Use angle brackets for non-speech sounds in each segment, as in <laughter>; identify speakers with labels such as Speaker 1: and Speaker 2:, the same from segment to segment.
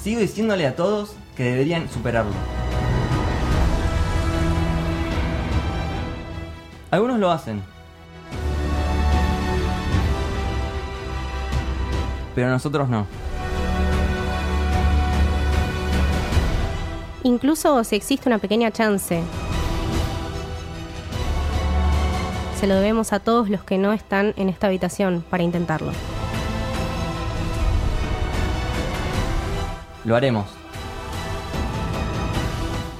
Speaker 1: Sigo diciéndole a todos que deberían superarlo. Algunos lo hacen. Pero nosotros no.
Speaker 2: Incluso si existe una pequeña chance. Se lo debemos a todos los que no están en esta habitación para intentarlo.
Speaker 1: Lo haremos.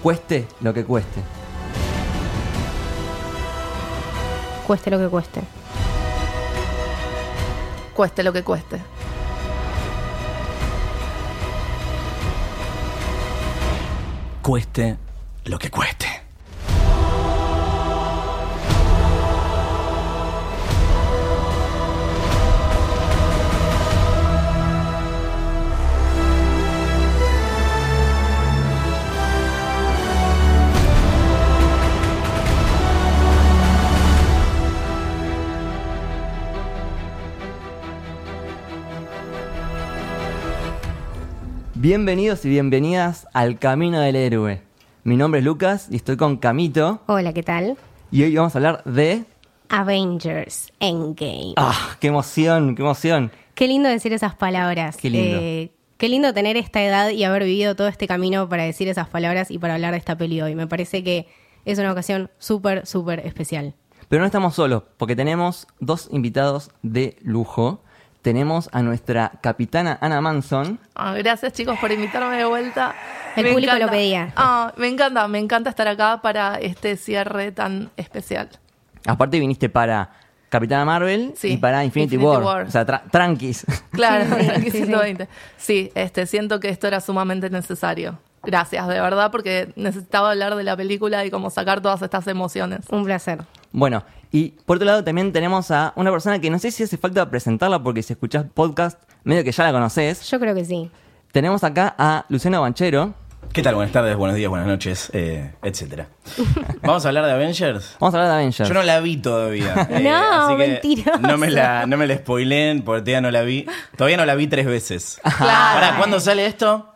Speaker 1: Cueste lo que cueste.
Speaker 2: Cueste lo que cueste.
Speaker 3: Cueste lo que cueste.
Speaker 4: Cueste lo que cueste.
Speaker 1: Bienvenidos y bienvenidas al Camino del Héroe. Mi nombre es Lucas y estoy con Camito
Speaker 2: Hola, ¿qué tal?
Speaker 1: y hoy vamos a hablar de...
Speaker 2: Avengers Endgame.
Speaker 1: ¡Ah! ¡Qué emoción! ¡Qué emoción!
Speaker 2: Qué lindo decir esas palabras.
Speaker 1: Qué lindo.
Speaker 2: Eh, qué lindo tener esta edad y haber vivido todo este camino para decir esas palabras y para hablar de esta peli hoy. Me parece que es una ocasión súper, súper especial.
Speaker 1: Pero no estamos solos, porque tenemos dos invitados de lujo. Tenemos a nuestra capitana Ana Manson.
Speaker 3: Ah, gracias chicos por invitarme de vuelta.
Speaker 2: El público lo pedía.
Speaker 3: Ah, me encanta, me encanta estar acá para este cierre tan especial.
Speaker 1: Aparte viniste para Capitana Marvel
Speaker 3: Sí,
Speaker 1: y para Infinity,
Speaker 3: Infinity
Speaker 1: War.
Speaker 3: War.
Speaker 1: O sea, tra- tranquis. <laughs>
Speaker 3: Claro, <laughs>
Speaker 2: Sí, sí,
Speaker 3: Yankee
Speaker 2: sí.
Speaker 3: 120. Sí, este, siento que esto era sumamente necesario. Gracias, de verdad, porque necesitaba hablar de la película y como sacar todas estas emociones.
Speaker 2: Un placer.
Speaker 1: bueno, y por otro lado también tenemos a una persona que no sé si hace falta presentarla porque si escuchás podcast, medio que ya la conoces.
Speaker 2: Yo creo que sí.
Speaker 1: Tenemos acá a Luciano Banchero.
Speaker 4: ¿Qué tal? Buenas tardes, buenos días, buenas noches, eh, etcétera. <laughs> ¿Vamos a hablar de Avengers?
Speaker 1: Vamos a hablar de Avengers.
Speaker 4: Yo no la vi todavía.
Speaker 2: <laughs>
Speaker 4: Eh,
Speaker 2: No,
Speaker 4: así que
Speaker 2: mentiroso.
Speaker 4: No me la, no me la spoileen porque todavía no la vi. Todavía no la vi tres veces.
Speaker 3: Claro.
Speaker 4: Ahora, ¿cuándo sale esto?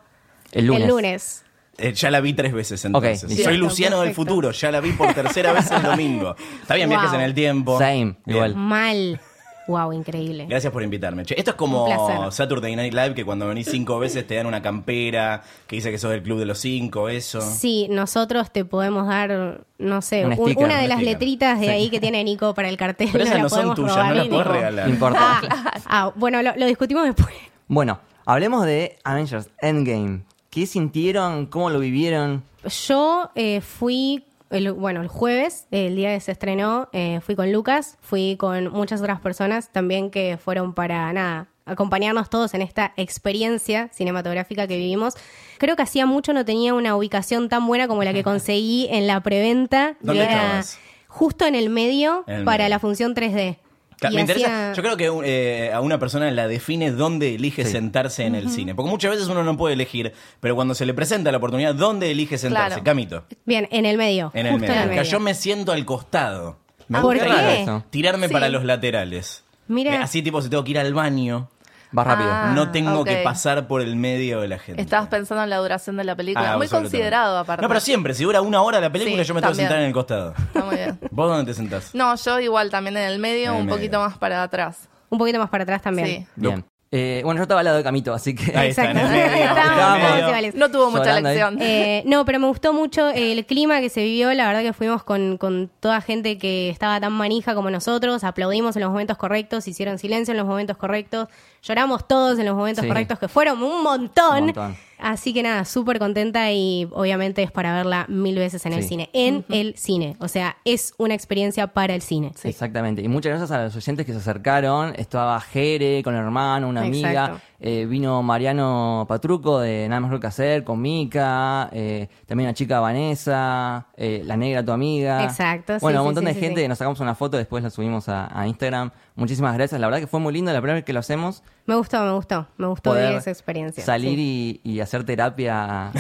Speaker 1: El lunes.
Speaker 2: El lunes.
Speaker 4: Eh, ya la vi tres veces entonces.
Speaker 1: Ok,
Speaker 3: listo.
Speaker 4: Soy Luciano del
Speaker 2: Perfecto.
Speaker 4: futuro, ya la vi por tercera vez el domingo. Está bien,
Speaker 2: Wow.
Speaker 4: viajes en el tiempo.
Speaker 1: Same,
Speaker 4: Bien.
Speaker 1: igual.
Speaker 2: Mal. Wow, increíble.
Speaker 4: Gracias por invitarme. Che, esto es
Speaker 2: Un
Speaker 4: como
Speaker 2: placer.
Speaker 4: Saturday Night Live, que cuando venís cinco veces te dan una campera, que dice que sos del club de los cinco, eso.
Speaker 2: Sí, nosotros te podemos dar, no sé,
Speaker 1: Un
Speaker 2: un-
Speaker 1: sticker,
Speaker 2: una de
Speaker 4: un
Speaker 2: las
Speaker 4: sticker.
Speaker 2: letritas de ahí que tiene Nico para el cartel.
Speaker 4: Pero esas
Speaker 2: la
Speaker 4: no son
Speaker 2: podemos
Speaker 4: tuyas,
Speaker 2: robar,
Speaker 4: no las
Speaker 2: Nico.
Speaker 4: podés regalar.
Speaker 1: No importa.
Speaker 2: Ah, ah, bueno, lo, lo discutimos después.
Speaker 1: Bueno, hablemos de Avengers Endgame. ¿Qué sintieron? ¿Cómo lo vivieron?
Speaker 2: Yo eh, fui, el, bueno, el jueves, el día que se estrenó, eh, fui con Lucas, fui con muchas otras personas también que fueron para nada acompañarnos todos en esta experiencia cinematográfica que vivimos. Creo que hacía mucho no tenía una ubicación tan buena como la que conseguí en la preventa. que
Speaker 4: ¿Dónde
Speaker 2: era
Speaker 4: estabas?
Speaker 2: Justo en el medio
Speaker 4: En el
Speaker 2: para
Speaker 4: medio.
Speaker 2: la función 3D.
Speaker 4: Ca-
Speaker 2: Y
Speaker 4: Me interesa,
Speaker 2: hacía-
Speaker 4: yo creo que un- eh, a una persona la define dónde elige sentarse en el cine. Porque muchas veces uno no puede elegir, pero cuando se le presenta la oportunidad, ¿dónde elige sentarse?
Speaker 3: Claro.
Speaker 4: Camito.
Speaker 2: Bien, en el medio.
Speaker 4: En el
Speaker 2: justo
Speaker 4: medio. Acá Yo me siento al costado. Me
Speaker 2: Ah, ¿por
Speaker 4: gusta
Speaker 2: qué?
Speaker 4: eso. Tirarme
Speaker 2: Sí.
Speaker 4: para los laterales.
Speaker 2: Mira.
Speaker 4: Eh, Así tipo, si tengo que ir al baño,
Speaker 1: Va rápido.
Speaker 3: Ah,
Speaker 4: no tengo que
Speaker 3: ok.
Speaker 4: pasar por el medio de la gente.
Speaker 3: Estabas pensando en la duración de la película.
Speaker 4: Ah,
Speaker 3: Muy
Speaker 4: absolutamente.
Speaker 3: considerado, aparte.
Speaker 4: No, pero siempre, si dura una hora la película,
Speaker 3: Sí,
Speaker 4: yo me tengo que
Speaker 3: también.
Speaker 4: sentar en el costado.
Speaker 3: Está muy bien.
Speaker 4: ¿Vos dónde te sentás?
Speaker 3: No, yo igual también en el medio,
Speaker 4: En el
Speaker 3: un
Speaker 4: medio.
Speaker 3: poquito más para atrás.
Speaker 2: Un poquito más para atrás también.
Speaker 3: Sí.
Speaker 1: Bien. Eh, bueno, yo estaba al lado de Camito, así que... <laughs>
Speaker 4: Ahí está, en el medio.
Speaker 2: <laughs> Estábamos
Speaker 4: En el medio.
Speaker 2: todos iguales.
Speaker 3: No tuvo mucha
Speaker 1: Llorando ahí.
Speaker 3: lección.
Speaker 2: <laughs> Eh, no, pero me gustó mucho el clima que se vivió. La verdad que fuimos con, con toda gente que estaba tan manija como nosotros. Aplaudimos en los momentos correctos, hicieron silencio en los momentos correctos. Lloramos todos en los momentos
Speaker 1: Sí.
Speaker 2: correctos, que fueron un montón.
Speaker 1: Un montón.
Speaker 2: Así que nada, súper contenta y obviamente es para verla mil veces en el
Speaker 1: Sí.
Speaker 2: cine. En el cine. O sea, es una experiencia para el cine.
Speaker 1: Exactamente. Y muchas gracias a los oyentes que se acercaron. Estaba Jere con el hermano, una amiga.
Speaker 2: Exacto.
Speaker 1: Eh, vino Mariano Patruco de Nada Mejor Que Hacer, con Mica. Eh, también la chica Vanessa. eh, la negra, tu amiga.
Speaker 2: Exacto, sí,
Speaker 1: Bueno, un
Speaker 2: sí,
Speaker 1: montón
Speaker 2: sí,
Speaker 1: de
Speaker 2: sí,
Speaker 1: gente.
Speaker 2: sí.
Speaker 1: Nos sacamos una foto, después la subimos a, a Instagram. Muchísimas gracias. La verdad que fue muy lindo la primera vez que lo hacemos.
Speaker 2: Me gustó, me gustó. Me gustó
Speaker 1: Poder
Speaker 2: vivir esa experiencia.
Speaker 1: salir
Speaker 2: Sí.
Speaker 1: y, y hacer terapia.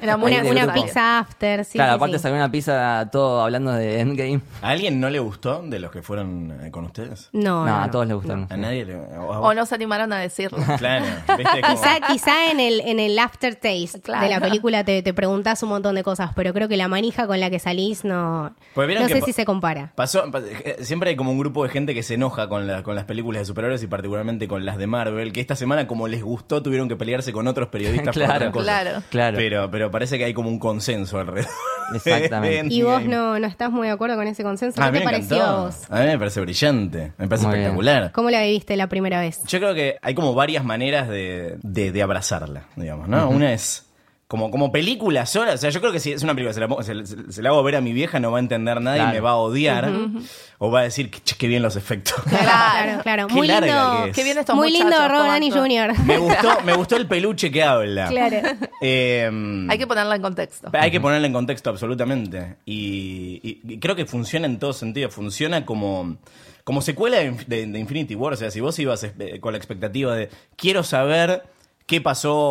Speaker 3: Era muy
Speaker 1: Ahí
Speaker 2: Una,
Speaker 1: de
Speaker 2: una
Speaker 1: grupo.
Speaker 2: pizza after, sí.
Speaker 1: claro,
Speaker 2: sí,
Speaker 1: aparte
Speaker 2: sí.
Speaker 1: salió una pizza todo hablando de Endgame.
Speaker 4: ¿A alguien no le gustó de los que fueron eh, con ustedes?
Speaker 2: No,
Speaker 1: No,
Speaker 2: no,
Speaker 1: a
Speaker 2: no.
Speaker 1: todos les gustaron.
Speaker 4: A nadie le. o a vos? <laughs>
Speaker 3: O no se animaron a decirlo.
Speaker 1: <laughs>
Speaker 4: Claro. ¿viste?
Speaker 3: <laughs>
Speaker 4: Como-
Speaker 2: Quizá, quizá en el, en el aftertaste
Speaker 3: Claro.
Speaker 2: de la película te, te preguntas un montón de cosas, pero creo que la manija con la que salís no,
Speaker 4: Pues vieron
Speaker 2: no
Speaker 4: que
Speaker 2: sé
Speaker 4: pa-
Speaker 2: si se compara.
Speaker 4: Pasó, pa- eh, siempre hay como un grupo de gente que se enoja con, la- con las películas de superhéroes y particularmente con las de Marvel, que esta semana como les gustó tuvieron que pelearse con
Speaker 1: <laughs>
Speaker 4: otros periodistas por otra
Speaker 1: claro,
Speaker 4: cosa.
Speaker 3: Claro.
Speaker 1: claro.
Speaker 4: Pero, pero parece que hay como un consenso alrededor.
Speaker 1: Exactamente.
Speaker 2: Y vos no, no estás muy de acuerdo con ese consenso.
Speaker 4: Ah, a
Speaker 2: ¿Qué
Speaker 4: mí
Speaker 2: te
Speaker 4: me
Speaker 2: pareció
Speaker 4: encantó.
Speaker 2: a vos?
Speaker 4: A mí me parece brillante, me parece
Speaker 1: Muy bien.
Speaker 4: espectacular.
Speaker 2: ¿Cómo la viviste la primera vez?
Speaker 4: Yo creo que hay como varias maneras de, de- de abrazarla, digamos, ¿no? Una es como, como película sola. O sea, yo creo que si es una película, se la, pongo- se- se- se la hago ver a mi vieja, no va a entender nada
Speaker 1: Claro.
Speaker 4: y me va a odiar. O va a decir, "Che, qué, bien los efectos.
Speaker 2: Claro, claro.
Speaker 4: Qué
Speaker 2: Muy
Speaker 4: larga
Speaker 2: lindo.
Speaker 4: que es.
Speaker 3: Ah, Qué bien estos
Speaker 2: Muy lindo
Speaker 3: muchachos,
Speaker 2: Robert
Speaker 3: cómo
Speaker 2: Downey
Speaker 3: actúan.
Speaker 2: Jr.
Speaker 4: <laughs> me, gustó, me gustó el peluche que habla.
Speaker 2: <laughs>
Speaker 4: <laughs>
Speaker 2: Claro.
Speaker 4: Eh,
Speaker 3: Hay que ponerla en contexto.
Speaker 4: Hay que ponerla en contexto, absolutamente. Y, y- y creo que funciona en todo sentido. Funciona como, como secuela de, Inf- de- de Infinity War. O sea, si vos ibas eh, con la expectativa de quiero saber qué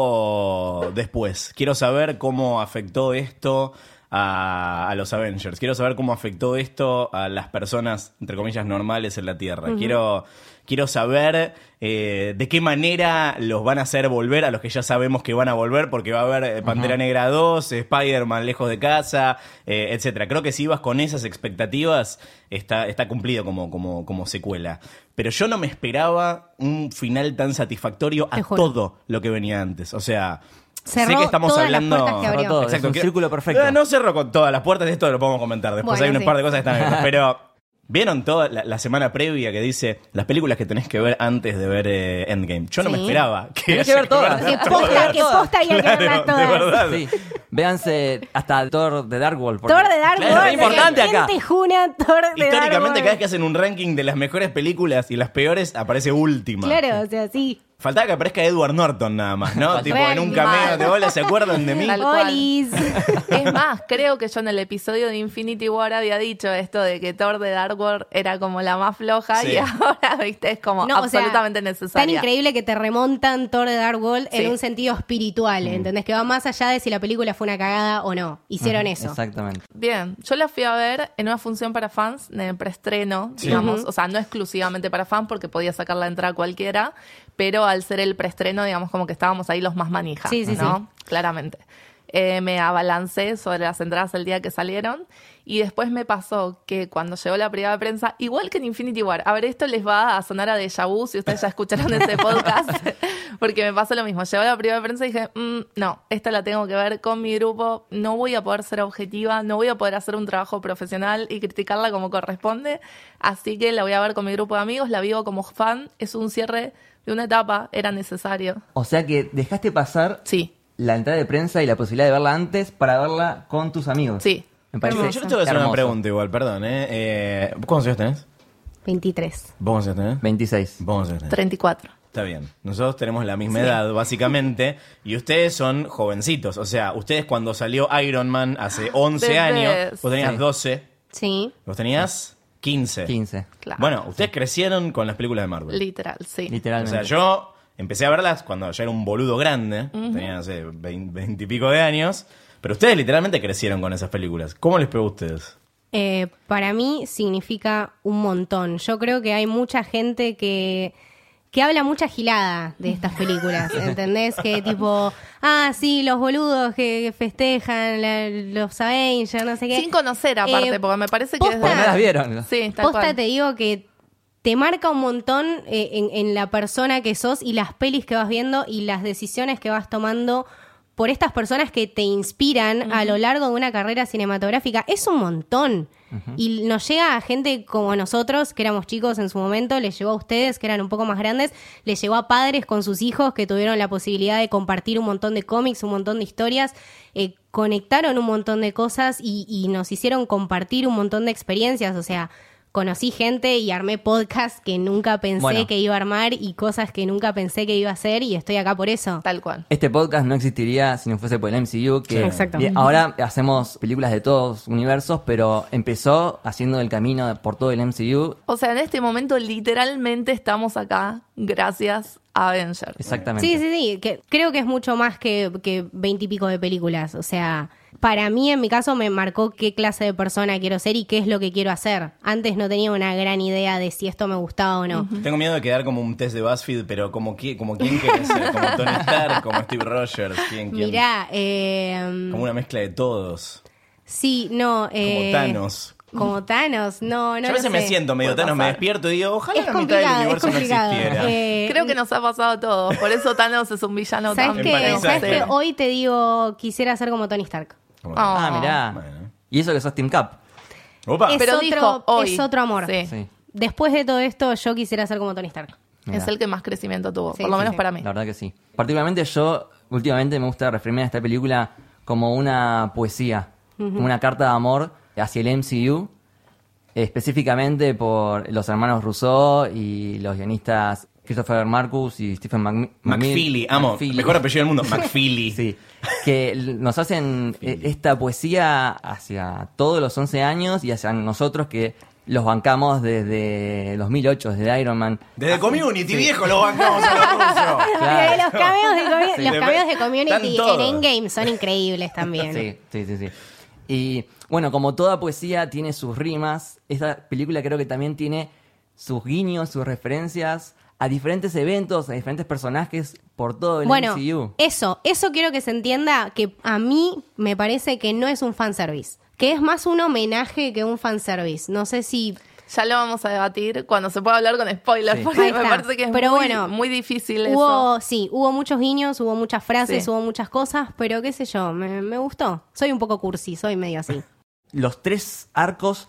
Speaker 4: pasó después, quiero saber cómo afectó esto a, a los Avengers, quiero saber cómo afectó esto a las personas, entre comillas, normales en la Tierra. Quiero. Quiero saber eh, de qué manera los van a hacer volver a los que ya sabemos que van a volver, porque va a haber eh, Pantera Negra 2, Spider-Man lejos de casa, eh, etcétera. Creo que si ibas con esas expectativas, está, está cumplido como, como, como secuela. Pero yo no me esperaba un final tan satisfactorio a
Speaker 2: Te juro.
Speaker 4: todo lo que venía antes. O sea. sé
Speaker 2: Cerró
Speaker 4: que estamos
Speaker 2: todas las
Speaker 4: hablando.
Speaker 2: puertas que abrió.
Speaker 1: Cerró todo, es un círculo perfecto.
Speaker 4: Eh, no cerró con todas las puertas, esto lo podemos comentar después.
Speaker 2: Bueno,
Speaker 4: Hay un
Speaker 2: sí.
Speaker 4: par de cosas que están abiertas,
Speaker 1: <laughs>
Speaker 4: pero. ¿Vieron toda la, la semana previa que dice las películas que tenés que ver antes de ver eh, Endgame? Yo no me
Speaker 2: Sí.
Speaker 4: esperaba. Que
Speaker 1: Tenés que
Speaker 4: haya
Speaker 1: ver todas.
Speaker 2: Que
Speaker 4: verlas
Speaker 2: posta,
Speaker 4: <laughs> todas.
Speaker 2: que posta había que verlas
Speaker 4: Claro, de
Speaker 2: todas.
Speaker 4: verdad.
Speaker 1: Sí. Véanse hasta Thor de Dark World. porque
Speaker 2: Thor de Dark
Speaker 1: Es
Speaker 2: World.
Speaker 1: re importante acá.
Speaker 2: Gente juna, Thor de Dark World.
Speaker 4: Históricamente, cada vez que hacen un ranking de las mejores películas y las peores, aparece última.
Speaker 2: Claro, o sea, sí.
Speaker 4: Faltaba que aparezca Edward Norton nada más, ¿no?
Speaker 1: <laughs> Faltaba.
Speaker 4: tipo, en un
Speaker 3: Real,
Speaker 4: cameo
Speaker 3: mal.
Speaker 4: de hola, ¿se
Speaker 1: <laughs>
Speaker 4: acuerdan de mí?
Speaker 3: Tal cual.
Speaker 2: Olis.
Speaker 3: <laughs>
Speaker 2: <laughs>
Speaker 3: Es más, creo que yo en el episodio de Infinity War había dicho esto de que Thor de Dark World era como la más floja
Speaker 4: Sí.
Speaker 3: y ahora, <laughs> viste, es como
Speaker 2: No, o sea,
Speaker 3: absolutamente necesaria.
Speaker 2: Tan increíble que te remontan Thor de Dark World
Speaker 3: Sí.
Speaker 2: en un sentido espiritual, ¿entendés? Que va más allá de si la película fue una cagada o no. Hicieron eso.
Speaker 1: Exactamente.
Speaker 3: Bien, yo la fui a ver en una función para fans, en el preestreno,
Speaker 4: Sí.
Speaker 3: digamos, o sea, no exclusivamente para fans porque podía sacar la entrada cualquiera, pero al ser el preestreno, digamos, como que estábamos ahí los más manijas,
Speaker 2: Sí, sí,
Speaker 3: ¿no? Claramente. Eh, me abalancé sobre las entradas el día que salieron y después me pasó que cuando llegó la privada de prensa, igual que en Infinity War, a ver, esto les va a sonar a déjà vu si ustedes ya escucharon ese podcast, porque me pasó lo mismo. Llegó la privada de prensa y dije, "Mm, no, esta la tengo que ver con mi grupo, no voy a poder ser objetiva, no voy a poder hacer un trabajo profesional y criticarla como corresponde, así que la voy a ver con mi grupo de amigos, la vivo como fan, es un cierre de una etapa, era necesario.
Speaker 1: O sea que dejaste pasar
Speaker 3: Sí,
Speaker 1: la entrada de prensa y la posibilidad de verla antes para verla con tus amigos.
Speaker 3: Sí.
Speaker 1: Me
Speaker 4: Yo
Speaker 1: parece
Speaker 4: les tengo que hacer una
Speaker 1: hermoso.
Speaker 4: pregunta igual, perdón, ¿eh? eh ¿Cuántos años tenés?
Speaker 2: 23.
Speaker 4: ¿Vos cuántos años tenés?
Speaker 1: 26.
Speaker 4: ¿Vos cuántos años tenés?
Speaker 3: 34.
Speaker 4: Está bien. Nosotros tenemos la misma edad, básicamente, y ustedes son jovencitos. O sea, ustedes cuando salió Iron Man hace 11
Speaker 3: Ah, Bebés.
Speaker 4: años, vos tenías
Speaker 1: Sí.
Speaker 4: 12,
Speaker 2: Sí.
Speaker 4: vos tenías 15.
Speaker 1: 15.
Speaker 3: Claro.
Speaker 4: Bueno, ustedes crecieron con las películas de Marvel.
Speaker 3: Literal, sí.
Speaker 4: o
Speaker 1: Literalmente.
Speaker 4: sea, yo empecé a verlas cuando yo era un boludo grande, tenía, no sé, 20, 20 y pico de años, pero ustedes literalmente crecieron con esas películas. ¿Cómo les pegó a ustedes?
Speaker 2: Eh, para mí significa un montón. Yo creo que hay mucha gente que, que habla mucha gilada de estas películas, ¿entendés? Que tipo, ah, sí, los boludos que, que festejan, la- los Avengers, no sé qué.
Speaker 3: Sin conocer aparte,
Speaker 2: Eh,
Speaker 3: porque me parece que...
Speaker 2: posta.
Speaker 3: es de-
Speaker 1: Porque no las vieron.
Speaker 3: Sí, tal
Speaker 2: Posta
Speaker 3: cual.
Speaker 2: te digo que te marca un montón eh, en, en la persona que sos y las pelis que vas viendo y las decisiones que vas tomando por estas personas que te inspiran a lo largo de una carrera cinematográfica. Es un montón. Y nos llega a gente como nosotros, que éramos chicos en su momento, les llegó a ustedes, que eran un poco más grandes, les llegó a padres con sus hijos que tuvieron la posibilidad de compartir un montón de cómics, un montón de historias. eh, conectaron un montón de cosas y, y nos hicieron compartir un montón de experiencias. O sea, conocí gente y armé podcasts que nunca pensé
Speaker 1: Bueno.
Speaker 2: que iba a armar y cosas que nunca pensé que iba a hacer y estoy acá por eso.
Speaker 3: Tal cual.
Speaker 1: Este podcast no existiría si no fuese por el MCU. Que
Speaker 4: Sí.
Speaker 2: Exacto.
Speaker 1: Bien, ahora hacemos películas de todos universos, pero empezó haciendo el camino por todo el MCU.
Speaker 3: O sea, en este momento literalmente estamos acá gracias Avenger.
Speaker 1: Exactamente.
Speaker 2: Sí, sí, sí. Que creo que es mucho más que veintipico de películas. O sea, para mí, en mi caso, me marcó qué clase de persona quiero ser y qué es lo que quiero hacer. Antes no tenía una gran idea de si esto me gustaba o no.
Speaker 4: Tengo miedo de quedar como un test de BuzzFeed, pero como, qui- como quién querés ser, como Tony Stark, como Steve Rogers, ¿quién, quién?
Speaker 2: Mirá, eh,
Speaker 4: Como una mezcla de todos.
Speaker 2: sí, no. eh,
Speaker 4: Thanos.
Speaker 2: Como Thanos, no, no.
Speaker 4: Yo a
Speaker 2: lo
Speaker 4: veces me
Speaker 2: sé.
Speaker 4: siento medio
Speaker 3: Puede
Speaker 4: Thanos, me
Speaker 3: pasar.
Speaker 4: despierto y digo, ojalá
Speaker 2: Es
Speaker 4: la mitad del
Speaker 2: complicado, es
Speaker 4: universo no
Speaker 2: complicado.
Speaker 4: existiera.
Speaker 2: Eh,
Speaker 3: Creo que nos ha pasado todo. Por eso Thanos es un villano tan
Speaker 2: ¿Sabes que,
Speaker 4: Empatizar,
Speaker 2: ¿sabes
Speaker 4: claro.
Speaker 2: que hoy te digo, quisiera ser como Tony Stark?
Speaker 4: Como-
Speaker 3: Ah.
Speaker 1: Ah, mirá.
Speaker 4: Bueno.
Speaker 1: Y eso que sos Team Cap.
Speaker 4: Opa.
Speaker 2: Es
Speaker 3: Pero
Speaker 2: otro-
Speaker 3: dijo hoy.
Speaker 2: es otro amor.
Speaker 3: Sí.
Speaker 1: Sí.
Speaker 2: Después de todo esto, yo quisiera ser como Tony Stark.
Speaker 1: Mirá.
Speaker 3: Es el que más crecimiento tuvo,
Speaker 2: Sí,
Speaker 3: por lo
Speaker 2: sí,
Speaker 3: menos
Speaker 2: sí.
Speaker 3: para mí.
Speaker 1: La verdad que sí. Particularmente yo, últimamente me gusta referirme a esta película como una poesía, como una carta de amor hacia el MCU, específicamente por los hermanos Rousseau y los guionistas Christopher Marcus y Stephen Mac
Speaker 4: McFeely, amo. Mejor apellido del mundo,
Speaker 1: <laughs>
Speaker 4: McFeely.
Speaker 1: Sí, que l- nos hacen eh, esta poesía hacia todos los 11 años y hacia nosotros que los bancamos desde 2008, desde Iron Man.
Speaker 4: Desde Community, viejo, lo bancamos a los rusos.
Speaker 1: Claro. <laughs>
Speaker 2: <laughs> Los cameos de, comi-
Speaker 1: Sí.
Speaker 2: los cameos de
Speaker 4: Están
Speaker 2: community
Speaker 4: todos.
Speaker 2: en Endgame son increíbles también.
Speaker 1: Sí, sí, sí, sí. Y bueno, como toda poesía tiene sus rimas, esta película creo que también tiene sus guiños, sus referencias a diferentes eventos, a diferentes personajes por todo el
Speaker 2: Bueno,
Speaker 1: MCU.
Speaker 2: eso, eso quiero que se entienda que a mí me parece que no es un fanservice, que es más un homenaje que un fanservice. No sé si
Speaker 3: Ya lo vamos a debatir cuando se pueda hablar con
Speaker 1: Sí.
Speaker 3: spoilers,
Speaker 2: Ahí
Speaker 3: porque me
Speaker 2: está.
Speaker 3: parece que es
Speaker 2: Pero
Speaker 3: muy,
Speaker 2: bueno,
Speaker 3: muy difícil eso.
Speaker 2: hubo, sí, hubo muchos guiños, hubo muchas frases,
Speaker 3: Sí.
Speaker 2: hubo muchas cosas, pero qué sé yo, me, me gustó. Soy un poco cursi, soy medio así.
Speaker 1: Los tres arcos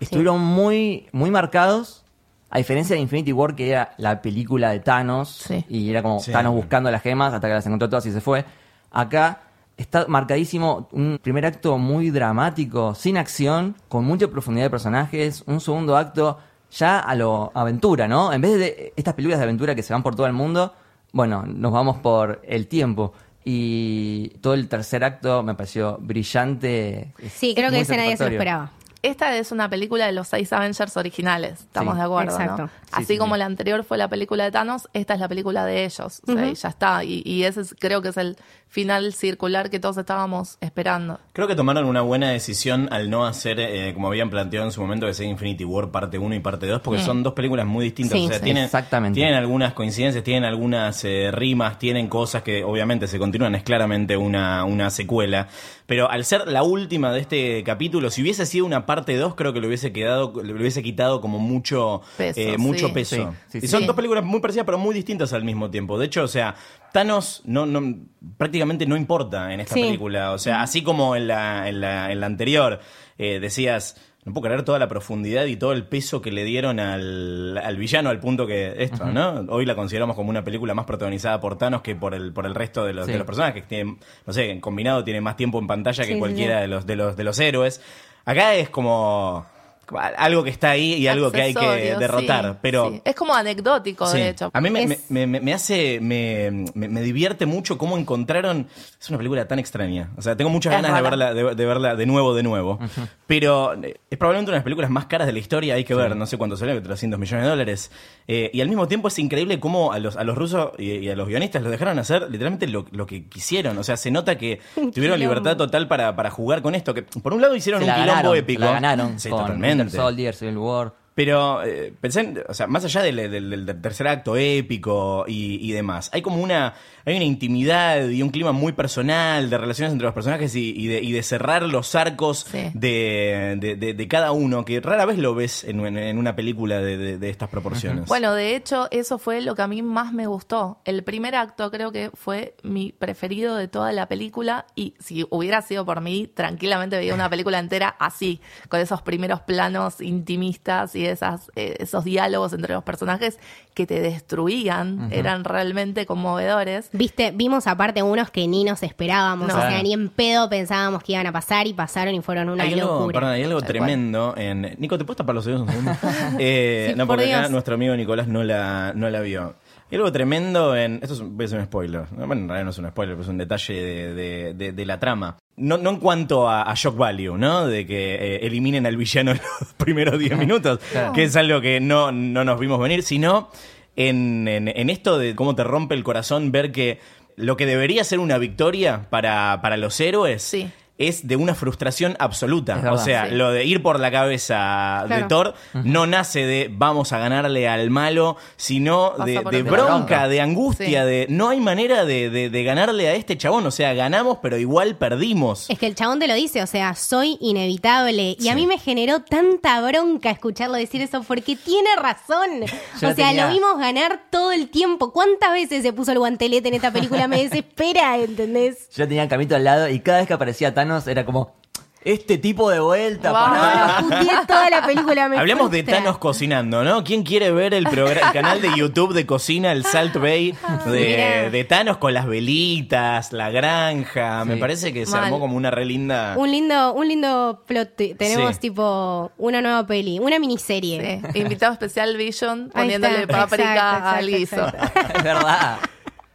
Speaker 1: estuvieron muy, muy marcados, a diferencia de Infinity War, que era la película de Thanos,
Speaker 3: Sí.
Speaker 1: y era como
Speaker 4: Sí.
Speaker 1: Thanos buscando las gemas hasta que las encontró todas y se fue. Acá está marcadísimo un primer acto muy dramático, sin acción, con mucha profundidad de personajes, un segundo acto ya a lo aventura, ¿no? En vez de estas películas de aventura que se van por todo el mundo, bueno, nos vamos por el tiempo. Y todo el tercer acto me pareció brillante. es
Speaker 2: Sí, creo que
Speaker 1: muy
Speaker 2: ese nadie se lo
Speaker 1: satisfactorio.
Speaker 2: esperaba.
Speaker 3: Esta es una película de los seis Avengers originales, estamos
Speaker 1: Sí.
Speaker 3: de acuerdo.
Speaker 2: Exacto.
Speaker 3: ¿no?
Speaker 2: Sí,
Speaker 3: Así
Speaker 1: sí,
Speaker 3: como
Speaker 1: sí.
Speaker 3: la anterior fue la película de Thanos, esta es la película de ellos. O sea, y ya está. Y, y ese es- creo que es el final circular que todos estábamos esperando.
Speaker 4: Creo que tomaron una buena decisión al no hacer, eh, como habían planteado en su momento, que sea Infinity War parte 1 y parte 2, porque son dos películas muy distintas.
Speaker 2: Sí,
Speaker 4: o sea,
Speaker 1: sí.
Speaker 4: tienen,
Speaker 1: Exactamente.
Speaker 4: tienen algunas coincidencias, tienen algunas eh, rimas, tienen cosas que obviamente se continúan, es claramente una, una secuela. Pero al ser la última de este capítulo, si hubiese sido una parte 2, creo que le hubiese quedado, le hubiese quitado como mucho
Speaker 3: Peso,
Speaker 4: eh, mucho
Speaker 3: sí.
Speaker 4: peso.
Speaker 1: Sí, sí,
Speaker 4: y
Speaker 1: sí.
Speaker 4: son
Speaker 3: Sí.
Speaker 4: dos películas muy parecidas, pero muy distintas al mismo tiempo. De hecho, o sea, Thanos no, no prácticamente no importa en esta
Speaker 2: Sí.
Speaker 4: película película. O sea, así como en la, en la, en la anterior eh, decías, no puedo creer toda la profundidad y todo el peso que le dieron al, al villano al punto que esto, ¿no? Hoy la consideramos como una película más protagonizada por Thanos que por el, por el resto de los,
Speaker 1: Sí.
Speaker 4: de los personajes, que tienen, no sé, en combinado tiene más tiempo en pantalla
Speaker 2: Sí,
Speaker 4: que
Speaker 2: sí,
Speaker 4: cualquiera De, los, de, los, de los héroes. Acá es como como algo que está ahí y algo que hay que
Speaker 3: Accesorios,
Speaker 4: derrotar.
Speaker 3: sí,
Speaker 4: pero
Speaker 3: sí. Es como anecdótico,
Speaker 4: Sí.
Speaker 3: de hecho.
Speaker 4: A mí me,
Speaker 2: Es-
Speaker 4: me- me- me hace. Me, me- me divierte mucho cómo encontraron. Es una película tan extraña. O sea, tengo muchas
Speaker 3: Es
Speaker 4: ganas de
Speaker 3: rara.
Speaker 4: verla, de, de verla de nuevo, de nuevo. Pero eh, es probablemente una de las películas más caras de la historia. Hay que ver, no sé cuánto salió, 300 millones de dólares. Eh, y al mismo tiempo es increíble cómo a los, a los rusos y, y a los guionistas los dejaron hacer literalmente lo, lo que quisieron. O sea, se
Speaker 1: <laughs>
Speaker 4: nota que tuvieron libertad total para, para jugar con esto. Que por un lado hicieron
Speaker 1: Se
Speaker 4: un
Speaker 1: la
Speaker 4: quilombo
Speaker 1: ganaron,
Speaker 4: épico.
Speaker 1: se la ganaron
Speaker 4: Sí,
Speaker 1: con Winter
Speaker 4: totalmente.
Speaker 1: Soldier, Civil War.
Speaker 4: Pero eh, pensé, en- o sea, más allá del, del- del- del tercer acto épico y, y demás, hay como una, hay una intimidad y un clima muy personal de relaciones entre los personajes y, y de, y de cerrar los arcos
Speaker 3: Sí.
Speaker 4: de, de- de- de cada uno, que rara vez lo ves en, en- en una película de, de- de estas proporciones.
Speaker 3: Bueno, de hecho, eso fue lo que a mí más me gustó. El primer acto creo que fue mi preferido de toda la película y si hubiera sido por mí, tranquilamente veía una película entera así, con esos primeros planos intimistas y esas, eh, esos diálogos entre los personajes que te destruían, eran realmente conmovedores.
Speaker 2: Viste, vimos aparte unos que ni nos esperábamos,
Speaker 3: No.
Speaker 2: o sea,
Speaker 1: Claro.
Speaker 2: ni en pedo pensábamos que iban a pasar y pasaron y fueron una
Speaker 4: hay algo,
Speaker 2: locura.
Speaker 4: perdón, hay algo
Speaker 3: Tal
Speaker 4: tremendo en. Nico, ¿te puedes tapar los oídos un
Speaker 2: <laughs>
Speaker 4: segundo? Eh,
Speaker 2: Sí,
Speaker 4: no, porque
Speaker 2: por
Speaker 4: acá
Speaker 2: Dios.
Speaker 4: nuestro amigo Nicolás no la, no la vio. Hay algo tremendo en. Esto es un, voy a hacer un spoiler. Bueno, en realidad no es un spoiler, pero es un detalle de, de- de- de la trama. No, no en cuanto a, a shock value, ¿no? De que eh, <laughs> eliminen al villano en los primeros 10 minutos, que es algo que no, no nos vimos venir, sino en, en- en esto de cómo te rompe el corazón ver que lo que debería ser una victoria para, para los héroes
Speaker 3: Sí.
Speaker 4: es de una frustración absoluta.
Speaker 1: Es verdad,
Speaker 4: o sea,
Speaker 3: sí.
Speaker 4: lo de ir por la cabeza de
Speaker 2: Claro.
Speaker 4: Thor no nace de vamos a ganarle al malo, sino
Speaker 3: Pasa
Speaker 4: de,
Speaker 3: por
Speaker 4: de
Speaker 3: otro
Speaker 1: lado.
Speaker 4: bronca, de angustia,
Speaker 3: Sí.
Speaker 4: de no hay manera de, de- de ganarle a este chabón. O sea, ganamos, pero igual perdimos.
Speaker 2: Es que el chabón te lo dice, o sea, soy inevitable. Y
Speaker 4: Sí.
Speaker 2: a mí me generó tanta bronca escucharlo decir eso porque tiene razón.
Speaker 1: Yo
Speaker 2: o sea,
Speaker 1: tenía-
Speaker 2: lo vimos ganar todo el tiempo. ¿Cuántas veces se puso el guantelete en esta película? Me desespera,
Speaker 4: <laughs>
Speaker 2: ¿entendés?
Speaker 1: Yo tenía a Camito al lado y cada vez que aparecía Thanos era como, este tipo de vuelta.
Speaker 3: Wow.
Speaker 1: pará".
Speaker 2: No, lo puteé toda la película. Me
Speaker 4: Hablemos de
Speaker 2: frustra.
Speaker 4: Thanos cocinando, ¿no? ¿Quién quiere ver el, progra- el canal de YouTube de cocina, el Salt Bay de,
Speaker 2: Mirá.
Speaker 4: de Thanos con las velitas, la granja? Me
Speaker 1: Sí.
Speaker 4: parece que se
Speaker 3: Mal.
Speaker 4: armó como una re linda.
Speaker 1: Ah.
Speaker 2: Un lindo, un lindo plot. twi- Tenemos
Speaker 4: Sí.
Speaker 2: tipo una nueva peli, una miniserie.
Speaker 3: Sí. Invitado especial Vision
Speaker 2: Ahí
Speaker 3: poniéndole
Speaker 2: está.
Speaker 3: paprika
Speaker 2: Exacto,
Speaker 3: al
Speaker 2: exacto,
Speaker 3: guiso.
Speaker 1: <laughs>
Speaker 2: exacto.
Speaker 1: es verdad.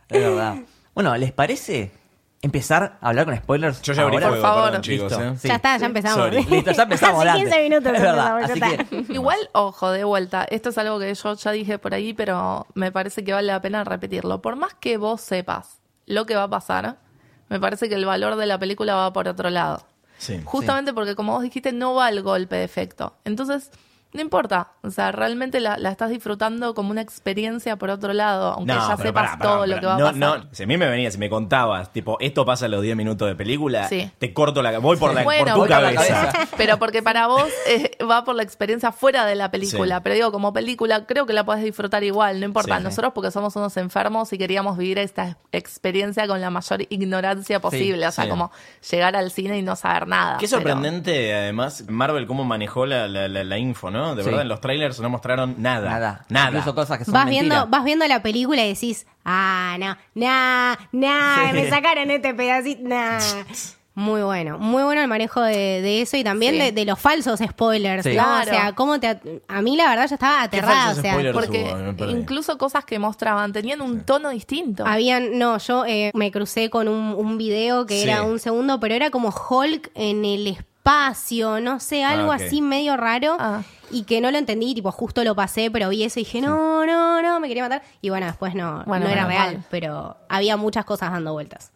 Speaker 1: Es verdad. Bueno, ¿les parece empezar a hablar con spoilers?
Speaker 4: Yo ya abrí
Speaker 1: ahora?
Speaker 4: fuego,
Speaker 3: Por favor.
Speaker 4: perdón, chicos.
Speaker 1: Listo.
Speaker 4: ¿eh?
Speaker 1: Sí.
Speaker 2: Ya está, ya empezamos.
Speaker 4: Sorry.
Speaker 1: Listo,
Speaker 2: <laughs>
Speaker 1: ya empezamos.
Speaker 2: Hace
Speaker 1: dale.
Speaker 2: 15 minutos.
Speaker 1: Es verdad.
Speaker 2: empezamos,
Speaker 1: Así
Speaker 2: ya
Speaker 1: que,
Speaker 2: está. <laughs>
Speaker 3: Igual, ojo, de vuelta, esto es algo que yo ya dije por ahí, pero me parece que vale la pena repetirlo. Por más que vos sepas lo que va a pasar, me parece que el valor de la película va por otro lado.
Speaker 4: Sí.
Speaker 3: Justamente porque, como vos dijiste, no va el golpe de efecto. Entonces, no importa. O sea, realmente la, la estás disfrutando como una experiencia por otro lado, aunque ya
Speaker 4: pero
Speaker 3: sepas
Speaker 4: pará, pará,
Speaker 3: todo
Speaker 4: pará.
Speaker 3: lo que va
Speaker 4: No,
Speaker 3: a pasar.
Speaker 4: no, si a mí me venía, si me contabas, tipo, esto pasa a los 10 minutos de película,
Speaker 3: Sí.
Speaker 4: te corto la voy por, la,
Speaker 3: Bueno,
Speaker 4: por
Speaker 3: voy
Speaker 4: tu
Speaker 3: por la
Speaker 4: cabeza.
Speaker 3: cabeza. Pero porque para vos eh, va por la experiencia fuera de la película.
Speaker 4: Sí.
Speaker 3: Pero digo, como película, creo que la podés disfrutar igual, no importa.
Speaker 4: Sí.
Speaker 3: Nosotros porque somos unos enfermos y queríamos vivir esta experiencia con la mayor ignorancia posible. o sea,
Speaker 4: sí.
Speaker 3: como llegar al cine y no saber nada.
Speaker 4: Qué
Speaker 3: pero-
Speaker 4: sorprendente, además, Marvel cómo manejó la, la- la- la info, ¿no? De
Speaker 1: Sí.
Speaker 4: verdad, en los trailers no mostraron nada.
Speaker 1: Nada.
Speaker 4: Nada.
Speaker 1: Incluso cosas <laughs> que son
Speaker 2: Vas
Speaker 1: mentira.
Speaker 2: viendo, vas viendo la película y decís, ah, no, nah, nah,
Speaker 1: Sí.
Speaker 2: me sacaron este pedacito,
Speaker 1: <laughs>
Speaker 2: nah. Muy bueno, muy bueno el manejo de, de eso y también
Speaker 3: Sí.
Speaker 2: de, de los falsos spoilers,
Speaker 1: Sí.
Speaker 2: ¿no?
Speaker 3: Claro.
Speaker 2: O sea, cómo te at- a mí la verdad yo estaba
Speaker 4: ¿Qué
Speaker 2: aterrada, o
Speaker 4: falsos
Speaker 2: sea,
Speaker 4: spoilers?
Speaker 3: Porque
Speaker 4: Subo, me perdí.
Speaker 3: incluso cosas que mostraban tenían un tono distinto.
Speaker 2: habían, no, yo eh, me crucé con un, un video que
Speaker 4: Sí.
Speaker 2: era un segundo, pero era como Hulk en el espacio, no sé, algo
Speaker 4: Ah, ok.
Speaker 2: así medio raro
Speaker 3: Ah.
Speaker 2: y que no lo entendí, tipo justo lo pasé, pero vi eso y dije, no, no, no, me quería matar. Y bueno, después no,
Speaker 3: Bueno,
Speaker 2: no era
Speaker 3: menos
Speaker 2: real,
Speaker 3: mal.
Speaker 2: pero había muchas cosas dando vueltas.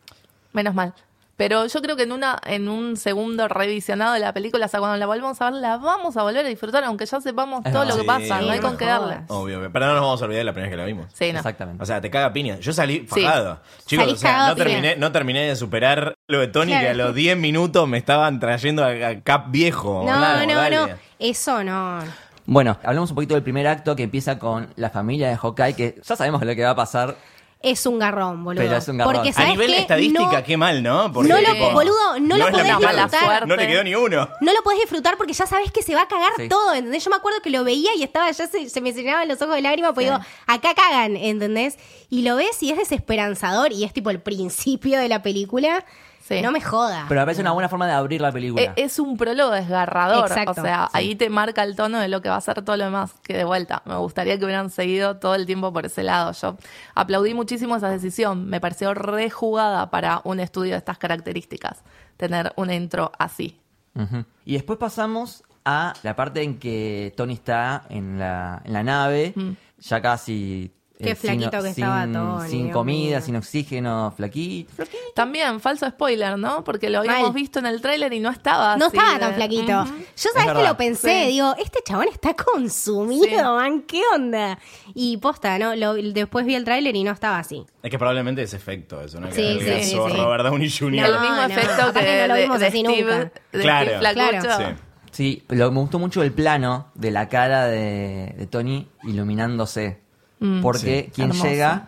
Speaker 3: Menos mal. Pero yo creo que en una en un segundo revisionado de la película, o sea, cuando la volvamos a ver, la vamos a volver a disfrutar, aunque ya sepamos
Speaker 1: Es
Speaker 3: todo
Speaker 1: verdad.
Speaker 3: lo que
Speaker 4: Sí,
Speaker 3: pasa, no hay
Speaker 4: obvio.
Speaker 3: con qué darle.
Speaker 4: Obvio, obvio. pero no nos vamos a olvidar de la primera vez que la vimos.
Speaker 3: Sí, no.
Speaker 1: Exactamente.
Speaker 4: O sea, te caga piña. Yo salí fajado. Chicos,
Speaker 2: Salís
Speaker 4: o sea, no
Speaker 2: cagado a piña.
Speaker 4: terminé, no terminé de superar lo de Tony,
Speaker 2: Claro.
Speaker 4: que a los 10 minutos me estaban trayendo a, a Cap viejo.
Speaker 2: No,
Speaker 4: Vamos,
Speaker 2: no,
Speaker 4: Oh, dale.
Speaker 2: no, eso no.
Speaker 1: Bueno, hablemos un poquito del primer acto que empieza con la familia de Hawkeye, que ya sabemos lo que va a pasar.
Speaker 2: Es un garrón, boludo.
Speaker 1: Pero es un garrón.
Speaker 2: Porque,
Speaker 1: A
Speaker 4: A
Speaker 2: ¿sabés
Speaker 4: nivel
Speaker 2: qué?
Speaker 4: estadística,
Speaker 2: No-
Speaker 4: qué mal, ¿no?
Speaker 2: no
Speaker 3: lo-
Speaker 2: boludo, no lo
Speaker 4: es la
Speaker 2: podés
Speaker 4: mejor.
Speaker 3: disfrutar.
Speaker 4: No le quedó ni uno.
Speaker 2: no lo podés disfrutar porque ya sabes que se va a cagar
Speaker 1: Sí.
Speaker 2: todo, ¿entendés? Yo me acuerdo que lo veía y estaba, ya se, se me llenaban los ojos de lágrimas, pues digo, acá cagan, ¿entendés? Y lo ves y es desesperanzador y es tipo el principio de la película.
Speaker 3: Sí.
Speaker 2: No me joda.
Speaker 1: Pero me parece una buena forma de abrir la película.
Speaker 2: Eh,
Speaker 3: E- Es un prólogo desgarrador,
Speaker 2: Exacto.
Speaker 3: o sea,
Speaker 2: Sí.
Speaker 3: ahí te marca el tono de lo que va a ser todo lo demás, que de vuelta, me gustaría que hubieran seguido todo el tiempo por ese lado. Yo aplaudí muchísimo esa decisión, me pareció rejugada para un estudio de estas características, tener un intro así.
Speaker 1: Ujú. Y después pasamos a la parte en que Tony está en la, en la nave, ya casi...
Speaker 2: Mm.
Speaker 1: eh,
Speaker 2: Qué flaquito que estaba Tony,
Speaker 1: Sin
Speaker 2: Dios
Speaker 1: comida,
Speaker 2: mío.
Speaker 1: sin oxígeno, flaquito. flaquito.
Speaker 3: También, falso spoiler, ¿no? Porque lo habíamos
Speaker 2: Mal.
Speaker 3: visto en el tráiler y no estaba
Speaker 1: ah,
Speaker 2: no
Speaker 3: así
Speaker 2: estaba
Speaker 3: de-
Speaker 2: tan flaquito.
Speaker 3: Ujú.
Speaker 2: Yo
Speaker 1: eh, Es
Speaker 2: sabes que
Speaker 1: verdad.
Speaker 2: lo pensé,
Speaker 3: Sí.
Speaker 2: digo, este chabón está consumido,
Speaker 3: Sí.
Speaker 2: man, ¿qué onda? Y posta, ¿no? Lo- después vi el tráiler y no estaba así.
Speaker 4: Es que probablemente es efecto eso, ¿no? Que
Speaker 2: Sí,
Speaker 4: diga,
Speaker 3: sí,
Speaker 4: "Sos
Speaker 2: sí.
Speaker 4: Robert Downey
Speaker 3: No,
Speaker 4: Jr.
Speaker 3: el mismo
Speaker 2: No, no,
Speaker 3: efecto
Speaker 2: capaz
Speaker 3: que
Speaker 2: que no lo
Speaker 3: de,
Speaker 2: vimos
Speaker 3: de
Speaker 2: así
Speaker 3: Steve,
Speaker 2: nunca.
Speaker 3: de
Speaker 4: Claro.
Speaker 3: Steve Flacucho.
Speaker 2: Claro.
Speaker 1: Sí, lo que me gustó mucho el plano de la cara de, de Tony iluminándose.
Speaker 2: Mm.
Speaker 1: porque
Speaker 4: Sí.
Speaker 1: quien
Speaker 3: Hermoso.
Speaker 1: llega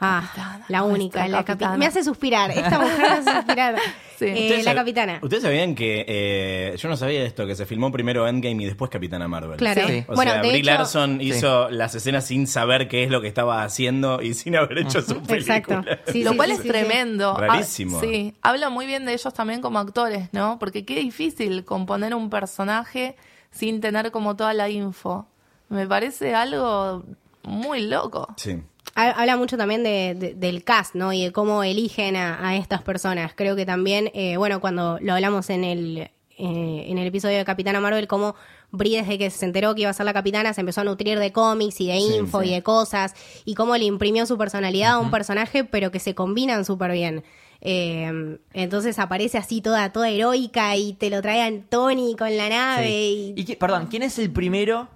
Speaker 2: Ah,
Speaker 3: Capitana,
Speaker 2: la única,
Speaker 3: nuestra
Speaker 2: la
Speaker 3: capitana.
Speaker 2: capitana. Me hace suspirar, esta mujer me hace suspirar.
Speaker 3: Sí.
Speaker 2: Eh,
Speaker 4: Ustedes
Speaker 2: la
Speaker 4: sab-
Speaker 2: capitana.
Speaker 4: Ustedes sabían que eh, yo no sabía esto, que se filmó primero Endgame y después Capitana Marvel.
Speaker 2: Claro.
Speaker 1: Sí.
Speaker 4: O
Speaker 2: Bueno,
Speaker 4: sea,
Speaker 2: de
Speaker 4: Brie
Speaker 2: hecho-
Speaker 4: Larson hizo las escenas sin saber qué es lo que estaba haciendo y sin haber hecho su película.
Speaker 2: Exacto. Sí,
Speaker 3: lo
Speaker 2: sí,
Speaker 3: cual
Speaker 2: sí,
Speaker 3: es
Speaker 2: sí, sí.
Speaker 3: tremendo. Ha-
Speaker 4: Rarísimo.
Speaker 3: sí, habla muy bien de ellos también como actores, ¿no? Porque qué difícil componer un personaje sin tener como toda la info. Me parece algo muy loco.
Speaker 4: Sí.
Speaker 2: Ha- Habla mucho también de- de- del cast, ¿no? Y de cómo eligen a, a estas personas. Creo que también, eh, bueno, cuando lo hablamos en el eh, en el episodio de Capitana Marvel cómo Brie desde que se enteró que iba a ser la capitana se empezó a nutrir de cómics y de
Speaker 4: Sí,
Speaker 2: info
Speaker 4: sí.
Speaker 2: y de cosas y cómo le imprimió su personalidad a un personaje pero que se combinan súper bien. Eh, entonces aparece así toda, toda heroica y te lo trae Anthony con la nave
Speaker 1: Sí.
Speaker 2: y...
Speaker 1: Y qui- perdón, ¿quién es el primero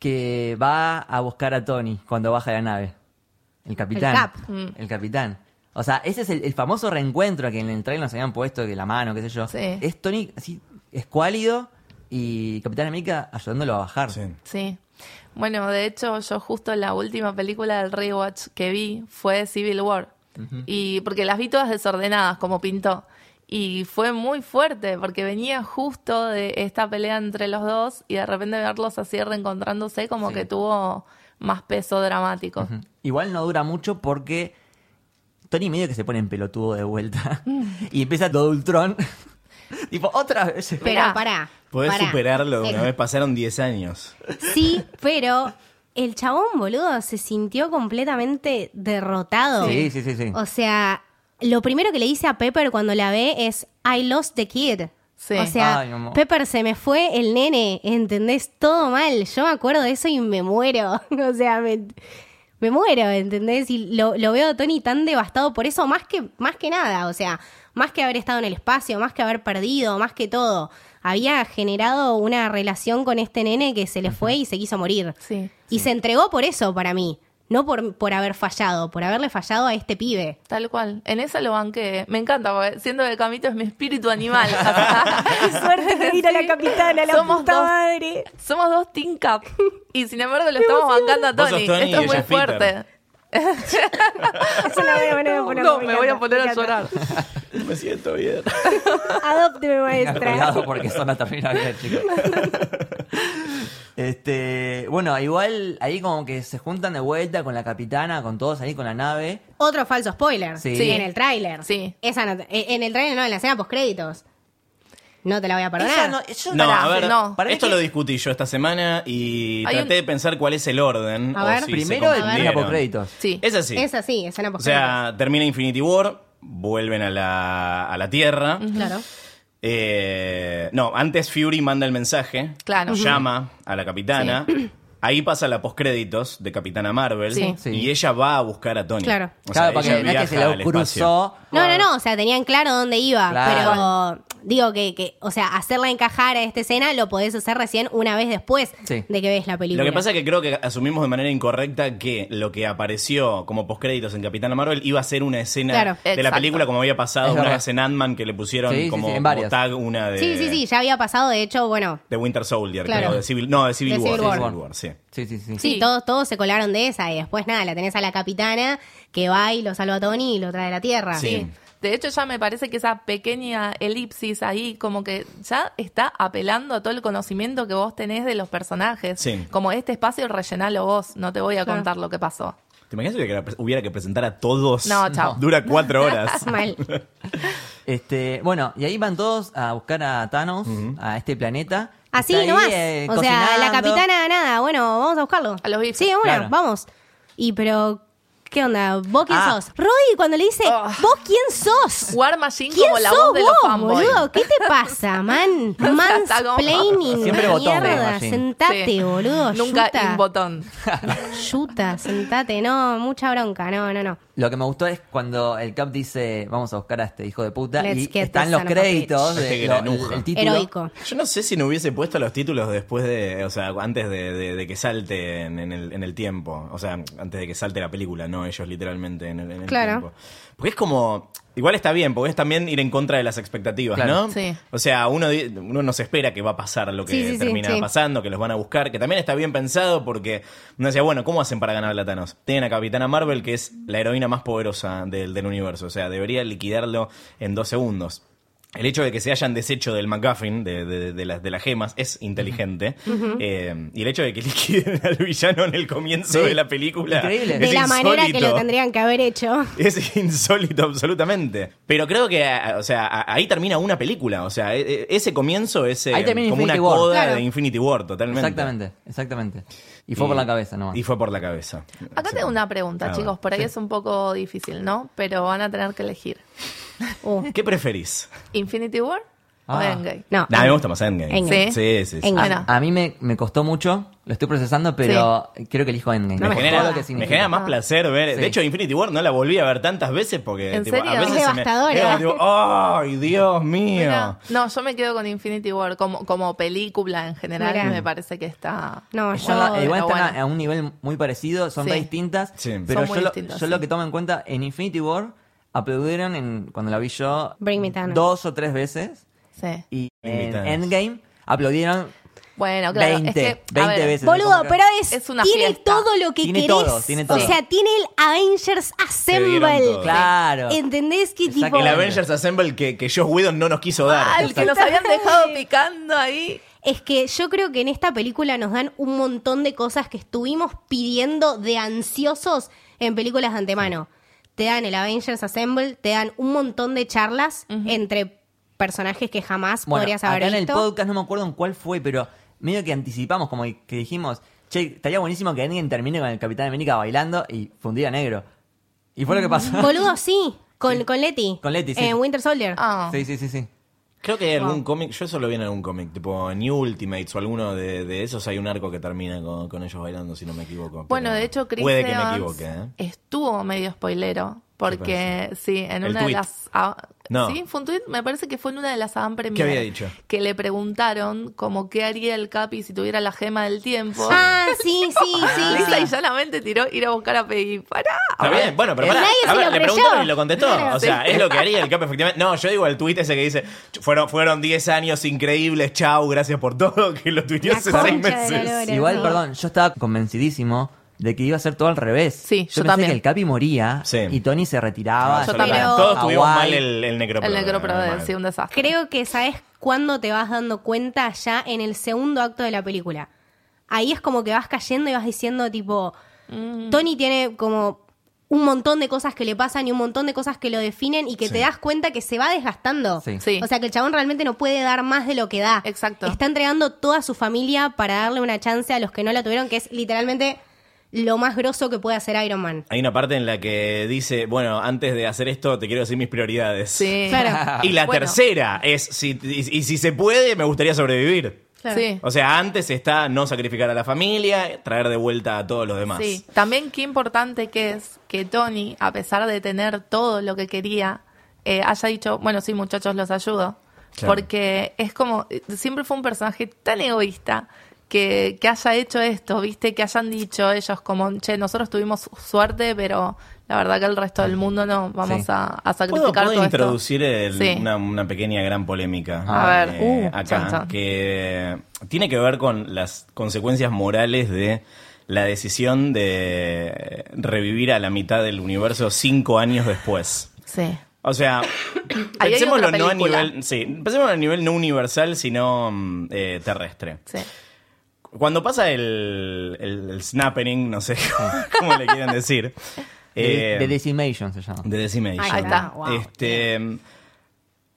Speaker 1: que va a buscar a Tony cuando baja de la nave? El capitán.
Speaker 2: El Cap. Mm.
Speaker 1: El capitán. O sea, ese es el, el famoso reencuentro que en el trailer nos habían puesto de la mano, qué sé yo.
Speaker 3: Sí.
Speaker 1: Es Tony así escuálido y Capitán América ayudándolo a bajar.
Speaker 4: Sí.
Speaker 3: Sí. Bueno, de hecho, yo justo la última película del rewatch que vi fue Civil War. Y porque las vi todas desordenadas, como pintó. Y fue muy fuerte, porque venía justo de esta pelea entre los dos y de repente verlos así reencontrándose, como
Speaker 1: Sí.
Speaker 3: que tuvo más peso dramático.
Speaker 1: Ujú. Mm. Igual no dura mucho porque Tony medio que se pone en pelotudo de vuelta
Speaker 2: Mm.
Speaker 1: <laughs> y empieza todo Ultron. <laughs> tipo, otra vez.
Speaker 2: Pero
Speaker 3: Mirá,
Speaker 2: pará.
Speaker 4: Podés
Speaker 2: pará.
Speaker 4: superarlo de una
Speaker 2: Eh,
Speaker 4: vez, pasaron 10 años.
Speaker 2: Sí, pero el chabón, boludo, se sintió completamente derrotado.
Speaker 1: Sí, sí, sí, sí.
Speaker 2: O sea, lo primero que le dice a Pepper cuando la ve es, I lost the kid.
Speaker 3: Sí.
Speaker 2: O sea,
Speaker 1: Ay, mi amor.
Speaker 2: Pepper se me fue el nene, ¿entendés? Todo mal. Yo me acuerdo de eso y me muero. <laughs> O sea, me, me muero, ¿entendés? Y lo, lo veo a Tony tan devastado por eso, más que, más que nada. O sea, más que haber estado en el espacio, más que haber perdido, más que todo. Había generado una relación con este nene que se le fue y se quiso morir.
Speaker 3: Sí.
Speaker 2: Y se entregó por eso para mí. No por, por haber fallado, por haberle fallado a este pibe.
Speaker 3: Tal cual. En esa lo banqué. Me encanta, porque siento que Camito es mi espíritu animal. <laughs>
Speaker 2: Suerte, mira la capitana,
Speaker 3: la Somos puta dos.
Speaker 2: madre.
Speaker 3: Somos dos Team Cap. Y sin embargo lo estamos bancando a
Speaker 4: Vos
Speaker 3: Tony.
Speaker 4: sos Tony
Speaker 3: Esto
Speaker 4: y
Speaker 3: es muy
Speaker 4: ella es Peter.
Speaker 3: fuerte.
Speaker 2: Eso la voy a poner, poner,
Speaker 3: No,
Speaker 2: me
Speaker 3: me voy a
Speaker 2: encanta,
Speaker 3: poner
Speaker 2: me
Speaker 3: a
Speaker 2: encanta.
Speaker 3: llorar.
Speaker 4: No <laughs> me siento bien.
Speaker 2: Adópteme,
Speaker 1: Tengan cuidado
Speaker 2: maestra.
Speaker 1: porque son la termina bien, chicos. Este, bueno, igual ahí como que se juntan de vuelta con la capitana, con todos ahí con la nave.
Speaker 2: Otro falso spoiler.
Speaker 1: Sí.
Speaker 2: En el tráiler.
Speaker 3: Sí.
Speaker 2: Esa no- eh, en el tráiler no, en la escena post créditos. No te la voy a perdonar.
Speaker 1: Ella no- yo-
Speaker 4: No,
Speaker 3: Pará,
Speaker 4: a ver,
Speaker 3: no.
Speaker 1: Para mí
Speaker 4: esto
Speaker 1: que-
Speaker 4: lo discutí yo esta semana y
Speaker 3: Hay un-
Speaker 4: traté de pensar cuál es el orden.
Speaker 2: A
Speaker 4: o
Speaker 2: ver.
Speaker 4: si se
Speaker 1: Primero el
Speaker 4: confundieron.
Speaker 1: por créditos.
Speaker 3: Sí.
Speaker 4: Es así.
Speaker 2: Es así, escena
Speaker 4: O
Speaker 2: post
Speaker 4: sea, termina Infinity War, vuelven a la, a la Tierra.
Speaker 2: Claro.
Speaker 4: Eh, no, antes Fury manda el mensaje.
Speaker 3: Claro. Ujú.
Speaker 4: Llama a la capitana. <clears throat> Ahí pasa la postcréditos de Capitana Marvel.
Speaker 3: Sí.
Speaker 1: Sí.
Speaker 4: Y ella va a buscar a Tony.
Speaker 2: Claro.
Speaker 4: O sea,
Speaker 1: claro, para
Speaker 4: ella
Speaker 1: que no es que se
Speaker 4: viaja
Speaker 1: la
Speaker 4: al espacio.
Speaker 1: cruzó.
Speaker 2: No, no, no. O sea, tenían claro dónde iba.
Speaker 1: Claro.
Speaker 2: Pero digo que, que, o sea, hacerla encajar a esta escena lo podés hacer recién una vez después
Speaker 1: Sí.
Speaker 2: de que ves la película.
Speaker 4: Lo que pasa es que creo que asumimos de manera incorrecta que lo que apareció como postcréditos en Capitana Marvel iba a ser una escena
Speaker 2: Claro.
Speaker 4: de la
Speaker 3: Exacto.
Speaker 4: película como había pasado
Speaker 1: Es
Speaker 4: una
Speaker 1: verdad.
Speaker 4: vez en Ant-Man que le pusieron
Speaker 1: Sí, sí,
Speaker 4: como,
Speaker 1: sí, en
Speaker 4: como
Speaker 1: varias.
Speaker 4: tag una de,
Speaker 2: Sí, sí, sí. Ya había pasado, de hecho, bueno.
Speaker 4: de Winter Soldier,
Speaker 2: Claro.
Speaker 4: creo, de Civil, no, de Civil,
Speaker 2: De
Speaker 4: War,
Speaker 2: Civil
Speaker 4: de
Speaker 1: War.
Speaker 4: Civil War, sí.
Speaker 1: Sí, sí, sí.
Speaker 2: Sí,
Speaker 3: Sí.
Speaker 2: Todos, todos se colaron de esa y después nada, la tenés a la capitana que va y lo salva a Tony y lo trae a la tierra.
Speaker 4: Sí.
Speaker 3: De hecho, ya me parece que esa pequeña elipsis ahí, como que ya está apelando a todo el conocimiento que vos tenés de los personajes.
Speaker 4: Sí.
Speaker 3: Como este espacio rellenalo vos, no te voy a
Speaker 2: Claro.
Speaker 3: contar lo que pasó.
Speaker 4: ¿Te imaginas que hubiera- hubiera que presentar a todos?
Speaker 3: No, chao.
Speaker 4: <laughs> Dura cuatro horas.
Speaker 2: <laughs>
Speaker 3: <laughs>
Speaker 2: Mal.
Speaker 1: Este, bueno, y ahí van todos a buscar a Thanos, a este planeta.
Speaker 2: Así
Speaker 1: Está ahí,
Speaker 2: nomás.
Speaker 1: eh,
Speaker 2: o sea, la
Speaker 1: cocinando.
Speaker 2: capitana, nada, bueno, vamos a buscarlo.
Speaker 3: A los bifes.
Speaker 2: Sí, bueno,
Speaker 1: Claro.
Speaker 2: vamos. Y pero, ¿qué onda? ¿Vos quién
Speaker 1: Ah.
Speaker 2: sos? Roddy cuando le dice,
Speaker 3: Ah.
Speaker 2: ¿vos quién sos?
Speaker 3: War Machine
Speaker 2: ¿Quién
Speaker 3: como la
Speaker 2: sos
Speaker 3: voz de los
Speaker 2: vos,
Speaker 3: fanboys.
Speaker 2: boludo? ¿Qué te pasa,
Speaker 3: <laughs>
Speaker 2: man?
Speaker 3: Está como-
Speaker 2: Mansplaining,
Speaker 1: Siempre botón, War
Speaker 2: mierda.
Speaker 1: Machine.
Speaker 2: Sentate,
Speaker 3: Sí.
Speaker 2: boludo.
Speaker 3: Nunca
Speaker 2: yuta.
Speaker 3: un botón.
Speaker 2: Yuta, sentate. No, mucha bronca. No, no, no.
Speaker 1: Lo que me gustó es cuando el Cap dice, vamos a buscar a este hijo de puta,
Speaker 2: Let's
Speaker 1: y
Speaker 2: get
Speaker 1: están
Speaker 2: this
Speaker 1: los
Speaker 2: son of a
Speaker 1: créditos,
Speaker 4: bitch.
Speaker 1: de,
Speaker 4: Este
Speaker 1: lo-
Speaker 4: granuja.
Speaker 1: el título.
Speaker 2: Heroico.
Speaker 4: Yo no sé si no hubiese puesto los títulos después de, o sea, antes de, de- de que salte en, en el, en el tiempo. O sea, antes de que salte la película, no ellos literalmente en el, en el
Speaker 2: Claro.
Speaker 4: tiempo. Porque es como, igual está bien, porque es también ir en contra de las expectativas,
Speaker 1: Claro.
Speaker 4: ¿no?
Speaker 3: Sí.
Speaker 4: O sea, uno, di- uno no se espera que va a pasar lo que
Speaker 2: Sí, sí, sí,
Speaker 4: termina
Speaker 2: sí.
Speaker 4: pasando, que los van a buscar, que también está bien pensado porque uno decía, bueno, ¿cómo hacen para ganar a Thanos? Tienen a Capitana Marvel, que es la heroína más poderosa del, del universo, o sea, debería liquidarlo en dos segundos. El hecho de que se hayan deshecho del McGuffin, de, de- de las, de las gemas, es inteligente. Eh, y el hecho de que <laughs> liquiden al villano en el comienzo
Speaker 1: Sí.
Speaker 4: de la película.
Speaker 1: Increíble.
Speaker 4: es
Speaker 2: De la manera que lo
Speaker 4: insólito.
Speaker 2: tendrían que haber hecho.
Speaker 4: <laughs> Es insólito, absolutamente. Pero creo que, a- o sea, a- ahí termina una película. O sea, e- e- ese comienzo es eh,
Speaker 1: Ahí termina
Speaker 4: como
Speaker 1: Infinity
Speaker 4: una
Speaker 1: War.
Speaker 4: coda
Speaker 2: Claro.
Speaker 4: de Infinity War, totalmente.
Speaker 1: Exactamente, exactamente. Y fue por la cabeza nomás.
Speaker 4: Y fue por la cabeza.
Speaker 3: Acá
Speaker 4: Sí.
Speaker 3: tengo una pregunta,
Speaker 4: Ah,
Speaker 3: chicos.
Speaker 4: bueno.
Speaker 3: Por ahí es un poco difícil, ¿no? Pero van a tener que elegir.
Speaker 2: Uh.
Speaker 4: ¿Qué preferís?
Speaker 3: ¿Infinity War o
Speaker 1: Ah.
Speaker 3: Endgame?
Speaker 2: No.
Speaker 4: Nah, me gusta más Endgame.
Speaker 2: Endgame.
Speaker 4: Sí, sí, sí.
Speaker 2: Endgame.
Speaker 3: Bueno.
Speaker 1: A mí me, me costó mucho, lo estoy procesando, pero creo que elijo Endgame.
Speaker 2: No
Speaker 4: Me
Speaker 1: Por
Speaker 4: genera,
Speaker 1: todo lo que
Speaker 4: me
Speaker 1: significa.
Speaker 4: genera más placer ver.
Speaker 1: Sí.
Speaker 4: De hecho, Infinity War no la volví a ver tantas veces porque
Speaker 3: ¿En
Speaker 4: tipo,
Speaker 3: serio?
Speaker 4: a veces
Speaker 2: Es
Speaker 4: se me-
Speaker 2: devastadora.
Speaker 4: era tipo, ¡Ay, Dios mío!
Speaker 3: Mira, no, yo me quedo con Infinity War como, como película en general,
Speaker 2: Mirá.
Speaker 3: me parece que está.
Speaker 2: No,
Speaker 1: Es
Speaker 2: yo.
Speaker 1: verdad, igual
Speaker 3: pero
Speaker 1: están
Speaker 3: bueno.
Speaker 1: a, a un nivel muy parecido, son
Speaker 3: Sí.
Speaker 1: re distintas,
Speaker 4: Sí.
Speaker 1: pero
Speaker 3: Son muy
Speaker 1: yo, lo,
Speaker 3: distintas,
Speaker 1: yo
Speaker 3: sí.
Speaker 1: lo que tomo en cuenta, en Infinity War aplaudieron en, cuando la vi yo
Speaker 2: Bring me Thanos.
Speaker 1: dos o tres veces
Speaker 3: Sí.
Speaker 1: y
Speaker 4: Bring me
Speaker 1: en
Speaker 4: Thanos.
Speaker 1: Endgame aplaudieron
Speaker 3: Bueno, claro.
Speaker 1: 20,
Speaker 3: es que, a
Speaker 1: 20
Speaker 3: ver,
Speaker 1: veces.
Speaker 2: Boludo, pero es,
Speaker 3: Es una
Speaker 2: tiene
Speaker 3: fiesta.
Speaker 2: todo lo que
Speaker 1: Tiene
Speaker 2: querés.
Speaker 1: todo, tiene todo.
Speaker 2: O sea, tiene el Avengers
Speaker 4: dieron
Speaker 2: Assemble.
Speaker 4: todo.
Speaker 1: Claro.
Speaker 2: ¿Entendés que
Speaker 1: Exacto.
Speaker 2: tipo?
Speaker 4: El Avengers Assemble que, que Josh Whedon no nos quiso dar.
Speaker 3: Ah, el que nos habían dejado picando ahí.
Speaker 2: Es que yo creo que en esta película nos dan un montón de cosas que estuvimos pidiendo de ansiosos en películas de antemano. Te dan el Avengers Assemble, te dan un montón de charlas entre personajes que jamás
Speaker 1: Bueno,
Speaker 2: podrías
Speaker 1: acá
Speaker 2: haber
Speaker 1: en el
Speaker 2: visto.
Speaker 1: podcast no me acuerdo en cuál fue, pero medio que anticipamos, como que dijimos, che, estaría buenísimo que Endgame termine con el Capitán América bailando y fundida negro. Y fue lo
Speaker 3: Mm,
Speaker 1: que pasó.
Speaker 2: Boludo, sí, con, con Letty.
Speaker 1: Con Letty, sí.
Speaker 2: En Winter Soldier.
Speaker 3: Ah.
Speaker 1: Sí, sí, sí, sí.
Speaker 4: Creo que hay algún cómic, yo eso lo vi en algún cómic, tipo New Ultimates o alguno de, de esos, hay un arco que termina con, con ellos bailando, si no me equivoco.
Speaker 3: Bueno,
Speaker 4: pero
Speaker 3: de hecho, Chris
Speaker 4: Puede que me
Speaker 3: Evans
Speaker 4: equivoque, ¿eh?
Speaker 3: estuvo medio spoilero. Porque, sí, en
Speaker 4: El
Speaker 3: una de
Speaker 4: tuit.
Speaker 3: las. ah,
Speaker 4: No.
Speaker 3: Sí, fue un tuit, me parece que fue en una de las Adam Premier.
Speaker 4: había dicho?
Speaker 3: Que le preguntaron, como, ¿qué haría el Capi si tuviera la gema del tiempo?
Speaker 2: Ah, sí, sí, sí.
Speaker 3: <laughs> Lisa y llanamente tiró ir a buscar a Peggy. ¡Pará!
Speaker 4: Está bien, bueno, pero pará.
Speaker 2: Nadie se
Speaker 4: A
Speaker 2: lo
Speaker 4: ver, le
Speaker 2: creyó.
Speaker 4: preguntaron y lo contestó.
Speaker 2: Claro.
Speaker 4: o sea, es lo que haría el Cap, efectivamente. No, yo digo el tuit ese que dice: Fueron, fueron 10 años increíbles, chau, gracias por todo, <laughs> que lo tuiteó
Speaker 2: La
Speaker 4: hace 6
Speaker 2: concha de la
Speaker 4: meses.
Speaker 2: lora. Pero
Speaker 1: Igual,
Speaker 2: no.
Speaker 1: perdón, yo estaba convencidísimo de que iba a ser todo al revés.
Speaker 3: Sí,
Speaker 1: yo, pensé
Speaker 3: yo también. Ah,
Speaker 1: que el Capi moría
Speaker 4: Sí.
Speaker 1: y Tony se retiraba.
Speaker 3: Yo
Speaker 1: se
Speaker 3: también.
Speaker 1: iba a
Speaker 4: Ah, Todos tuvimos
Speaker 1: Hawái.
Speaker 4: mal el, el necroprode.
Speaker 3: El negro
Speaker 4: mal.
Speaker 3: sí, un desastre.
Speaker 2: Creo que sabes cuándo te vas dando cuenta ya en el segundo acto de la película. Ahí es como que vas cayendo y vas diciendo tipo,
Speaker 3: Mm.
Speaker 2: Tony tiene como un montón de cosas que le pasan y un montón de cosas que lo definen y que te das cuenta que se va desgastando.
Speaker 1: Sí.
Speaker 3: Sí.
Speaker 2: O sea que el chabón realmente no puede dar más de lo que da.
Speaker 3: Exacto.
Speaker 2: Está entregando toda su familia para darle una chance a los que no la tuvieron, que es literalmente lo más grosso que puede hacer Iron Man.
Speaker 4: Hay una parte en la que dice: Bueno, antes de hacer esto, te quiero decir mis prioridades.
Speaker 3: Sí.
Speaker 2: Claro.
Speaker 3: <laughs>
Speaker 4: Y la
Speaker 3: Bueno.
Speaker 4: tercera es: si, y, y si se puede, me gustaría sobrevivir.
Speaker 2: Claro.
Speaker 3: Sí.
Speaker 4: O sea, antes está no sacrificar a la familia, traer de vuelta a todos los demás.
Speaker 3: Sí. También qué importante que es que Tony, a pesar de tener todo lo que quería, eh, haya dicho, bueno, sí, muchachos, los ayudo.
Speaker 4: Claro.
Speaker 3: Porque es como, eh, siempre fue un personaje tan egoísta que, que haya hecho esto, ¿viste? Que hayan dicho ellos como, che, nosotros tuvimos suerte, pero la verdad que el resto del mundo no, vamos
Speaker 1: Sí.
Speaker 3: a, a
Speaker 4: ¿Puedo,
Speaker 3: sacrificar todo
Speaker 4: puedo
Speaker 3: esto.
Speaker 4: introducir el-
Speaker 3: Sí.
Speaker 4: una, una pequeña gran polémica eh,
Speaker 3: A ver. Uh,
Speaker 4: acá
Speaker 3: chan, chan.
Speaker 4: que tiene que ver con las consecuencias morales de la decisión de revivir a la mitad del universo cinco años después.
Speaker 3: Sí.
Speaker 4: O sea,
Speaker 3: <coughs> Ahí hay
Speaker 4: pensémoslo
Speaker 3: otra
Speaker 4: no a
Speaker 3: película.
Speaker 4: nivel, sí, pensémoslo a nivel no universal, sino mm, eh, terrestre.
Speaker 3: Sí.
Speaker 4: Cuando pasa el, el, el snappering, no sé <laughs> cómo le quieran decir.
Speaker 1: De,
Speaker 4: eh,
Speaker 1: de Decimation se llama.
Speaker 4: de Decimation.
Speaker 2: Ahí
Speaker 3: Ahí está.
Speaker 2: Wow.
Speaker 4: Este,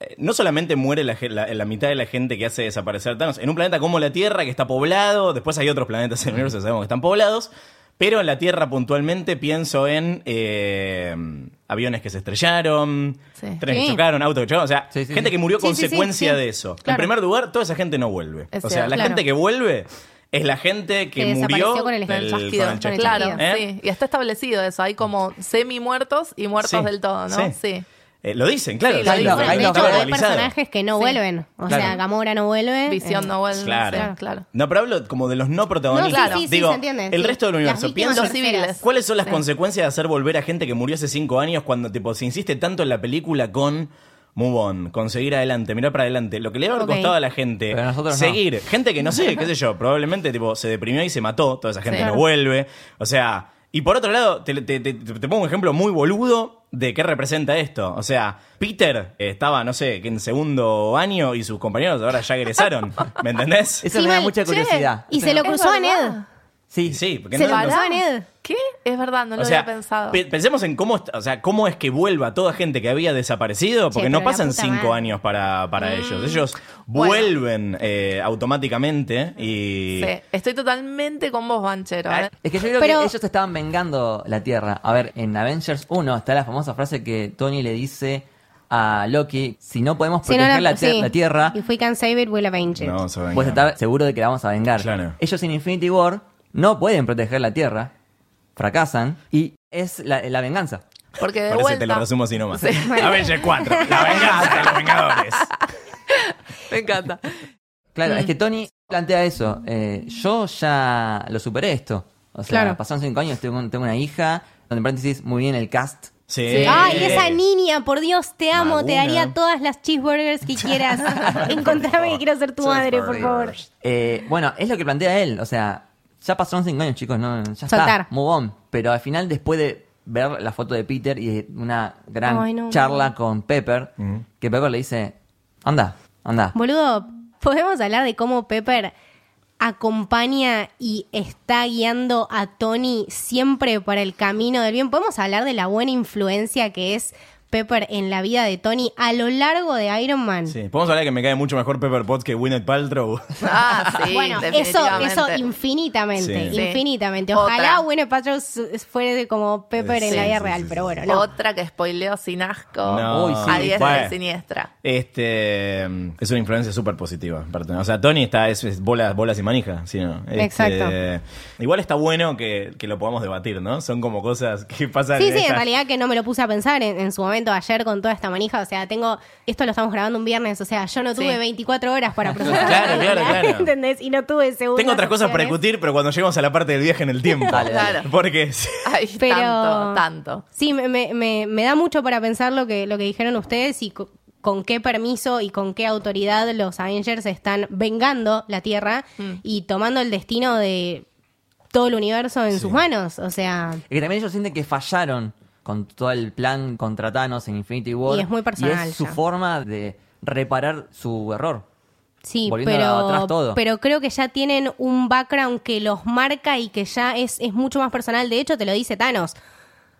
Speaker 4: eh, no solamente muere la, ge- la- la mitad de la gente que hace desaparecer Thanos en un planeta como la Tierra, que está poblado, después hay otros planetas en el universo que sabemos que están poblados, pero en la Tierra puntualmente pienso en eh, aviones que se estrellaron,
Speaker 3: Sí.
Speaker 4: trenes que
Speaker 2: Sí.
Speaker 4: chocaron, autos que chocaron, o sea,
Speaker 1: Sí, sí,
Speaker 4: gente
Speaker 1: sí.
Speaker 4: que murió
Speaker 2: Sí, sí, sí,
Speaker 4: consecuencia
Speaker 2: sí.
Speaker 4: de eso. En
Speaker 2: Claro.
Speaker 4: primer lugar, toda esa gente no vuelve.
Speaker 3: Es
Speaker 4: o sea,
Speaker 3: cierto.
Speaker 4: la
Speaker 2: Claro.
Speaker 4: gente que vuelve es la gente que,
Speaker 2: Que desapareció
Speaker 4: murió
Speaker 2: con el
Speaker 4: del-
Speaker 2: chasquido,
Speaker 4: con el
Speaker 2: con el
Speaker 4: chasquido.
Speaker 3: Claro,
Speaker 4: ¿Eh?
Speaker 3: sí. Y está establecido eso. Hay como semi muertos y muertos
Speaker 4: Sí,
Speaker 3: del todo, ¿no?
Speaker 4: sí.
Speaker 3: sí.
Speaker 4: Eh, lo dicen, claro.
Speaker 3: Sí, lo
Speaker 4: está
Speaker 3: dicen.
Speaker 4: globalizado.
Speaker 1: Ahí
Speaker 2: De
Speaker 1: no,
Speaker 2: hecho,
Speaker 1: claro.
Speaker 2: hay personajes que no
Speaker 3: Sí.
Speaker 2: vuelven. O
Speaker 1: Claro.
Speaker 2: sea, Gamora no vuelve.
Speaker 3: Visión
Speaker 2: eh,
Speaker 3: no vuelve.
Speaker 4: Claro.
Speaker 3: sí, claro.
Speaker 4: No, pero hablo como de los no protagonistas.
Speaker 2: No, sí, sí, sí,
Speaker 4: Digo,
Speaker 2: se entiende,
Speaker 4: El
Speaker 2: sí.
Speaker 4: resto del
Speaker 2: Las
Speaker 4: universo.
Speaker 2: víctimas
Speaker 4: Pienso,
Speaker 3: Los civiles.
Speaker 4: ¿cuáles son las
Speaker 3: Sí.
Speaker 4: consecuencias de hacer volver a gente que murió hace cinco años cuando tipo se insiste tanto en la película con move on, conseguir adelante, mirar para adelante? Lo que le va a haber
Speaker 2: Ok.
Speaker 4: costado a la gente
Speaker 1: Pero a nosotros no.
Speaker 4: seguir. Gente que no sé, qué sé yo, probablemente tipo se deprimió y se mató, toda esa gente
Speaker 3: Sí.
Speaker 4: no vuelve. O sea, y por otro lado, te, te- te- te pongo un ejemplo muy boludo. ¿De qué representa esto? O sea, Peter estaba, no sé, que en segundo año y sus compañeros ahora ya egresaron. ¿Me entendés?
Speaker 1: Eso
Speaker 2: <laughs> Sí,
Speaker 1: me da
Speaker 2: mal.
Speaker 1: mucha
Speaker 2: Che,
Speaker 1: curiosidad.
Speaker 2: y
Speaker 1: Eso
Speaker 2: se
Speaker 1: me-
Speaker 2: lo cruzó a
Speaker 3: Es verdad.
Speaker 2: Ned.
Speaker 1: Sí,
Speaker 4: Sí, porque
Speaker 2: Se
Speaker 4: no-
Speaker 2: lo
Speaker 4: no-
Speaker 2: cruzó a Ned.
Speaker 3: ¿Qué? Es verdad, no lo
Speaker 4: o sea,
Speaker 3: había pensado.
Speaker 4: pe- pensemos en cómo, est- o sea, cómo es que vuelva toda gente que había desaparecido, porque
Speaker 2: Che,
Speaker 4: no
Speaker 2: pero la
Speaker 4: pasan
Speaker 2: puta
Speaker 4: cinco
Speaker 2: madre. Mm.
Speaker 4: años para, para ellos. Ellos
Speaker 3: Bueno.
Speaker 4: vuelven eh, automáticamente y...
Speaker 3: Sí, estoy totalmente con vos, Banchero. ¿eh?
Speaker 1: Ah, Es que yo creo
Speaker 2: Pero-
Speaker 1: que ellos estaban vengando la Tierra. A ver, en Avengers 1 está la famosa frase que Tony le dice a Loki, si no podemos
Speaker 2: Si
Speaker 1: proteger
Speaker 2: no, no,
Speaker 1: la, tier-
Speaker 2: sí.
Speaker 1: la Tierra,
Speaker 2: If we can save it, we'll avenge it.
Speaker 4: No, se venga.
Speaker 1: puedes estar seguro Pues de que la vamos a vengar.
Speaker 4: Claro.
Speaker 1: Ellos en Infinity War no pueden proteger la Tierra, fracasan y es la, la venganza.
Speaker 3: Porque de
Speaker 4: Parece que
Speaker 3: vuelta.
Speaker 4: te lo resumo así nomás. <laughs>
Speaker 3: Sí.
Speaker 4: Avengers 4, la venganza de los Vengadores.
Speaker 3: <laughs> Me
Speaker 4: <laughs>
Speaker 3: encanta.
Speaker 1: Claro,
Speaker 2: Mm.
Speaker 1: es que Tony plantea eso. eh, yo ya lo superé esto. O sea,
Speaker 2: Claro.
Speaker 1: pasaron cinco años, tengo, un- tengo una hija. Donde en paréntesis, muy bien el cast.
Speaker 4: Sí.
Speaker 2: Ay, esa niña, por Dios, te amo, te
Speaker 4: Maguna.
Speaker 2: daría todas las cheeseburgers que quieras. Encontrame que quiero ser tu madre, por favor.
Speaker 1: Eh, bueno, es lo que plantea él. O sea, ya pasaron cinco años, chicos. No, ya
Speaker 2: Soltar.
Speaker 1: está. Move on. Pero al final, después de ver la foto de Peter y de una gran
Speaker 2: Ay, no.
Speaker 1: charla con Pepper, que Pepper le dice: anda, anda.
Speaker 2: Boludo, podemos hablar de cómo Pepper acompaña y está guiando a Tony siempre para el camino del bien. Podemos hablar de la buena influencia que es Pepper en la vida de Tony a lo largo de Iron Man.
Speaker 4: Sí, podemos hablar de que me cae mucho mejor Pepper Potts que Winnet Paltrow.
Speaker 3: Ah, sí.
Speaker 2: Bueno, eso,
Speaker 3: definitivamente.
Speaker 2: eso infinitamente,
Speaker 4: Sí.
Speaker 3: Sí.
Speaker 2: infinitamente.
Speaker 3: Otra.
Speaker 2: Ojalá Winnie Paltrow su- fuere como Pepper en
Speaker 4: Eh, Sí,
Speaker 2: la vida
Speaker 4: sí,
Speaker 2: real,
Speaker 4: sí,
Speaker 2: pero
Speaker 4: sí.
Speaker 2: bueno, no.
Speaker 3: Otra que spoileo sin asco.
Speaker 4: No.
Speaker 1: Ah, Uy, sí.
Speaker 3: A diestra
Speaker 4: Bueno.
Speaker 3: y siniestra.
Speaker 4: Este es una influencia súper positiva. para tener- O sea, Tony está es, es bolas, bolas y manija, ¿sí, no? Este,
Speaker 2: Exacto.
Speaker 4: Igual está bueno que, que lo podamos debatir, ¿no? Son como cosas que <laughs> pasan.
Speaker 2: Sí, sí, en
Speaker 4: esas-
Speaker 2: realidad que no me lo puse a pensar en, en su momento ayer con toda esta manija. O sea, tengo. Esto lo estamos grabando un viernes, o sea, yo no tuve
Speaker 3: Sí.
Speaker 2: 24 horas
Speaker 4: <laughs>
Speaker 2: para procesar.
Speaker 4: Claro, claro,
Speaker 2: <laughs>
Speaker 4: claro.
Speaker 2: ¿Entendés? Y no tuve seguro.
Speaker 4: Tengo otras cosas para discutir, pero cuando lleguemos a la parte del viaje en el
Speaker 2: <laughs>
Speaker 4: tiempo.
Speaker 1: Dale,
Speaker 3: dale. Claro.
Speaker 4: <laughs> Porque.
Speaker 3: Ay,
Speaker 2: Pero.
Speaker 3: tanto, tanto.
Speaker 2: Sí, me, me- me- me da mucho para pensar lo que, lo que dijeron ustedes y co- con qué permiso y con qué autoridad los Avengers están vengando la Tierra y tomando el destino de todo el universo en sus manos. O sea.
Speaker 1: Es que también ellos sienten que fallaron con todo el plan contra Thanos en Infinity War.
Speaker 2: Y es muy personal
Speaker 1: Y es su
Speaker 2: ya.
Speaker 1: forma de reparar su error.
Speaker 2: Sí,
Speaker 1: Volviendo atrás
Speaker 2: pero,
Speaker 1: todo.
Speaker 2: pero creo que ya tienen un background que los marca y que ya es, es mucho más personal. De hecho, te lo dice Thanos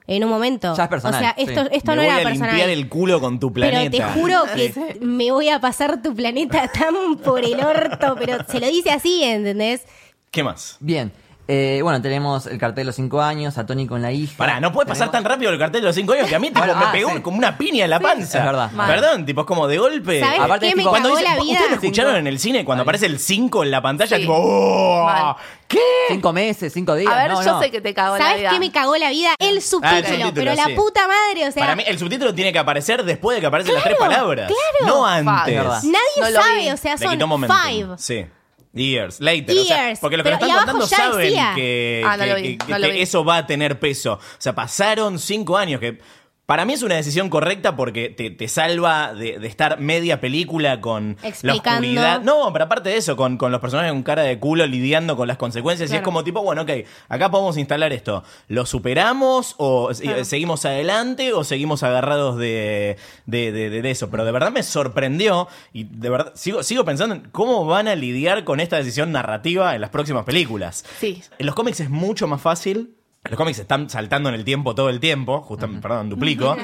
Speaker 2: en un momento.
Speaker 1: Ya es personal,
Speaker 2: O sea, esto,
Speaker 1: sí.
Speaker 2: esto
Speaker 4: me
Speaker 2: no
Speaker 4: voy
Speaker 2: era
Speaker 4: a
Speaker 2: personal.
Speaker 4: limpiar el culo con tu planeta.
Speaker 2: Pero te juro que me voy a pasar tu planeta tan por el orto, pero se lo dice así, ¿entendés?
Speaker 4: ¿Qué más?
Speaker 1: Bien. eh, bueno, tenemos el cartel de los cinco años, a Tony con la hija.
Speaker 4: Pará, no puede pasar tan rápido el cartel de los cinco años que a mí tipo,
Speaker 1: Bueno,
Speaker 4: me
Speaker 1: ah,
Speaker 4: pegó
Speaker 1: sí.
Speaker 4: como una piña en la panza.
Speaker 1: Es verdad.
Speaker 3: Mal.
Speaker 4: Perdón, tipo, es como de golpe.
Speaker 2: ¿Sabes
Speaker 1: Aparte
Speaker 2: qué
Speaker 1: es
Speaker 2: me
Speaker 1: tipo-
Speaker 2: cagó
Speaker 4: Cuando dice-
Speaker 2: la vida?
Speaker 4: ¿Ustedes lo escucharon en el cine? Cuando aparece el 5 en la pantalla,
Speaker 3: Sí.
Speaker 4: tipo, ¡oh!
Speaker 3: Mal.
Speaker 4: ¿Qué?
Speaker 1: Cinco meses, cinco días.
Speaker 3: A ver,
Speaker 1: no,
Speaker 3: yo
Speaker 1: no.
Speaker 3: sé que te cago en la
Speaker 2: ¿Sabes
Speaker 3: vida.
Speaker 2: qué me cagó la vida? El subtítulo,
Speaker 4: subtítulo,
Speaker 2: pero la
Speaker 4: sí.
Speaker 2: puta madre, o sea,
Speaker 4: Para mí, el subtítulo tiene que aparecer después de que aparecen las
Speaker 2: Claro,
Speaker 4: tres palabras.
Speaker 2: claro.
Speaker 4: No
Speaker 3: Fuck.
Speaker 4: antes.
Speaker 1: Es verdad.
Speaker 2: nadie
Speaker 3: No lo vi.
Speaker 2: sabe, o sea,
Speaker 4: Le
Speaker 2: son
Speaker 4: quitó momentum.
Speaker 2: five.
Speaker 4: Sí. Years, later. o sea,
Speaker 2: Years.
Speaker 4: porque los que lo
Speaker 2: Pero- y
Speaker 4: están
Speaker 2: abajo
Speaker 4: contando
Speaker 2: ya
Speaker 4: saben
Speaker 2: decía.
Speaker 4: que,
Speaker 3: Ah, no
Speaker 4: que-
Speaker 3: lo vi,
Speaker 4: que-
Speaker 3: no lo
Speaker 4: que
Speaker 3: vi.
Speaker 4: eso va a tener peso. O sea, pasaron cinco años que. Para mí es una decisión correcta porque te, te salva de, de estar media película con la
Speaker 2: Explicando.
Speaker 4: oscuridad. No, pero aparte de eso, con, con los personajes con cara de culo lidiando con las consecuencias. Y es
Speaker 2: Claro.
Speaker 4: como tipo, bueno, ok, acá podemos instalar esto. ¿Lo superamos o se- eh, seguimos adelante o seguimos agarrados de, de- de- de- de eso? Pero de verdad me sorprendió y de verdad sigo, sigo pensando en cómo van a lidiar con esta decisión narrativa en las próximas películas.
Speaker 3: Sí.
Speaker 4: En los cómics es mucho más fácil. Los cómics están saltando en el tiempo todo el tiempo, justamente, perdón, duplico.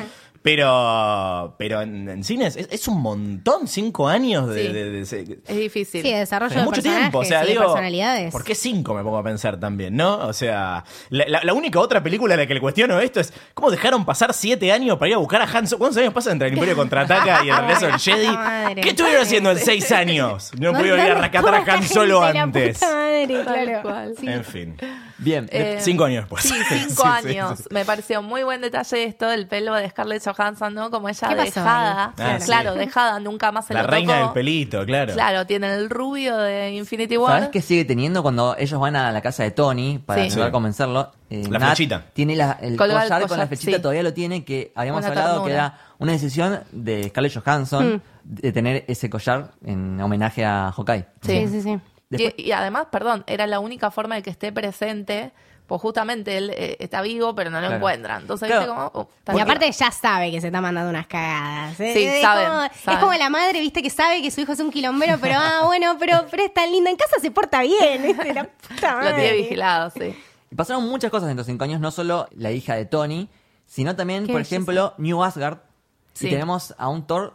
Speaker 4: Pero, pero en, en cines es, es un montón, cinco años de...
Speaker 3: Sí.
Speaker 4: de- de- se-
Speaker 3: Es difícil.
Speaker 2: Sí, de desarrollo
Speaker 4: es
Speaker 2: de
Speaker 4: mucho
Speaker 2: personajes
Speaker 4: tiempo, o sea,
Speaker 2: y de
Speaker 4: digo,
Speaker 2: personalidades.
Speaker 4: ¿por qué cinco me pongo a pensar también, no? O sea, la, la- la única otra película a la que le cuestiono esto es cómo dejaron pasar siete años para ir a buscar a Han Solo. ¿Cuántos años pasan entre
Speaker 2: <laughs>
Speaker 4: el Imperio Contraataca y el regreso del Jedi?
Speaker 2: Madre.
Speaker 4: ¿Qué estuvieron haciendo en seis años? No pudieron ir a rescatar a Han Solo antes.
Speaker 3: Tal cual.
Speaker 4: En fin,
Speaker 1: Bien.
Speaker 3: Eh,
Speaker 4: cinco años después. <laughs>
Speaker 3: Sí, cinco años. Me pareció muy buen detalle esto del pelo de Scarlett Johansson, ¿no? Como ella
Speaker 2: ¿Qué pasó
Speaker 3: dejada.
Speaker 4: ahí? Ah, sí.
Speaker 3: claro, dejada, nunca más se
Speaker 4: La
Speaker 3: lo
Speaker 4: reina
Speaker 3: tocó.
Speaker 4: del pelito, claro.
Speaker 3: Claro, tiene el rubio de Infinity War.
Speaker 1: ¿Sabes qué sigue teniendo cuando ellos van a la casa de Tony para
Speaker 3: Sí.
Speaker 1: intentar
Speaker 4: Sí.
Speaker 1: convencerlo? Eh,
Speaker 4: La
Speaker 1: Nat
Speaker 4: flechita.
Speaker 1: Tiene la- el
Speaker 3: Colgar
Speaker 1: collar,
Speaker 3: el
Speaker 1: con la
Speaker 3: collar,
Speaker 1: flechita,
Speaker 3: sí.
Speaker 1: todavía lo tiene, que habíamos
Speaker 3: Una
Speaker 1: hablado que
Speaker 3: ternura. Mm.
Speaker 1: era una decisión de Scarlett Johansson de tener ese collar en homenaje a Hawkeye.
Speaker 2: Sí,
Speaker 3: Sí.
Speaker 2: sí, sí.
Speaker 1: Después-
Speaker 3: Y, y además, perdón, era la única forma de que esté presente, pues justamente él eh, está vivo, pero no lo
Speaker 1: Claro.
Speaker 3: encuentran. Entonces,
Speaker 1: Claro.
Speaker 3: viste como... oh, está
Speaker 2: Y
Speaker 3: vivo.
Speaker 2: aparte ya sabe que se está mandando unas cagadas. ¿eh?
Speaker 3: Sí,
Speaker 2: es
Speaker 3: saben,
Speaker 2: Como,
Speaker 3: saben.
Speaker 2: Es como la madre, viste, que sabe que su hijo es un quilombero, pero ah, bueno, pero, pero es tan linda. En casa se porta bien, ¿viste? La puta
Speaker 3: lo tiene
Speaker 2: madre.
Speaker 3: vigilado, sí.
Speaker 1: Y pasaron muchas cosas en estos cinco años, no solo la hija de Tony, sino también,
Speaker 2: Qué
Speaker 1: por
Speaker 2: belleza.
Speaker 1: ejemplo, New Asgard.
Speaker 3: Sí.
Speaker 1: Y tenemos a un Thor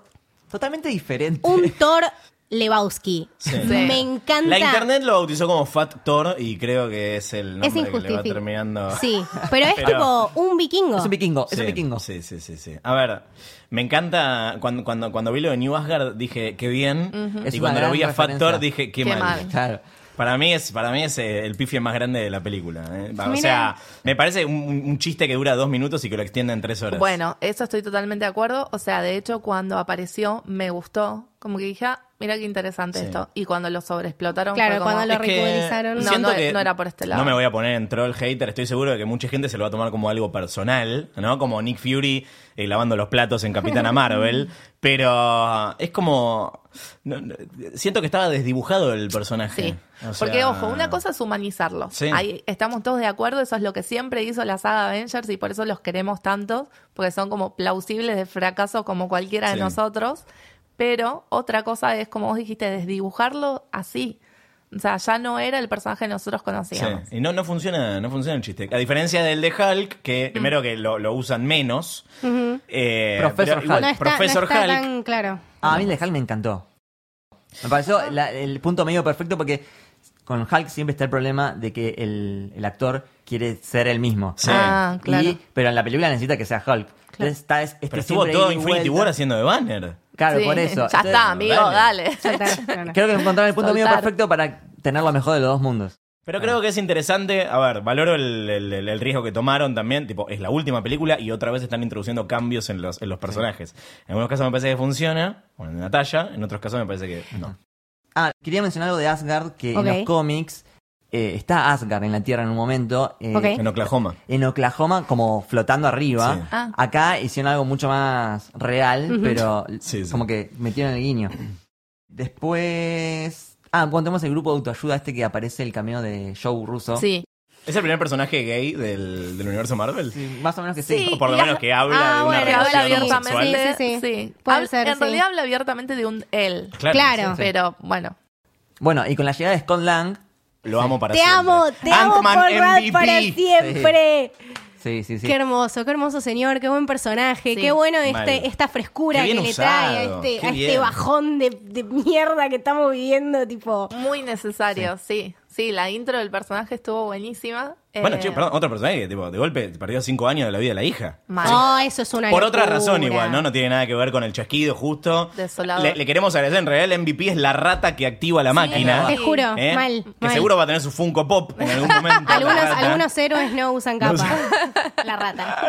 Speaker 1: totalmente diferente.
Speaker 2: Un Thor Lebowski.
Speaker 4: Sí.
Speaker 2: Me encanta.
Speaker 4: La internet lo bautizó como Fat Thor y creo que es el
Speaker 2: es
Speaker 4: nombre que le va
Speaker 2: injustificado.
Speaker 4: terminando.
Speaker 2: Sí, pero es
Speaker 4: <laughs> Pero-
Speaker 2: tipo un
Speaker 1: <laughs>
Speaker 2: vikingo.
Speaker 1: Es un vikingo, es
Speaker 4: Sí,
Speaker 1: un vikingo.
Speaker 4: Sí, sí, sí, sí. A ver, me encanta. Cuando, cuando, cuando vi lo de New Asgard dije, qué bien.
Speaker 1: Es
Speaker 4: Y
Speaker 1: una
Speaker 4: cuando lo
Speaker 1: gran
Speaker 4: vi a Fat
Speaker 1: referencia.
Speaker 4: Thor dije, qué,
Speaker 3: Qué
Speaker 4: mal.
Speaker 3: mal.
Speaker 1: Claro.
Speaker 4: Para mí es, para mí es eh, el pifie más grande de la película. ¿eh? Va, O
Speaker 2: Mira.
Speaker 4: sea, me parece un, un- un chiste que dura dos minutos y que lo extienden tres horas.
Speaker 3: Bueno, eso estoy totalmente de acuerdo. O sea, de hecho, cuando apareció, me gustó. Como que dije, ah, mira qué interesante
Speaker 4: Sí.
Speaker 3: esto. Y cuando lo sobreexplotaron,
Speaker 2: Claro,
Speaker 3: fue como,
Speaker 2: cuando lo-
Speaker 4: Es que
Speaker 2: ridiculizaron. No,
Speaker 4: siento
Speaker 3: no,
Speaker 4: que
Speaker 3: no era por este lado.
Speaker 4: No me voy a poner en troll hater. Estoy seguro de que mucha gente se lo va a tomar como algo personal, ¿no? Como Nick Fury eh, lavando los platos
Speaker 2: <laughs>
Speaker 4: en Capitana Marvel. Pero es como. no, no, siento que estaba desdibujado el personaje.
Speaker 3: Sí.
Speaker 4: O sea,
Speaker 3: Porque, ojo, una cosa es humanizarlo.
Speaker 4: Sí.
Speaker 3: Ahí estamos todos de acuerdo, eso es lo que siempre hizo la saga Avengers y por eso los queremos tanto, porque son como plausibles de fracaso como cualquiera de
Speaker 4: Sí.
Speaker 3: nosotros. Pero otra cosa es, como vos dijiste, desdibujarlo así. O sea, ya no era el personaje que nosotros
Speaker 4: Sí.
Speaker 3: conocíamos.
Speaker 4: Y no, no funciona, no funciona el chiste. A diferencia del de Hulk, que
Speaker 3: Mm.
Speaker 4: primero que lo, lo usan menos. eh,
Speaker 1: Professor
Speaker 4: pero igual,
Speaker 1: Hulk.
Speaker 2: no está, no
Speaker 4: Professor
Speaker 2: está
Speaker 4: Hulk.
Speaker 2: tan claro.
Speaker 1: Ah, a mí el de Hulk me encantó. Me
Speaker 3: Ah.
Speaker 1: pareció la- el punto medio perfecto porque con Hulk siempre está el problema de que el, el actor quiere ser el mismo.
Speaker 4: Sí.
Speaker 3: Ah, claro.
Speaker 1: Y- pero en la película necesita que sea Hulk. Entonces está es- este
Speaker 4: Pero estuvo
Speaker 1: siempre
Speaker 4: todo
Speaker 1: ida y
Speaker 4: Infinity
Speaker 1: vuelta.
Speaker 4: War haciendo de banner.
Speaker 1: Claro,
Speaker 3: Sí.
Speaker 1: por eso.
Speaker 3: Ya
Speaker 1: Entonces,
Speaker 3: está, amigo,
Speaker 4: dale.
Speaker 3: dale.
Speaker 2: Ya está, no,
Speaker 4: <laughs>
Speaker 2: no.
Speaker 1: Creo que encontraron el punto medio
Speaker 3: Soltar.
Speaker 1: perfecto para tener lo mejor de los dos mundos.
Speaker 4: Pero creo que es interesante, a ver, valoro el, el- el- el riesgo que tomaron también, tipo, es la última película y otra vez están introduciendo cambios en los, en los personajes. En algunos casos me parece que funciona, bueno, en Natalia, en otros casos me parece que no.
Speaker 1: Ah, quería mencionar algo de Asgard, que
Speaker 2: Ok.
Speaker 1: en los cómics eh, está Asgard en la Tierra en un momento. eh,
Speaker 2: Ok.
Speaker 4: En Oklahoma.
Speaker 1: En Oklahoma, como flotando arriba.
Speaker 4: Sí.
Speaker 3: Ah.
Speaker 1: Acá hicieron algo mucho más real, pero
Speaker 4: Sí, sí.
Speaker 1: como que metieron el guiño. Después. Ah, cuando tenemos el grupo de autoayuda, este que aparece el cameo de Joe Russo.
Speaker 3: Sí.
Speaker 4: ¿Es el primer personaje gay del, del universo Marvel?
Speaker 1: Sí, Más o menos que sí.
Speaker 3: Sí.
Speaker 4: O por lo
Speaker 3: Y la-
Speaker 4: menos que habla
Speaker 2: Ah,
Speaker 4: de una
Speaker 2: bueno,
Speaker 3: Porque habla
Speaker 4: relación
Speaker 2: sí,
Speaker 4: homosexual.
Speaker 3: abiertamente.
Speaker 2: sí, sí,
Speaker 3: Sí,
Speaker 2: sí. Puede
Speaker 3: Habla-
Speaker 2: ser,
Speaker 3: en
Speaker 2: sí.
Speaker 3: realidad habla abiertamente de un él.
Speaker 2: Claro.
Speaker 1: Sí.
Speaker 3: Pero bueno,
Speaker 1: Bueno, y con la llegada de Scott Lang.
Speaker 4: Lo amo para
Speaker 2: Te
Speaker 4: siempre.
Speaker 2: amo, te amo por
Speaker 4: Ant-Man
Speaker 2: Brad
Speaker 4: MVP.
Speaker 2: para siempre.
Speaker 1: Sí, sí, sí.
Speaker 2: Qué hermoso, qué hermoso señor, qué buen personaje,
Speaker 3: Sí.
Speaker 2: qué bueno
Speaker 4: Mal.
Speaker 2: este, esta frescura
Speaker 4: Qué
Speaker 2: que
Speaker 4: bien
Speaker 2: le
Speaker 4: usado,
Speaker 2: trae a este,
Speaker 4: qué
Speaker 2: a este
Speaker 4: bien.
Speaker 2: bajón de, de mierda que estamos viviendo, tipo.
Speaker 3: muy necesario, sí. Sí, la intro del personaje estuvo buenísima.
Speaker 4: Bueno,
Speaker 3: Eh,
Speaker 4: chicos, perdón, otro personaje que, tipo, de golpe perdió cinco años de la vida de la hija.
Speaker 3: mal.
Speaker 2: Oh, eso es una
Speaker 4: Por otra
Speaker 2: locura.
Speaker 4: razón igual, ¿no? No tiene nada que ver con el chasquido, justo.
Speaker 3: Desolador.
Speaker 4: Le, le queremos agradecer, en realidad el MVP es la rata que activa la máquina.
Speaker 2: Te juro,
Speaker 4: ¿eh?
Speaker 2: mal.
Speaker 4: Que
Speaker 2: mal.
Speaker 4: seguro va a tener su Funko Pop
Speaker 2: <laughs>
Speaker 4: en algún momento. la
Speaker 2: Algunos,
Speaker 4: rata.
Speaker 2: algunos héroes no usan capa. La rata.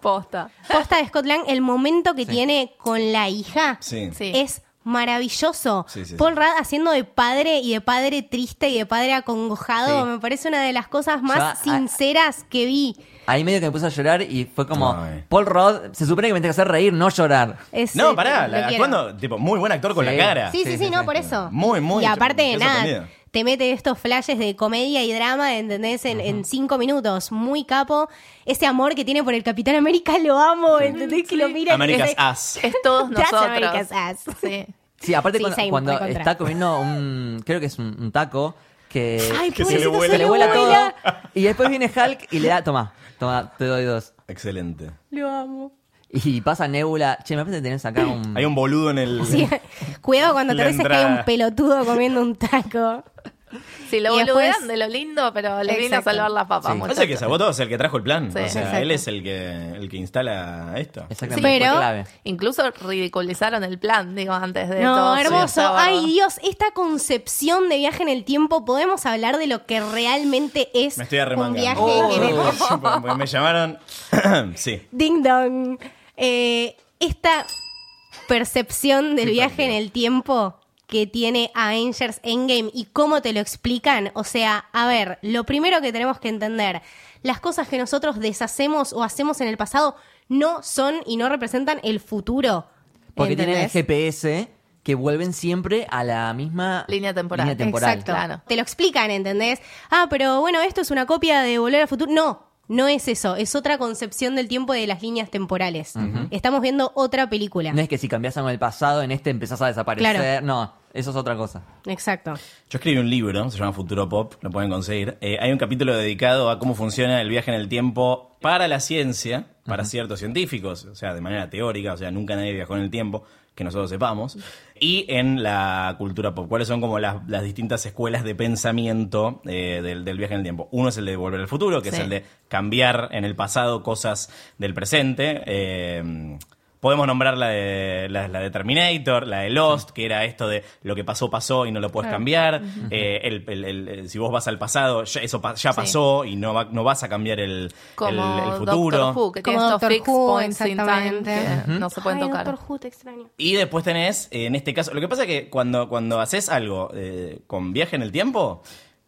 Speaker 3: Posta.
Speaker 2: Posta de Scott Lang, el momento que tiene con la hija
Speaker 4: Sí.
Speaker 3: Sí.
Speaker 2: es maravilloso.
Speaker 4: Sí, sí, sí.
Speaker 2: Paul Rudd haciendo de padre y de padre triste y de padre acongojado,
Speaker 1: Sí.
Speaker 2: me parece una de las cosas
Speaker 1: Ya, ah,
Speaker 2: más sinceras que vi.
Speaker 1: Ahí medio que me puse a llorar y fue como.
Speaker 4: Ay.
Speaker 1: Paul Rod se supone que me tiene que hacer reír, no llorar.
Speaker 2: Es,
Speaker 4: No,
Speaker 2: eh,
Speaker 4: pará,
Speaker 2: lo
Speaker 4: la-
Speaker 2: quiero.
Speaker 4: actuando, tipo, muy buen actor con
Speaker 1: Sí.
Speaker 4: la cara.
Speaker 2: Sí, sí, sí,
Speaker 1: Sí, sí,
Speaker 2: no,
Speaker 1: sí.
Speaker 2: por eso.
Speaker 4: Muy, muy
Speaker 2: Y aparte de
Speaker 4: sorprendido,
Speaker 2: nada,
Speaker 4: sorprendido.
Speaker 2: te mete estos flashes de comedia y drama, ¿entendés? En, en cinco minutos. Muy capo. Ese amor que tiene por el Capitán América lo amo, ¿entendés? Que lo mira. y
Speaker 4: America's
Speaker 2: dice,
Speaker 4: Ass.
Speaker 3: Es
Speaker 2: <laughs>
Speaker 3: todos
Speaker 2: That's
Speaker 3: nosotros.
Speaker 2: America's ass.
Speaker 3: Sí.
Speaker 1: Sí, aparte
Speaker 2: Sí,
Speaker 1: cuando,
Speaker 2: same,
Speaker 1: cuando
Speaker 2: recontra.
Speaker 1: está comiendo un. Creo que es un, un taco. Que,
Speaker 2: Ay,
Speaker 4: Que
Speaker 2: que
Speaker 4: se le vuela.
Speaker 1: se le vuela todo. Y después viene Hulk y le da. Toma, toma, te doy dos.
Speaker 4: Excelente.
Speaker 2: Lo amo.
Speaker 1: Y pasa Nebula. Che, me parece que tenés acá un.
Speaker 4: Hay un boludo en el...
Speaker 2: <laughs> Sí, Cuidado cuando te
Speaker 4: La
Speaker 2: dices que hay
Speaker 4: entrada.
Speaker 2: un pelotudo comiendo un taco.
Speaker 3: Sí, lo
Speaker 2: Y después-
Speaker 3: boludean de lo lindo, pero le vino a
Speaker 2: Exacto.
Speaker 3: salvar las papas.
Speaker 1: Sí.
Speaker 4: No
Speaker 3: muchachos.
Speaker 4: es el que salvó todo, es el que trajo el plan.
Speaker 3: Sí,
Speaker 4: o sea,
Speaker 3: exacto.
Speaker 4: él es el que, el que instala esto.
Speaker 1: Exactamente,
Speaker 2: Sí,
Speaker 1: fue
Speaker 2: pero-
Speaker 1: clave.
Speaker 3: Incluso ridiculizaron el plan, digo, antes de
Speaker 2: No,
Speaker 3: todo. sí,
Speaker 2: hermoso.
Speaker 3: estaba-
Speaker 2: Ay, Dios, esta concepción de viaje en el tiempo, podemos hablar de lo que realmente es
Speaker 4: Me estoy
Speaker 2: un
Speaker 4: arremangando.
Speaker 2: viaje
Speaker 1: Oh.
Speaker 2: en el
Speaker 4: Porque <laughs> me llamaron... <coughs> sí.
Speaker 2: Ding dong. Eh, esta percepción del viaje en el tiempo que tiene Avengers Endgame y cómo te lo explican. O sea, a ver, lo primero que tenemos que entender, las cosas que nosotros deshacemos o hacemos en el pasado no son y no representan el futuro.
Speaker 1: Porque tienen el
Speaker 2: ¿entendés?
Speaker 1: GPS que vuelven siempre a la misma
Speaker 3: Línea temporal.
Speaker 1: línea temporal.
Speaker 2: Exacto.
Speaker 3: Claro.
Speaker 2: Te lo explican, ¿entendés? Ah, pero bueno, esto es una copia de Volver al Futuro. No, no es eso. Es otra concepción del tiempo y de las líneas temporales. Estamos viendo otra película.
Speaker 1: No es que si cambias algo en el pasado, en este empezás a desaparecer.
Speaker 2: Claro.
Speaker 1: No, eso es otra cosa.
Speaker 2: Exacto.
Speaker 4: Yo escribí un libro, se llama Futuro Pop, lo pueden conseguir. Eh, hay un capítulo dedicado a cómo funciona el viaje en el tiempo para la ciencia, para ciertos científicos, o sea, de manera teórica, o sea, nunca nadie viajó en el tiempo. que nosotros sepamos, y en la cultura pop. ¿Cuáles son como las, las distintas escuelas de pensamiento eh, del, del viaje en el tiempo? Uno es el de volver al futuro, que es
Speaker 3: Sí.
Speaker 4: el de cambiar en el pasado cosas del presente. eh, Podemos nombrar la de, la, la de Terminator, la de Lost, que era esto de lo que pasó, pasó y no lo puedes cambiar. Eh, el- el- el- el- si vos vas al pasado, ya, eso pa- ya
Speaker 3: Sí.
Speaker 4: pasó y no, va- no vas a cambiar el, el-
Speaker 3: Como
Speaker 4: el futuro.
Speaker 3: Doctor Who, que tiene
Speaker 2: Como
Speaker 3: estos
Speaker 2: Doctor
Speaker 3: fixed
Speaker 2: Who,
Speaker 3: points in time
Speaker 2: exactamente.
Speaker 3: que no se pueden
Speaker 2: Ay,
Speaker 3: tocar.
Speaker 2: Doctor Who, te extraño.
Speaker 4: Y después tenés, eh, en este caso, lo que pasa es que cuando, cuando haces algo eh, con viaje en el tiempo,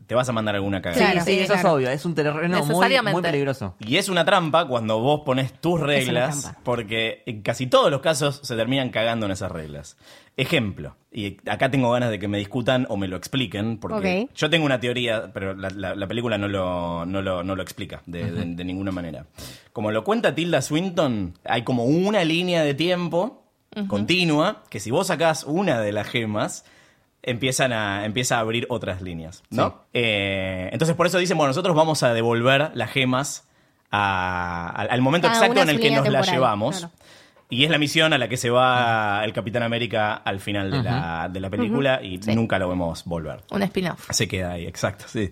Speaker 4: te vas a mandar alguna cagada.
Speaker 2: Claro.
Speaker 1: sí,
Speaker 2: Sí,
Speaker 1: eso es
Speaker 2: claro.
Speaker 1: obvio. Es un terreno muy,
Speaker 3: Necesariamente.
Speaker 1: muy peligroso.
Speaker 4: Y es una trampa cuando vos pones tus reglas,
Speaker 2: trampa.
Speaker 4: porque en casi todos los casos se terminan cagando en esas reglas. Ejemplo, y acá tengo ganas de que me discutan o me lo expliquen, porque
Speaker 2: Ok.
Speaker 4: yo tengo una teoría, pero la, la- la película no lo, no lo, no lo explica de, de- de ninguna manera. Como lo cuenta Tilda Swinton, hay como una línea de tiempo continua, que si vos sacás una de las gemas, empiezan a, empieza a abrir otras líneas, ¿no?
Speaker 1: Sí.
Speaker 4: Eh, entonces por eso dicen, bueno, nosotros vamos a devolver las gemas a- al, al momento
Speaker 2: Cada
Speaker 4: exacto
Speaker 2: Ah, una
Speaker 4: en el
Speaker 2: su
Speaker 4: que
Speaker 2: línea
Speaker 4: nos la
Speaker 2: temporal,
Speaker 4: llevamos.
Speaker 2: claro.
Speaker 4: Y es la misión a la que se va el Capitán América al final de, la, de la película y
Speaker 3: Sí.
Speaker 4: nunca lo vemos volver.
Speaker 3: Un spin-off.
Speaker 4: Se queda ahí, exacto, sí.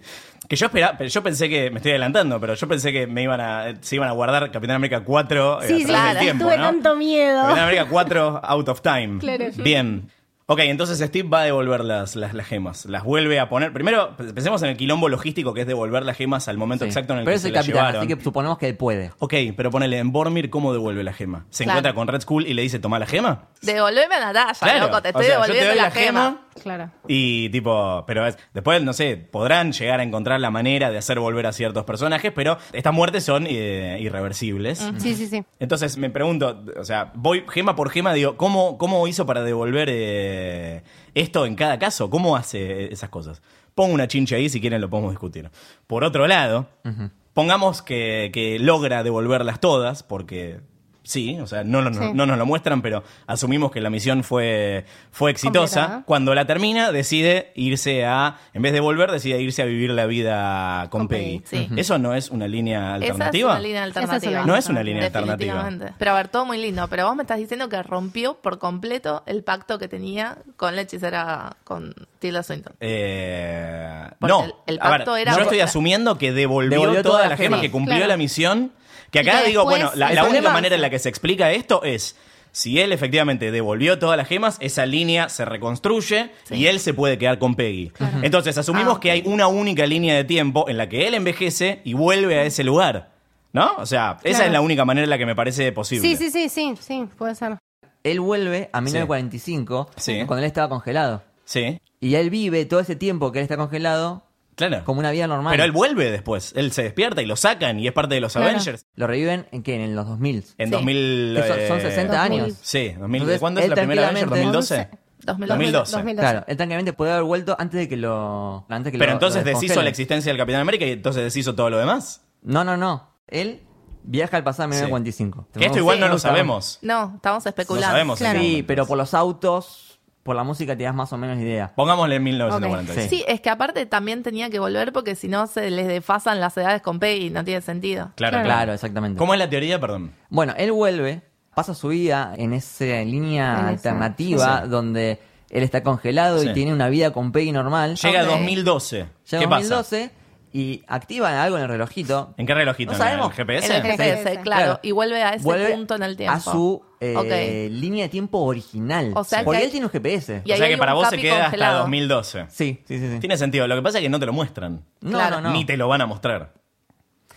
Speaker 4: Que yo esperaba, pero yo pensé que, me estoy adelantando, pero yo pensé que me iban a, se iban a guardar Capitán América 4 eh, a
Speaker 2: Sí, sí,
Speaker 4: través del
Speaker 3: claro.
Speaker 4: tiempo,
Speaker 2: tuve
Speaker 4: ¿no?
Speaker 2: tanto miedo.
Speaker 4: Capitán América 4 out of time. Bien. Ok, entonces Steve va a devolver las, las, las gemas. Las vuelve a poner. Primero, pensemos en el quilombo logístico que es devolver las gemas al
Speaker 1: Sí.
Speaker 4: momento exacto en el
Speaker 1: Pero
Speaker 4: que
Speaker 1: es
Speaker 4: se
Speaker 1: el
Speaker 4: las
Speaker 1: capitán,
Speaker 4: llevaron.
Speaker 1: así que suponemos que puede.
Speaker 4: Ok, pero ponele en Bormir cómo devuelve la gema. ¿Se
Speaker 3: Claro.
Speaker 4: encuentra con Red Skull y le dice, toma la gema?
Speaker 3: Devolveme a Natalia, loco, te
Speaker 4: O
Speaker 3: estoy
Speaker 4: sea, yo te
Speaker 3: devolviendo
Speaker 4: doy
Speaker 3: la, gema.
Speaker 2: Claro.
Speaker 4: Y tipo, pero es- después, no sé, podrán llegar a encontrar la manera de hacer volver a ciertos personajes, pero estas muertes son eh, irreversibles.
Speaker 2: Sí, sí, sí.
Speaker 4: Entonces me pregunto, o sea, voy gema por gema, digo, ¿cómo, cómo hizo para devolver eh, esto en cada caso? ¿Cómo hace eh, esas cosas? Pongo una chincha ahí, si quieren lo podemos discutir. Por otro lado, pongamos que, que logra devolverlas todas, porque sí, o sea, no, lo- no,
Speaker 2: Sí.
Speaker 4: no nos lo muestran, pero asumimos que la misión fue, fue exitosa.
Speaker 2: Completada.
Speaker 4: Cuando la termina, decide irse a, en vez de volver, decide irse a vivir la vida con,
Speaker 2: Con
Speaker 4: Peggy.
Speaker 2: Peggy,
Speaker 3: sí.
Speaker 4: ¿Eso no es una línea
Speaker 3: Esa
Speaker 4: alternativa?
Speaker 3: es una línea
Speaker 2: es una
Speaker 3: alternativa.
Speaker 4: No es una línea alternativa.
Speaker 3: Definitivamente. Pero a ver, todo muy lindo. Pero vos me estás diciendo que rompió por completo el pacto que tenía con la hechicera, con Tilda Swinton.
Speaker 4: Eh,
Speaker 3: Porque
Speaker 4: no,
Speaker 3: el- el
Speaker 4: A ver,
Speaker 3: pacto era-
Speaker 4: yo estoy asumiendo que devolvió,
Speaker 1: Devolvió
Speaker 4: todas
Speaker 1: todas
Speaker 4: las
Speaker 1: las gemas.
Speaker 4: gemas, que cumplió
Speaker 2: Claro.
Speaker 4: la misión. Que
Speaker 2: Y
Speaker 4: acá
Speaker 2: que
Speaker 4: digo,
Speaker 2: después
Speaker 4: bueno, la,
Speaker 2: el
Speaker 4: la
Speaker 2: problema-
Speaker 4: única manera en la que se explica esto es si él efectivamente devolvió todas las gemas, esa línea se reconstruye y él se puede quedar con Peggy. Entonces asumimos
Speaker 3: Ah,
Speaker 4: que hay una única línea de tiempo en la que él envejece y vuelve a ese lugar. ¿No? O sea, esa
Speaker 2: Claro.
Speaker 4: es la única manera en la que me parece posible.
Speaker 2: Sí, sí, sí, sí, sí, puede ser.
Speaker 1: Él vuelve a 1945,
Speaker 4: Sí.
Speaker 1: cuando él estaba congelado.
Speaker 4: Sí,
Speaker 1: Y él vive todo ese tiempo que él está congelado
Speaker 4: claro.
Speaker 1: como una vida normal.
Speaker 4: Pero él vuelve después. Él se despierta y lo sacan y es parte de los
Speaker 2: Claro.
Speaker 4: Avengers.
Speaker 1: Lo reviven en qué? En los 2000.
Speaker 4: En
Speaker 3: Sí.
Speaker 4: 2000.
Speaker 1: Que son- son
Speaker 4: eh,
Speaker 1: 60 años.
Speaker 4: Sí, 2000.
Speaker 1: Entonces,
Speaker 4: ¿Cuándo es
Speaker 1: él
Speaker 4: la primera Avenger?
Speaker 1: tranquilamente-
Speaker 4: ¿2012?
Speaker 3: 2012.
Speaker 4: 2012.
Speaker 1: Claro, él tranquilamente puede haber vuelto antes de que lo. Antes que
Speaker 4: Pero
Speaker 1: lo-
Speaker 4: entonces
Speaker 1: lo
Speaker 4: deshizo
Speaker 1: descongelen.
Speaker 4: la existencia del Capitán América y entonces deshizo todo lo demás.
Speaker 1: No, no, no. Él viaja al pasado en 1945.
Speaker 4: Que esto igual
Speaker 3: Sí,
Speaker 4: no lo
Speaker 1: Me gusta
Speaker 4: sabemos.
Speaker 3: No, estamos especulando.
Speaker 4: No sabemos.
Speaker 2: Claro.
Speaker 1: Sí, pero por los autos, por la música te das más o menos idea.
Speaker 4: Pongámosle en 1946.
Speaker 1: Ok.
Speaker 3: Sí, es que aparte también tenía que volver porque si no se les desfasan las edades con Peggy, no tiene sentido.
Speaker 4: Claro,
Speaker 1: Claro, exactamente.
Speaker 4: ¿Cómo es la teoría? Perdón.
Speaker 1: Bueno, él vuelve, pasa su vida en esa línea
Speaker 2: En esa-
Speaker 1: alternativa donde él está congelado
Speaker 4: Sí.
Speaker 1: y tiene una vida con Peggy normal.
Speaker 4: Llega
Speaker 3: Ok.
Speaker 4: 2012.
Speaker 1: Llega
Speaker 4: ¿Qué
Speaker 1: 2012 y activan algo en el relojito.
Speaker 4: pasa? ¿En qué relojito?
Speaker 1: No
Speaker 4: ¿En el
Speaker 1: sabemos.
Speaker 4: GPS?
Speaker 3: En el GPS, claro. Y vuelve a ese
Speaker 1: Vuelve
Speaker 3: punto en el tiempo.
Speaker 1: A su eh,
Speaker 3: Ok.
Speaker 1: línea de tiempo original.
Speaker 3: O sea que
Speaker 1: Porque
Speaker 3: hay-
Speaker 1: él tiene un GPS.
Speaker 3: Y
Speaker 4: o
Speaker 3: ahí
Speaker 4: sea
Speaker 3: hay
Speaker 4: que
Speaker 3: un
Speaker 4: para vos se
Speaker 3: capi
Speaker 4: queda hasta
Speaker 3: congelado.
Speaker 4: 2012.
Speaker 1: Sí, sí, sí. sí.
Speaker 4: Tiene sentido. Lo que pasa es que no te lo muestran.
Speaker 1: No,
Speaker 3: Claro.
Speaker 1: no, no.
Speaker 4: Ni te lo van a mostrar.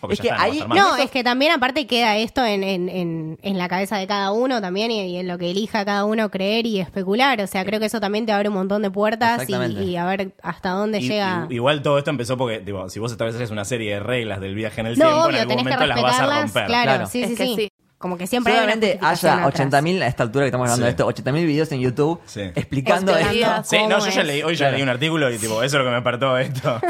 Speaker 4: Porque
Speaker 1: Es
Speaker 4: ya
Speaker 1: que
Speaker 4: está, va a
Speaker 1: ahí-
Speaker 4: estar más.
Speaker 2: No, es que también aparte queda esto en, en, en, en la cabeza de cada uno también y, y en lo que elija cada uno creer y especular. O sea, creo que eso también te abre un montón de puertas y,
Speaker 1: Exactamente.
Speaker 2: y a ver hasta dónde
Speaker 4: Y-
Speaker 2: llega.
Speaker 4: y- igual todo esto empezó porque, digo, si vos estableces una serie de reglas del viaje en el
Speaker 2: no,
Speaker 4: tiempo, en
Speaker 2: obvio,
Speaker 4: algún
Speaker 2: tenés que
Speaker 4: momento las vas a
Speaker 2: respetarlas.
Speaker 4: romper.
Speaker 2: Claro,
Speaker 1: Claro.
Speaker 2: sí,
Speaker 3: Es
Speaker 2: sí,
Speaker 3: que
Speaker 2: sí.
Speaker 3: sí.
Speaker 2: Como que siempre hay una
Speaker 1: Seguramente haya
Speaker 2: justificación atrás.
Speaker 1: 80.000, a esta altura que estamos hablando
Speaker 4: Sí.
Speaker 1: de esto, 80.000 videos en YouTube
Speaker 4: Sí.
Speaker 1: explicando
Speaker 3: Hostia,
Speaker 1: esto.
Speaker 4: Sí, no,
Speaker 2: ¿Cómo
Speaker 4: yo ya
Speaker 2: es?
Speaker 4: leí, hoy ya
Speaker 1: Claro.
Speaker 4: leí un artículo y tipo, eso es lo que me apartó
Speaker 2: <laughs>
Speaker 4: esto.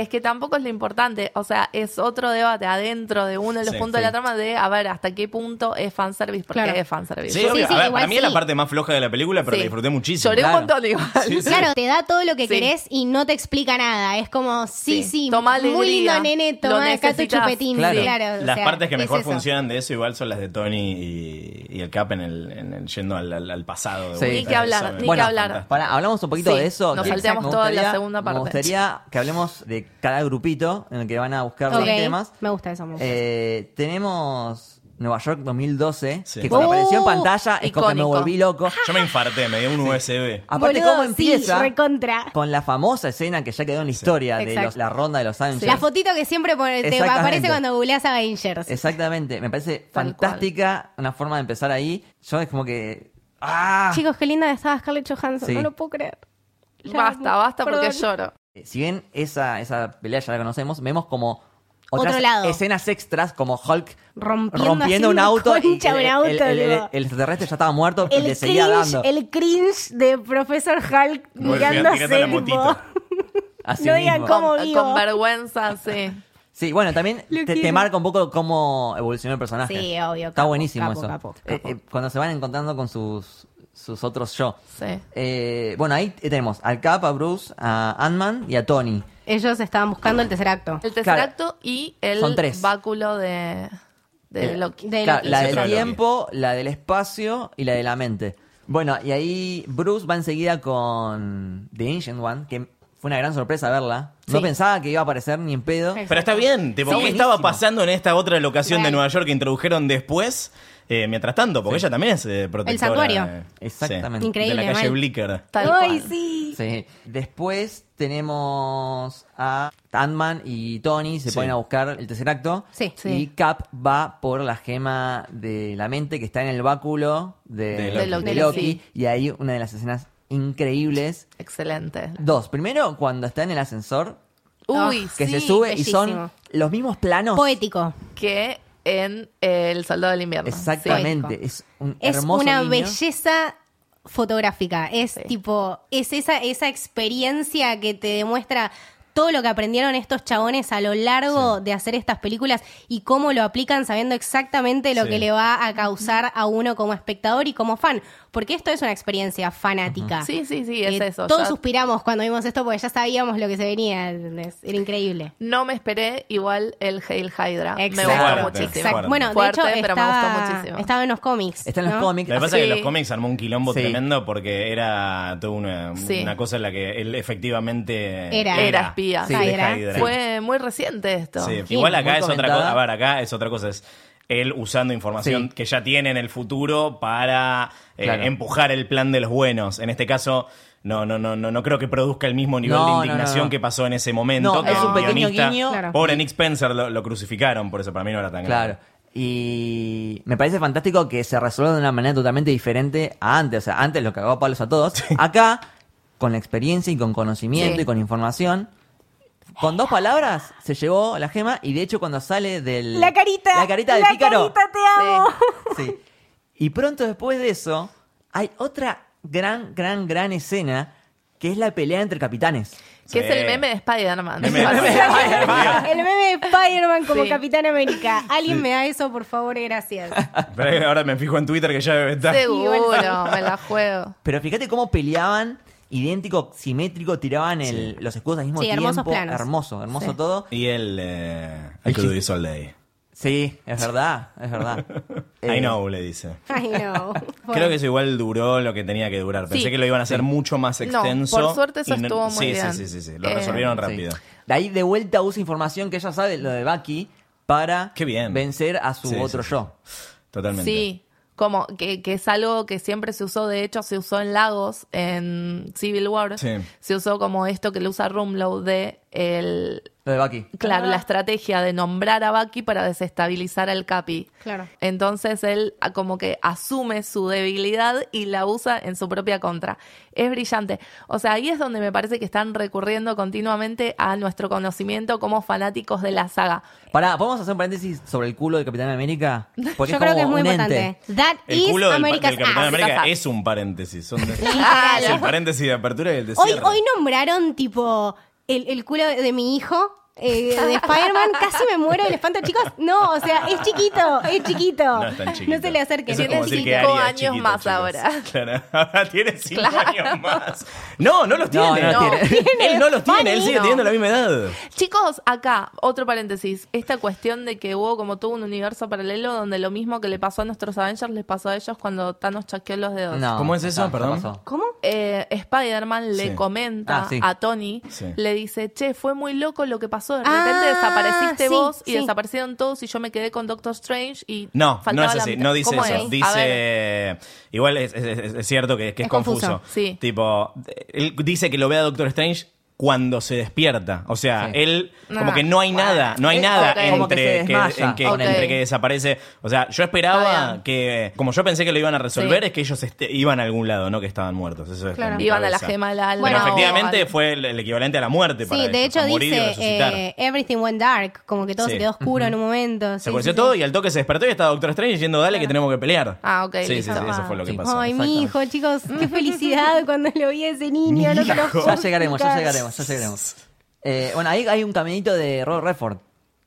Speaker 1: <laughs>
Speaker 3: es que tampoco es lo importante. O sea, es otro debate adentro de uno de los
Speaker 4: Sí,
Speaker 3: puntos de
Speaker 4: sí.
Speaker 3: la trama de a ver hasta qué punto es fanservice, porque
Speaker 2: Claro.
Speaker 3: es fanservice.
Speaker 4: Sí,
Speaker 2: Sí, sí,
Speaker 4: obvio. A ver, para
Speaker 2: igual
Speaker 4: mí es la
Speaker 2: sí.
Speaker 4: parte más floja de la película, pero
Speaker 3: Sí.
Speaker 4: la disfruté muchísimo. <laughs>
Speaker 3: Lloré
Speaker 1: Claro.
Speaker 3: un montón igual.
Speaker 2: Claro, te da todo lo que
Speaker 3: Sí.
Speaker 2: querés y no te explica nada. Es como, sí,
Speaker 3: Sí.
Speaker 2: sí,
Speaker 3: Tomá
Speaker 2: muy lindo
Speaker 3: alegría.
Speaker 2: nene,
Speaker 3: Lo
Speaker 2: toma acá tu
Speaker 3: necesitas.
Speaker 2: chupetín.
Speaker 1: Claro.
Speaker 2: Claro. o
Speaker 4: Las
Speaker 2: sea,
Speaker 4: partes que
Speaker 2: es
Speaker 4: mejor
Speaker 2: eso.
Speaker 4: funcionan de eso igual igual son las de Tony y, y el Cap en el, en el- yendo al, al- al pasado. de
Speaker 1: Sí.
Speaker 4: vuelta.
Speaker 1: Ni que
Speaker 4: Eso
Speaker 3: hablar,
Speaker 4: me-
Speaker 3: ni que
Speaker 4: Bueno,
Speaker 3: hablar.
Speaker 4: fantástico.
Speaker 1: Pará, hablamos un poquito
Speaker 3: Sí,
Speaker 1: de eso.
Speaker 3: nos
Speaker 1: que-
Speaker 3: salteamos
Speaker 1: me
Speaker 3: toda la
Speaker 1: gustaría-
Speaker 3: segunda parte.
Speaker 1: Me gustaría que hablemos de cada grupito en el que van a buscar
Speaker 2: Ok,
Speaker 1: los temas.
Speaker 2: me gusta eso, me gusta
Speaker 1: Eh, tenemos Nueva York 2012,
Speaker 4: Sí.
Speaker 1: que cuando
Speaker 2: Uh,
Speaker 1: apareció en pantalla es como que me
Speaker 3: icónico.
Speaker 1: volví loco.
Speaker 4: Yo me infarté, me dio un USB.
Speaker 1: Aparte,
Speaker 2: Boludo,
Speaker 1: cómo
Speaker 2: sí,
Speaker 1: empieza
Speaker 2: recontra.
Speaker 1: con la famosa escena que ya quedó en la historia de
Speaker 2: Exacto.
Speaker 1: los- la ronda de los Avengers.
Speaker 2: La fotito que siempre pone- te
Speaker 1: Exactamente.
Speaker 2: aparece cuando googleas a Avengers.
Speaker 1: Exactamente, me parece
Speaker 3: Tal
Speaker 1: fantástica una forma de empezar ahí. Yo es como que... ¡Ah!
Speaker 2: Chicos, qué linda estaba Scarlett Johansson,
Speaker 1: Sí.
Speaker 2: no lo puedo creer. Ya,
Speaker 3: <laughs> Basta, basta porque
Speaker 2: perdón.
Speaker 3: lloro.
Speaker 1: Eh, Si bien esa, esa pelea ya la conocemos, vemos como
Speaker 2: Otro
Speaker 1: otras
Speaker 2: lado.
Speaker 1: escenas extras como Hulk
Speaker 2: Rompiendo
Speaker 1: rompiendo
Speaker 2: así
Speaker 1: un
Speaker 2: una
Speaker 1: auto y
Speaker 2: concha, un
Speaker 1: el,
Speaker 2: auto,
Speaker 1: el- el- el-
Speaker 2: digo.
Speaker 1: el extraterrestre ya estaba muerto y le
Speaker 2: El
Speaker 1: seguía
Speaker 2: cringe,
Speaker 1: dando.
Speaker 2: el cringe de Profesor Hulk
Speaker 4: Muy bien, tirando
Speaker 2: mirándose
Speaker 4: la
Speaker 2: tipo...
Speaker 4: motito.
Speaker 1: Así
Speaker 2: no digan
Speaker 1: mismo.
Speaker 2: cómo.
Speaker 3: Con,
Speaker 2: vivo.
Speaker 3: con vergüenza, sí.
Speaker 2: <laughs>
Speaker 1: Sí, bueno, también
Speaker 2: Lo
Speaker 1: te, te
Speaker 2: quiero.
Speaker 1: marca un poco cómo evolucionó el personaje.
Speaker 2: Sí, obvio,
Speaker 1: Está
Speaker 2: capo,
Speaker 1: buenísimo
Speaker 2: capo,
Speaker 1: eso.
Speaker 2: capo, capo.
Speaker 1: Eh, eh, cuando se van encontrando con sus, sus otros yo.
Speaker 3: Sí.
Speaker 1: Eh, bueno, ahí tenemos al Cap, a Bruce, a Ant-Man y a Tony.
Speaker 2: Ellos estaban buscando el tercer acto.
Speaker 3: El
Speaker 1: Claro.
Speaker 3: tesseracto y el
Speaker 1: Son tres.
Speaker 3: báculo de, de
Speaker 1: Eh,
Speaker 3: Loki.
Speaker 2: de
Speaker 1: Claro,
Speaker 2: Loki.
Speaker 1: la
Speaker 4: Sí,
Speaker 1: del
Speaker 4: otra Loki.
Speaker 1: tiempo, la del espacio y la de la mente. Bueno, y ahí Bruce va enseguida con The Ancient One, que fue una gran sorpresa verla. No
Speaker 2: Sí.
Speaker 1: pensaba que iba a aparecer ni en pedo.
Speaker 2: Exacto.
Speaker 4: Pero está bien, tipo,
Speaker 1: Sí,
Speaker 4: ¿qué
Speaker 1: buenísimo.
Speaker 4: estaba pasando en esta otra locación de
Speaker 2: Real.
Speaker 4: Nueva York que introdujeron después? Eh, mientras tanto, porque ella también es eh, protectora.
Speaker 2: El santuario.
Speaker 4: eh,
Speaker 1: Exactamente.
Speaker 4: sí,
Speaker 2: Increíble,
Speaker 4: De la calle
Speaker 2: mal.
Speaker 4: Blicker.
Speaker 3: Tal
Speaker 2: Ay,
Speaker 3: cual.
Speaker 2: sí.
Speaker 1: Sí. Después tenemos a Ant-Man y Tony se
Speaker 4: Sí.
Speaker 1: ponen a buscar el tercer acto.
Speaker 2: Sí.
Speaker 3: Sí.
Speaker 1: Y Cap va por la gema de la mente que está en el báculo de,
Speaker 4: De
Speaker 1: de
Speaker 3: Loki.
Speaker 1: Loki.
Speaker 3: De Loki.
Speaker 1: Y ahí una de las escenas increíbles.
Speaker 3: Excelente.
Speaker 1: Dos. Primero, cuando está en el ascensor,
Speaker 2: Ah,
Speaker 3: Uy,
Speaker 1: que se
Speaker 3: sí,
Speaker 1: sube y son
Speaker 2: bellísimo.
Speaker 1: los mismos planos.
Speaker 2: Poético.
Speaker 3: que en eh, El Soldado del Invierno.
Speaker 1: Exactamente. Es un
Speaker 2: Es
Speaker 1: hermoso
Speaker 2: una
Speaker 1: guiño.
Speaker 2: belleza fotográfica. Es
Speaker 3: Sí.
Speaker 2: tipo, es esa, esa experiencia que te demuestra todo lo que aprendieron estos chabones a lo largo de hacer estas películas y cómo lo aplican sabiendo exactamente lo
Speaker 4: Sí.
Speaker 2: que le va a causar a uno como espectador y como fan. Porque esto es una experiencia fanática.
Speaker 3: Sí, sí, sí, es
Speaker 2: Eh,
Speaker 3: eso.
Speaker 2: Todos
Speaker 3: Ya
Speaker 2: suspiramos cuando vimos esto porque ya sabíamos lo que se venía. ¿entendés? Era increíble.
Speaker 3: No me esperé igual el Hail Hydra. Ah, Me
Speaker 4: Fuerte,
Speaker 3: gustó muchísimo.
Speaker 2: exacto. Bueno, de
Speaker 3: Fuerte,
Speaker 2: hecho,
Speaker 3: pero me
Speaker 2: estaba,
Speaker 3: gustó muchísimo.
Speaker 2: estaba en los cómics.
Speaker 1: Está en los
Speaker 2: ¿no?
Speaker 1: cómics.
Speaker 4: Lo que pasa es
Speaker 3: Sí.
Speaker 4: que en los cómics armó un quilombo
Speaker 1: Sí.
Speaker 4: tremendo porque era toda una,
Speaker 3: Sí.
Speaker 4: una cosa en la que él efectivamente
Speaker 2: Era.
Speaker 3: Era espía.
Speaker 4: Sí,
Speaker 2: Ah,
Speaker 4: de
Speaker 2: era.
Speaker 4: Hydra.
Speaker 3: Fue muy reciente esto.
Speaker 4: Sí,
Speaker 1: Sí,
Speaker 4: Igual acá
Speaker 1: muy
Speaker 4: es otra
Speaker 1: comentada.
Speaker 4: cosa. A ver, acá es otra cosa. Es él usando información
Speaker 1: Sí.
Speaker 4: que ya tiene en el futuro para eh,
Speaker 1: Claro.
Speaker 4: empujar el plan de los buenos. En este caso. No, no, no, no, no creo que produzca el mismo nivel
Speaker 1: No,
Speaker 4: de
Speaker 1: no,
Speaker 4: indignación
Speaker 1: no.
Speaker 4: que pasó en ese momento.
Speaker 1: No,
Speaker 4: que
Speaker 1: es
Speaker 4: el
Speaker 1: un pequeño
Speaker 4: guionista-
Speaker 1: guiño.
Speaker 2: Claro.
Speaker 4: Pobre Nick Spencer lo, lo crucificaron, por eso para mí no era tan grave.
Speaker 1: Claro. Y me parece fantástico que se resuelva de una manera totalmente diferente a antes. O sea, antes lo cagaba a palos a todos. Acá, con la experiencia y con conocimiento
Speaker 3: Sí.
Speaker 1: y con información. Con dos palabras se llevó la gema y de hecho cuando sale del...
Speaker 2: La carita.
Speaker 1: La carita del pícaro.
Speaker 2: carita, te <laughs> amo.
Speaker 3: Sí.
Speaker 1: <laughs> Sí. Y pronto después de eso, hay otra gran, gran, gran escena que es la pelea entre capitanes.
Speaker 3: Que es el
Speaker 4: Sí.
Speaker 3: meme de Spider-Man.
Speaker 4: Meme de
Speaker 3: <laughs>
Speaker 2: El meme de Spider-Man como
Speaker 3: Sí.
Speaker 2: Capitán América. Alguien me da eso, por favor,
Speaker 1: <laughs>
Speaker 2: gracias.
Speaker 4: Pero ahora me fijo en Twitter que ya debe estar.
Speaker 3: Seguro, me la juego.
Speaker 1: Pero fíjate cómo peleaban, idéntico, simétrico, tiraban el- los escudos al mismo
Speaker 2: Sí,
Speaker 1: tiempo.
Speaker 2: hermosos planos.
Speaker 1: Hermoso, hermoso
Speaker 3: Sí.
Speaker 1: todo.
Speaker 4: Y el. Eh, I
Speaker 1: El
Speaker 4: could do
Speaker 1: chis-
Speaker 4: this all day.
Speaker 1: Sí, es verdad, es
Speaker 4: <laughs>
Speaker 1: verdad. Eh,
Speaker 4: I know, le dice.
Speaker 2: Ay, no.
Speaker 4: Creo que eso igual duró lo que tenía que durar. Pensé
Speaker 3: Sí.
Speaker 4: que lo iban a hacer mucho más
Speaker 3: No,
Speaker 4: extenso.
Speaker 3: por suerte eso
Speaker 4: y no-
Speaker 3: estuvo muy
Speaker 4: sí,
Speaker 3: bien.
Speaker 4: Sí, sí, sí, sí. Lo
Speaker 3: Eh,
Speaker 4: resolvieron
Speaker 1: sí.
Speaker 4: rápido.
Speaker 1: De ahí de vuelta usa información que ella sabe, lo de Bucky, para
Speaker 4: Qué bien.
Speaker 1: vencer a su
Speaker 4: Sí,
Speaker 1: otro
Speaker 4: sí, sí.
Speaker 1: yo.
Speaker 4: Totalmente.
Speaker 3: Sí, como que, que es algo que siempre se usó, de hecho se usó en Lagos, en Civil War,
Speaker 4: Sí.
Speaker 3: se usó como esto que le usa Rumlow de el...
Speaker 1: Lo de Bucky.
Speaker 3: Claro, la estrategia de nombrar a Bucky para desestabilizar al Capi.
Speaker 2: Claro.
Speaker 3: Entonces él ah, como que asume su debilidad y la usa en su propia contra. Es brillante. O sea, ahí es donde me parece que están recurriendo continuamente a nuestro conocimiento como fanáticos de la saga.
Speaker 1: Pará, ¿podemos hacer un paréntesis sobre el culo de Capitán América? Porque
Speaker 2: Yo
Speaker 1: es como
Speaker 2: creo que es muy
Speaker 1: un
Speaker 2: importante.
Speaker 1: ente.
Speaker 2: That
Speaker 4: El
Speaker 2: is
Speaker 4: culo del, pa- del
Speaker 2: America's
Speaker 4: Capitán
Speaker 2: ass.
Speaker 4: América
Speaker 3: America's ass.
Speaker 4: es un paréntesis. son <laughs> de-
Speaker 3: Claro.
Speaker 4: es el paréntesis de apertura y el de
Speaker 2: Hoy,
Speaker 4: cierre.
Speaker 2: hoy nombraron tipo el, el culo de mi hijo eh,
Speaker 1: <laughs>
Speaker 2: de Spider-Man, casi me muero del espanto, chicos. No, o sea, es chiquito, es chiquito.
Speaker 4: No es tan chiquito.
Speaker 2: No se le acerque.
Speaker 4: Eso es como
Speaker 3: Tiene
Speaker 4: decir que
Speaker 3: cinco
Speaker 4: Ari es
Speaker 3: años
Speaker 4: chiquito,
Speaker 3: más
Speaker 4: chicos.
Speaker 3: ahora.
Speaker 4: <laughs> Claro, ahora tiene cinco
Speaker 3: Claro.
Speaker 4: años más. No, no los
Speaker 1: No,
Speaker 4: tiene.
Speaker 1: no los
Speaker 3: No.
Speaker 1: tiene.
Speaker 4: Él no los tiene, él sigue
Speaker 3: No.
Speaker 4: teniendo la misma edad.
Speaker 3: Chicos, acá, otro paréntesis. Esta cuestión de que hubo como todo un universo paralelo donde lo mismo que le pasó a nuestros Avengers les pasó a ellos cuando Thanos chasqueó los dedos.
Speaker 1: No,
Speaker 4: ¿Cómo es
Speaker 1: ya
Speaker 4: eso?
Speaker 1: está, ya
Speaker 4: Perdón.
Speaker 1: pasó.
Speaker 2: ¿Cómo?
Speaker 3: Eh, Spider-Man le
Speaker 4: Sí.
Speaker 3: comenta
Speaker 1: Ah, sí.
Speaker 3: a Tony,
Speaker 4: Sí.
Speaker 3: le dice, che, fue muy loco lo que pasó, de
Speaker 2: Ah,
Speaker 3: repente desapareciste
Speaker 2: sí,
Speaker 3: vos y
Speaker 2: sí.
Speaker 3: desaparecieron todos y yo me quedé con Doctor Strange y...
Speaker 4: No, no
Speaker 3: faltaba
Speaker 4: es
Speaker 3: la
Speaker 4: así,
Speaker 3: mitad".
Speaker 4: no dice
Speaker 3: ¿Cómo
Speaker 4: eso.
Speaker 3: es? A ver.
Speaker 4: Dice. Igual es, es- es- es cierto que, que es,
Speaker 2: Es
Speaker 4: confuso.
Speaker 2: confuso,
Speaker 3: sí.
Speaker 4: Tipo, él dice que lo ve a Doctor Strange cuando se despierta. O sea,
Speaker 1: Sí.
Speaker 4: él. Como
Speaker 3: Ah,
Speaker 4: que no hay nada, no hay
Speaker 1: Eh,
Speaker 4: nada
Speaker 3: ok.
Speaker 4: entre,
Speaker 3: Como
Speaker 1: que se
Speaker 4: que,
Speaker 1: desmaya.
Speaker 4: en que-
Speaker 3: Ok.
Speaker 4: entre que desaparece. O sea, yo
Speaker 3: Está
Speaker 4: esperaba
Speaker 3: bien.
Speaker 4: que. Como yo pensé que lo iban a resolver,
Speaker 3: Sí.
Speaker 4: es que ellos este- iban a algún lado, no que estaban muertos. Eso es
Speaker 2: Claro.
Speaker 4: en mi
Speaker 3: Iban a la
Speaker 4: cabeza.
Speaker 3: gema del alma.
Speaker 4: Pero
Speaker 2: Bueno,
Speaker 4: efectivamente
Speaker 3: o al-
Speaker 4: fue el, el equivalente a la muerte para
Speaker 2: Sí, de
Speaker 4: ellos,
Speaker 2: hecho
Speaker 4: a morir y
Speaker 2: dice
Speaker 4: resucitar.
Speaker 2: eh, Everything went dark, como que todo
Speaker 4: Sí.
Speaker 2: se quedó oscuro en un momento.
Speaker 4: Se
Speaker 2: sí,
Speaker 4: apareció
Speaker 2: sí,
Speaker 4: todo
Speaker 2: sí.
Speaker 4: y al toque se despertó y estaba Doctor Strange diciendo, dale que tenemos que pelear.
Speaker 3: Ah, ok,
Speaker 4: Sí, sí, sí,
Speaker 3: listo.
Speaker 4: eso
Speaker 3: Ah.
Speaker 4: fue lo que
Speaker 1: Sí.
Speaker 4: pasó.
Speaker 2: Ay, mi
Speaker 1: Exactamente.
Speaker 2: hijo, chicos,
Speaker 4: <laughs>
Speaker 2: qué felicidad cuando lo vi a ese niño. No te lo
Speaker 4: Mijo.
Speaker 1: Ya
Speaker 2: puedo
Speaker 1: llegaremos, ya
Speaker 2: explicar.
Speaker 1: llegaremos, ya llegaremos. Eh, bueno, ahí hay un caminito de Robert Redford.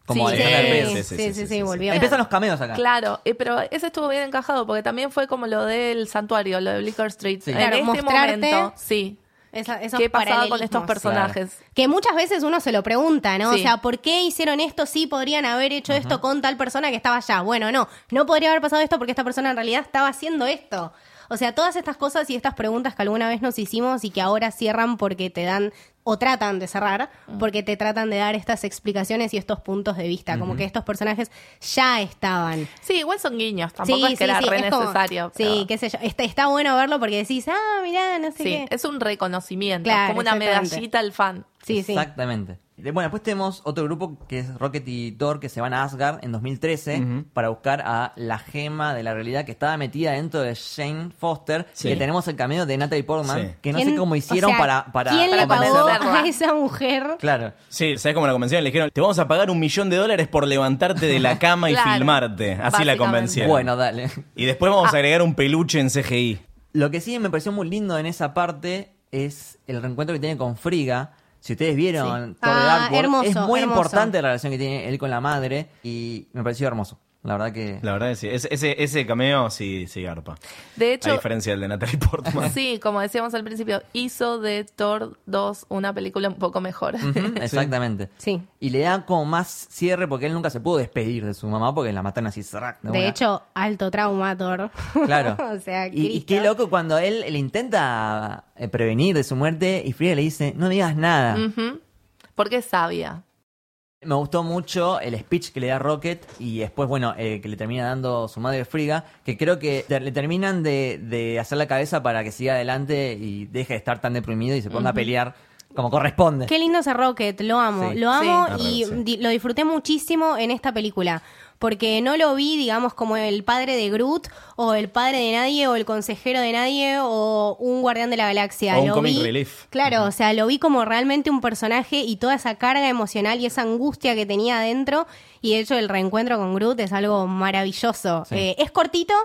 Speaker 1: Como
Speaker 3: Sí.
Speaker 1: Alexander
Speaker 4: Sí.
Speaker 1: Pérez.
Speaker 2: Sí, sí, sí, sí, volvió.
Speaker 1: Empiezan los cameos acá.
Speaker 3: Claro, eh, pero ese estuvo bien encajado porque también fue como lo del santuario, lo de Blicker Street.
Speaker 1: Sí.
Speaker 3: En
Speaker 2: Claro,
Speaker 3: este
Speaker 2: mostrarte
Speaker 3: momento, sí.
Speaker 2: Esa- esos
Speaker 3: ¿Qué pasaba con
Speaker 2: paralelismos.
Speaker 3: estos personajes?
Speaker 2: Que muchas veces uno se lo pregunta, ¿no?
Speaker 3: Sí.
Speaker 2: O sea, ¿por qué hicieron esto? Sí, podrían haber hecho esto con tal persona que estaba allá. Bueno, no, no podría haber pasado esto porque esta persona en realidad estaba haciendo esto. O sea, todas estas cosas y estas preguntas que alguna vez nos hicimos y que ahora cierran porque te dan o tratan de cerrar,
Speaker 3: Mm.
Speaker 2: porque te tratan de dar estas explicaciones y estos puntos de vista, como que estos personajes ya estaban.
Speaker 3: Sí, igual son guiños, tampoco es que era re
Speaker 2: es como-
Speaker 3: necesario.
Speaker 2: Sí,
Speaker 3: pero-
Speaker 2: qué sé yo. Está, está bueno verlo porque decís, ah, mirá, no sé
Speaker 3: sí,
Speaker 2: qué.
Speaker 3: es un reconocimiento,
Speaker 2: Claro,
Speaker 3: como una
Speaker 2: exactamente.
Speaker 3: medallita al fan.
Speaker 2: Sí, sí.
Speaker 1: Exactamente. De- Bueno, después tenemos otro grupo que es Rocket y Thor que se van a Asgard en 2013 para buscar a la gema de la realidad que estaba metida dentro de Shane Foster.
Speaker 4: Sí.
Speaker 1: Que tenemos el cameo de Natalie Portman,
Speaker 4: Sí.
Speaker 1: que no
Speaker 2: ¿Quién-
Speaker 1: sé cómo
Speaker 2: o
Speaker 1: hicieron
Speaker 2: sea,
Speaker 1: para, para,
Speaker 2: ¿Quién
Speaker 1: para
Speaker 2: le pagó
Speaker 1: convencerla.
Speaker 2: a esa mujer?
Speaker 1: Claro.
Speaker 4: Sí, ¿sabes cómo la convencieron? Le dijeron, te vamos a pagar un millón de dólares por levantarte de la cama
Speaker 3: <laughs>
Speaker 4: y
Speaker 3: Claro.
Speaker 4: filmarte. Así la
Speaker 3: Básicamente. Ah.
Speaker 4: convencieron.
Speaker 1: Bueno, dale.
Speaker 4: Y después vamos a agregar un peluche en CGI.
Speaker 1: Lo que sí me pareció muy lindo en esa parte es el reencuentro que tiene con Friga. Si ustedes vieron
Speaker 2: Sí.
Speaker 1: Thor de
Speaker 2: Ah,
Speaker 1: Darkworld,
Speaker 2: hermoso,
Speaker 1: es muy
Speaker 2: hermoso.
Speaker 1: importante la relación que tiene él con la madre y me pareció hermoso. La verdad que...
Speaker 4: La verdad que sí. Ese, ese, ese cameo sí, sí garpa.
Speaker 3: De
Speaker 4: a
Speaker 3: hecho,
Speaker 4: diferencia del de Natalie
Speaker 3: <laughs>
Speaker 4: Portman.
Speaker 3: sí, como decíamos al principio, hizo de Thor 2 una película un poco mejor.
Speaker 1: <laughs>
Speaker 3: <laughs>
Speaker 1: Ujú, exactamente.
Speaker 2: Sí.
Speaker 1: Y le da como más cierre porque él nunca se pudo despedir de su mamá porque la matan así. zrac,
Speaker 2: De,
Speaker 1: una.
Speaker 2: hecho, alto trauma, Thor.
Speaker 1: <laughs> Claro.
Speaker 2: <laughs> o sea,
Speaker 1: y, y
Speaker 2: Cristo.
Speaker 1: qué loco cuando él le intenta eh, prevenir de su muerte y Frida le dice, no digas nada.
Speaker 3: Ujú. Porque es sabia.
Speaker 1: Me gustó mucho el speech que le da Rocket y después, bueno, eh, que le termina dando su madre Friga, que creo que ter- le terminan de, de hacer la cabeza para que siga adelante y deje de estar tan deprimido y se ponga a pelear como corresponde.
Speaker 2: Qué lindo ese Rocket, lo amo,
Speaker 1: Sí.
Speaker 2: lo amo
Speaker 4: Sí.
Speaker 2: y
Speaker 4: Arre, sí.
Speaker 2: di- lo disfruté muchísimo en esta película. Porque no lo vi, digamos, como el padre de Groot, o el padre de nadie, o el consejero de nadie, o un guardián de la galaxia.
Speaker 4: O un
Speaker 2: Lo
Speaker 4: comic
Speaker 2: vi-
Speaker 4: relief.
Speaker 2: Claro, o sea, lo vi como realmente un personaje y toda esa carga emocional y esa angustia que tenía adentro. Y de hecho, el reencuentro con Groot es algo maravilloso.
Speaker 1: Sí.
Speaker 2: Eh, es cortito,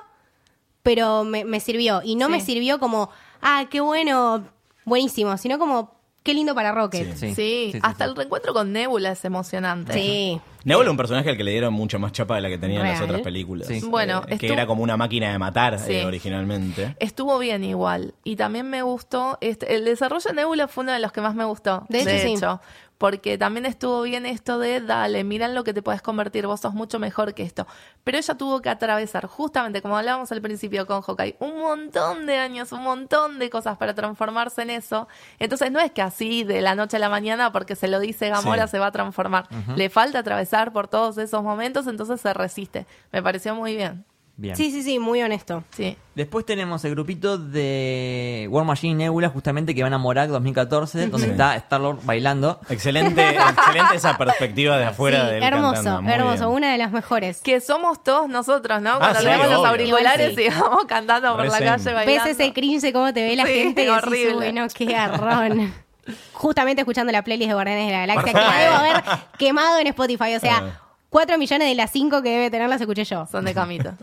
Speaker 2: pero me, me sirvió. Y no
Speaker 3: Sí.
Speaker 2: me sirvió como, ah, qué bueno, buenísimo, sino como, qué lindo para Rocket.
Speaker 1: Sí.
Speaker 3: Sí,
Speaker 1: Sí, sí,
Speaker 3: hasta
Speaker 1: sí.
Speaker 3: el reencuentro con Nebula es emocionante.
Speaker 2: Sí.
Speaker 4: Nebula es un personaje al que le dieron mucha más chapa de la que tenía en las
Speaker 2: Real.
Speaker 4: otras películas.
Speaker 1: Sí.
Speaker 3: Bueno,
Speaker 4: Eh, que
Speaker 3: estuvo-
Speaker 4: era como una máquina de matar
Speaker 3: Sí. <laughs>
Speaker 4: eh, originalmente.
Speaker 3: Estuvo bien igual. Y también me gustó. este- el desarrollo de Nebula fue uno de los que más me gustó.
Speaker 2: De
Speaker 3: De,
Speaker 2: hecho, sí.
Speaker 3: hecho. Porque también estuvo bien esto de dale, miran lo que te puedes convertir, vos sos mucho mejor que esto. Pero ella tuvo que atravesar, justamente como hablábamos al principio con Hawkeye, un montón de años, un montón de cosas para transformarse en eso. Entonces no es que así de la noche a la mañana, porque se lo dice Gamora,
Speaker 4: Sí.
Speaker 3: se va a transformar. Le falta atravesar por todos esos momentos, entonces se resiste. Me pareció muy bien.
Speaker 1: Bien.
Speaker 2: Sí, sí, sí, muy honesto.
Speaker 3: Sí.
Speaker 1: Después tenemos el grupito de War Machine y Nebula, justamente que van a Morak 2014, donde
Speaker 4: Ujú.
Speaker 1: está Star-Lord bailando.
Speaker 4: Excelente, excelente esa perspectiva de afuera
Speaker 2: sí,
Speaker 4: del
Speaker 2: hermoso,
Speaker 4: cantando. Muy
Speaker 2: hermoso,
Speaker 4: bien.
Speaker 2: una de las mejores.
Speaker 3: Que somos todos nosotros, ¿no? Cuando
Speaker 4: Ah, sí,
Speaker 3: tenemos los
Speaker 4: obvio.
Speaker 3: auriculares
Speaker 2: Igual
Speaker 3: y vamos cantando por
Speaker 4: Re
Speaker 3: la
Speaker 4: zen.
Speaker 3: calle
Speaker 2: Ves
Speaker 3: bailando.
Speaker 2: ese cringe cómo te ve la
Speaker 3: Sí,
Speaker 2: gente y decís,
Speaker 3: horrible.
Speaker 2: bueno, qué
Speaker 3: <laughs>
Speaker 2: garrón. Justamente escuchando la playlist de Guardianes de la Galaxia, que la debo haber quemado en Spotify. O sea,
Speaker 4: Ah.
Speaker 2: 4 millones de las 5 que debe tener las escuché yo.
Speaker 4: <laughs>
Speaker 3: Son de camita.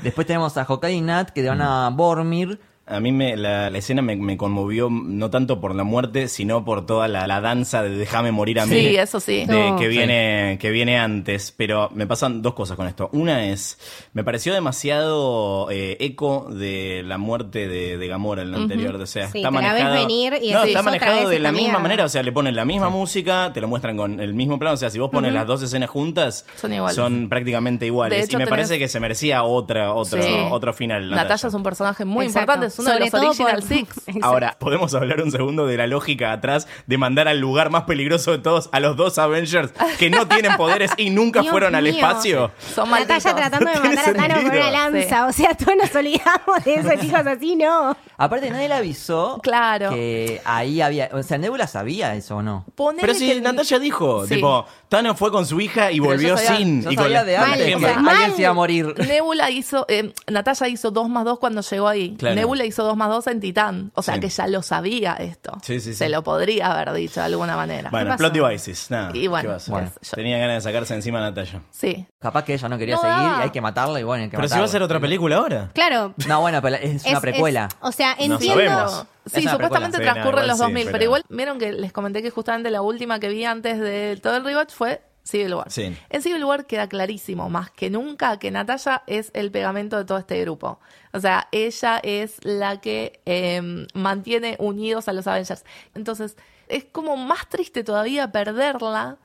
Speaker 1: Después tenemos a Hawkeye y Nat, que van a Bormir
Speaker 4: a mí me, la, la escena me, me conmovió no tanto por la muerte, sino por toda la, la danza de déjame morir a mí.
Speaker 3: Sí, eso sí.
Speaker 4: de-
Speaker 2: No.
Speaker 4: que, viene, que viene antes. Pero me pasan dos cosas con esto. Una es, me pareció demasiado eh, eco de la muerte de, de Gamora en la anterior. O sea,
Speaker 2: Sí,
Speaker 4: está
Speaker 2: te la ves
Speaker 4: manejado,
Speaker 2: venir y
Speaker 4: no,
Speaker 2: decís,
Speaker 4: está
Speaker 2: "Otra
Speaker 4: manejado
Speaker 2: vez
Speaker 4: de
Speaker 2: esta
Speaker 4: la misma
Speaker 2: mierda".
Speaker 4: manera. O sea, le ponen la misma música, te lo muestran con el mismo plano. O sea, si vos pones las dos escenas juntas,
Speaker 3: Son iguales.
Speaker 4: son prácticamente iguales.
Speaker 3: De hecho,
Speaker 4: y me
Speaker 3: tenés-
Speaker 4: parece que se merecía otra, otro,
Speaker 3: Sí.
Speaker 4: otro final.
Speaker 3: Natalia es un personaje muy
Speaker 2: Exacto.
Speaker 3: importante, es uno
Speaker 2: Sobre
Speaker 3: de
Speaker 2: todo
Speaker 3: los Original
Speaker 2: por-
Speaker 3: Six.
Speaker 2: <laughs> Exacto.
Speaker 4: Ahora, ¿podemos hablar un segundo de la lógica atrás de mandar al lugar más peligroso de todos a los dos Avengers que no
Speaker 2: <laughs>
Speaker 4: tienen poderes y nunca
Speaker 2: Dios
Speaker 4: fueron al
Speaker 2: mío.
Speaker 4: espacio?
Speaker 3: Son malditos.
Speaker 2: Natalia tratando de
Speaker 4: No <laughs> tiene
Speaker 2: matar a Thanos con una
Speaker 4: sentido.
Speaker 2: lanza.
Speaker 3: Sí.
Speaker 2: O sea, todos nos olvidamos de
Speaker 4: <laughs>
Speaker 2: eso, chicos, así no.
Speaker 1: Aparte, nadie le avisó
Speaker 3: Claro.
Speaker 1: que ahí había. O sea, Nebula sabía eso o no.
Speaker 3: Ponele
Speaker 4: Pero si
Speaker 3: que-
Speaker 4: Natalia dijo,
Speaker 3: Sí.
Speaker 4: tipo, Thanos fue con su hija y
Speaker 1: Pero
Speaker 4: volvió
Speaker 1: yo sabía-
Speaker 4: sin.
Speaker 1: yo
Speaker 4: y con
Speaker 1: sabía de
Speaker 4: con
Speaker 1: antes que
Speaker 2: gema.
Speaker 1: alguien
Speaker 2: Mal.
Speaker 1: se iba a morir.
Speaker 3: Nebula hizo, eh, Natalia hizo 2 más 2 cuando llegó ahí.
Speaker 4: Claro.
Speaker 3: Nebula hizo 2 más 2 en Titán. O sea
Speaker 4: Sí.
Speaker 3: que ya lo sabía esto.
Speaker 4: Sí, sí, sí.
Speaker 3: Se lo podría haber dicho de alguna manera.
Speaker 4: Bueno,
Speaker 2: ¿Qué
Speaker 4: plot
Speaker 2: pasó?
Speaker 4: devices, nada.
Speaker 3: Y bueno,
Speaker 4: ¿qué vas a
Speaker 3: Bueno.
Speaker 4: hacer? tenía ganas de sacarse encima a Natalia.
Speaker 3: Sí.
Speaker 1: Capaz que ella no quería
Speaker 3: No
Speaker 1: seguir
Speaker 3: da.
Speaker 1: y hay que matarla y bueno, hay que
Speaker 4: Pero si
Speaker 1: matarla.
Speaker 4: va a ser otra película ahora.
Speaker 2: Claro.
Speaker 1: No, bueno, pero es una
Speaker 2: es-
Speaker 1: precuela.
Speaker 2: es- o sea,
Speaker 4: No
Speaker 2: entiendo.
Speaker 4: sabemos.
Speaker 3: Sí,
Speaker 1: Es una
Speaker 3: supuestamente
Speaker 4: precuela. Sí,
Speaker 3: transcurren
Speaker 4: no,
Speaker 3: los
Speaker 4: igual
Speaker 3: 2000,
Speaker 4: sí,
Speaker 3: pero...
Speaker 4: pero-
Speaker 3: igual vieron que les comenté que justamente la última que vi antes de todo el rewatch fue Civil War.
Speaker 4: Sí.
Speaker 3: En Civil War queda clarísimo, más que nunca, que Natalia es el pegamento de todo este grupo. O sea, ella es la que eh, mantiene unidos a los Avengers. Entonces, es como más triste todavía perderla.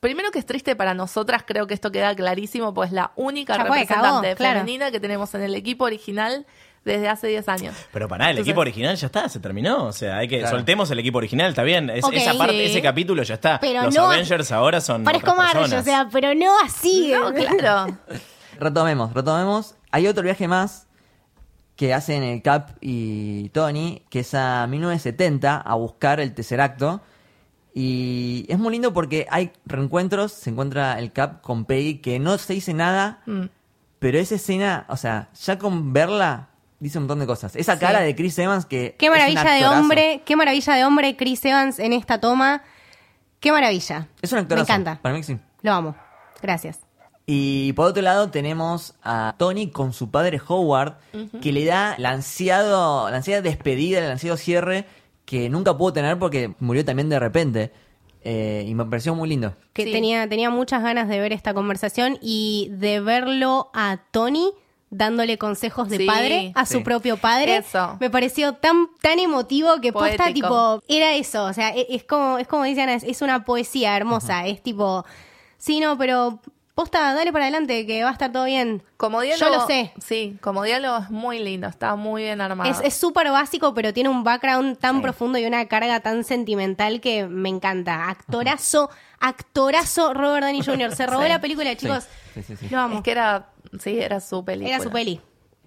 Speaker 3: Primero que es triste para nosotras, creo que esto queda clarísimo, pues la única
Speaker 2: Ya fue,
Speaker 3: representante
Speaker 2: acabó, claro.
Speaker 3: femenina que tenemos en el equipo original desde hace 10 años.
Speaker 4: Pero pará, el
Speaker 3: Entonces-
Speaker 4: equipo original ya está, se terminó. O sea, hay que.
Speaker 1: Claro.
Speaker 4: Soltemos el equipo original, está bien. Es-
Speaker 2: Ok.
Speaker 4: esa parte,
Speaker 3: Sí.
Speaker 4: ese capítulo ya está.
Speaker 2: Pero
Speaker 4: los
Speaker 2: no-
Speaker 4: Avengers ahora son.
Speaker 2: Parezco
Speaker 4: otras
Speaker 2: Marge, o
Speaker 4: personas.
Speaker 2: sea, pero no así. <laughs>
Speaker 3: No, claro.
Speaker 1: Retomemos, retomemos. Hay otro viaje más que hacen el Cap y Tony, que es a 1970 a buscar el Tesseracto. Y es muy lindo porque hay reencuentros, se encuentra el Cap con Peggy, que no se dice nada,
Speaker 3: Mm.
Speaker 1: pero esa escena, o sea, ya con verla, dice un montón de cosas. Esa
Speaker 3: Sí.
Speaker 1: cara de Chris Evans que...
Speaker 2: Qué
Speaker 1: es un
Speaker 2: maravilla de
Speaker 1: actorazo.
Speaker 2: hombre, qué maravilla de hombre Chris Evans en esta toma. Qué maravilla.
Speaker 1: Es un
Speaker 2: Me
Speaker 1: actorazo.
Speaker 2: encanta.
Speaker 1: Para mí que sí.
Speaker 2: Lo amo. Gracias.
Speaker 1: Y por otro lado tenemos a Tony con su padre Howard, que le da la, ansiado, la ansiada despedida, el ansiado cierre que nunca pudo tener porque murió también de repente. Eh, y me pareció muy lindo.
Speaker 2: que
Speaker 3: Sí.
Speaker 2: tenía, tenía muchas ganas de ver esta conversación y de verlo a Tony dándole consejos de
Speaker 3: Sí,
Speaker 2: padre a
Speaker 1: sí.
Speaker 2: su propio padre.
Speaker 3: Eso.
Speaker 2: Me pareció tan, tan emotivo que posta,
Speaker 3: Poético.
Speaker 2: tipo, era eso. O sea, e- es, como, es como dicen, es, es una poesía hermosa. Es tipo, sí, no, pero posta, dale para adelante que va a estar todo bien.
Speaker 3: Como
Speaker 2: Yo
Speaker 3: diálogo.
Speaker 2: lo sé.
Speaker 3: Sí, como diálogo es muy lindo, está muy bien armado.
Speaker 2: Es es súper básico, pero tiene un background tan profundo y una carga tan sentimental que me encanta. Actorazo, actorazo Robert Downey Jr. Se robó
Speaker 3: Sí.
Speaker 2: la película, chicos.
Speaker 1: Sí, sí, sí.
Speaker 2: Lo amo.
Speaker 3: Es que era, sí, era su película.
Speaker 2: Era su peli.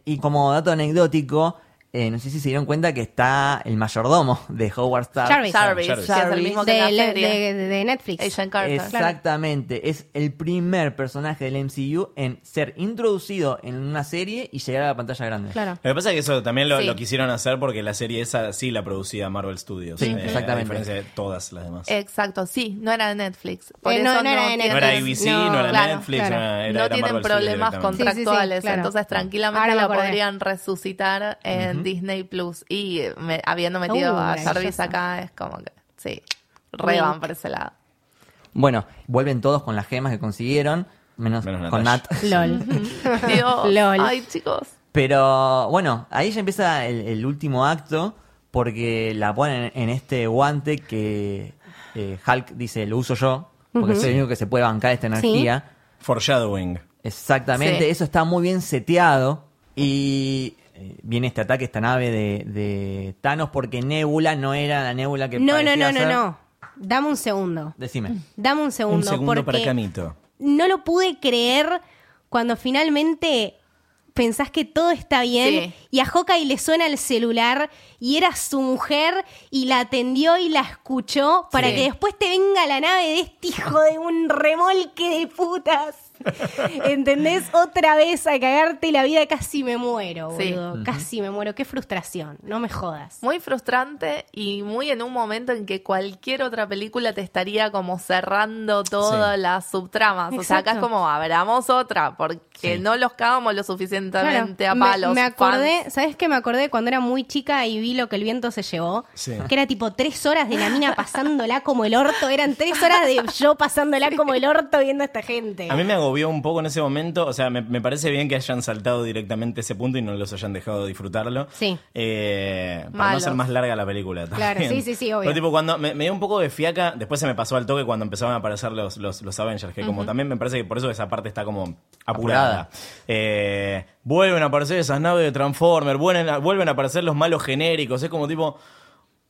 Speaker 1: Y como dato anecdótico, eh, no sé si se dieron cuenta que está el mayordomo de Howard Stark.
Speaker 2: Jarvis.
Speaker 3: Jarvis,
Speaker 4: Jarvis.
Speaker 3: que es el
Speaker 1: Jarvis.
Speaker 3: mismo
Speaker 2: De,
Speaker 3: que en la
Speaker 2: le-
Speaker 3: serie.
Speaker 2: de- de- de Netflix.
Speaker 3: Agent Carter.
Speaker 1: Exactamente, es el primer personaje del MCU en ser introducido en una serie y llegar a la pantalla grande.
Speaker 3: <laughs>
Speaker 2: Claro.
Speaker 4: Lo que pasa es que eso también lo,
Speaker 3: Sí.
Speaker 4: lo quisieron hacer porque la serie esa sí la producía Marvel Studios.
Speaker 1: Sí,
Speaker 4: eh, A
Speaker 1: exactamente.
Speaker 4: diferencia de todas las demás.
Speaker 3: Eh, Exacto, sí, no era de Netflix. Por
Speaker 2: Eh, no,
Speaker 3: eso
Speaker 2: no era de
Speaker 3: tiene-
Speaker 4: no
Speaker 2: Netflix.
Speaker 4: era ABC, no,
Speaker 2: no,
Speaker 4: era
Speaker 3: claro,
Speaker 4: Netflix,
Speaker 2: claro.
Speaker 4: no era,
Speaker 3: no
Speaker 4: era
Speaker 3: tienen
Speaker 4: Marvel Studios
Speaker 3: problemas
Speaker 2: Sí,
Speaker 4: directamente.
Speaker 2: sí, sí,
Speaker 3: contractuales,
Speaker 2: claro.
Speaker 3: entonces tranquilamente
Speaker 2: Ahora me
Speaker 3: lo
Speaker 2: acordé.
Speaker 3: podrían resucitar en Disney Plus. Y me- habiendo metido
Speaker 2: Uh,
Speaker 3: a
Speaker 2: maravilloso.
Speaker 3: Jarvis acá, es como que, sí, re
Speaker 2: Wink.
Speaker 3: van por ese lado.
Speaker 1: Bueno, vuelven todos con las gemas que consiguieron, menos,
Speaker 4: Menos
Speaker 1: con
Speaker 4: Natasha.
Speaker 1: Nat.
Speaker 3: <laughs>
Speaker 2: LOL. <laughs>
Speaker 3: Dios,
Speaker 2: Lol.
Speaker 3: ay chicos.
Speaker 1: Pero bueno, ahí ya empieza el, el último acto porque la ponen en este guante que eh, Hulk dice, lo uso yo, porque soy el único que se puede bancar esta energía.
Speaker 4: Foreshadowing.
Speaker 1: Exactamente,
Speaker 3: Sí.
Speaker 1: eso está muy bien seteado y eh, viene este ataque, esta nave de, de Thanos porque Nebula no era la Nebula que...
Speaker 2: No, no,
Speaker 1: parecía
Speaker 2: no, no,
Speaker 1: ser.
Speaker 2: no. Dame un segundo.
Speaker 1: Decime.
Speaker 2: Dame un segundo.
Speaker 4: Un segundo para
Speaker 2: porque
Speaker 4: Camito.
Speaker 2: no lo pude creer cuando finalmente pensás que todo está bien
Speaker 3: Sí.
Speaker 2: y a Hawkeye le suena el celular y era su mujer y la atendió y la escuchó para
Speaker 3: Sí. <laughs>
Speaker 2: que después te venga la nave de este hijo de un remolque de putas. ¿Entendés? Otra vez a cagarte la vida, casi me muero,
Speaker 3: Sí.
Speaker 2: boludo. Casi me muero. Qué frustración. No me jodas.
Speaker 3: Muy frustrante y muy en un momento en que cualquier otra película te estaría como cerrando todas
Speaker 4: Sí.
Speaker 3: las subtramas. O sea, acá es
Speaker 2: Exacto.
Speaker 3: como abramos otra porque
Speaker 4: Sí.
Speaker 3: no los cagamos lo suficientemente
Speaker 2: Claro,
Speaker 3: a palos.
Speaker 2: Me, me acordé,
Speaker 3: fans.
Speaker 2: ¿sabes qué? Me acordé cuando era muy chica y vi lo que el viento se llevó.
Speaker 4: Sí.
Speaker 2: Que era tipo tres horas de la mina pasándola como el orto. Eran tres horas de yo pasándola como el orto viendo a esta gente.
Speaker 4: A mí me agobió un poco en ese momento. O sea, me, me parece bien que hayan saltado directamente ese punto y no los hayan dejado de disfrutarlo.
Speaker 2: Sí.
Speaker 4: Eh, para no
Speaker 3: Malos.
Speaker 4: ser más larga la película.
Speaker 2: Claro,
Speaker 4: también.
Speaker 2: sí, sí, sí, obvio.
Speaker 4: Pero tipo, cuando me, me dio un poco de fiaca, después se me pasó al toque cuando empezaban a aparecer los, los, los Avengers, que como también me parece que por eso esa parte está como apurada.
Speaker 1: Apurada.
Speaker 4: Eh, vuelven a aparecer esas naves de Transformer, vuelven a, vuelven a aparecer los malos genéricos. Es como tipo.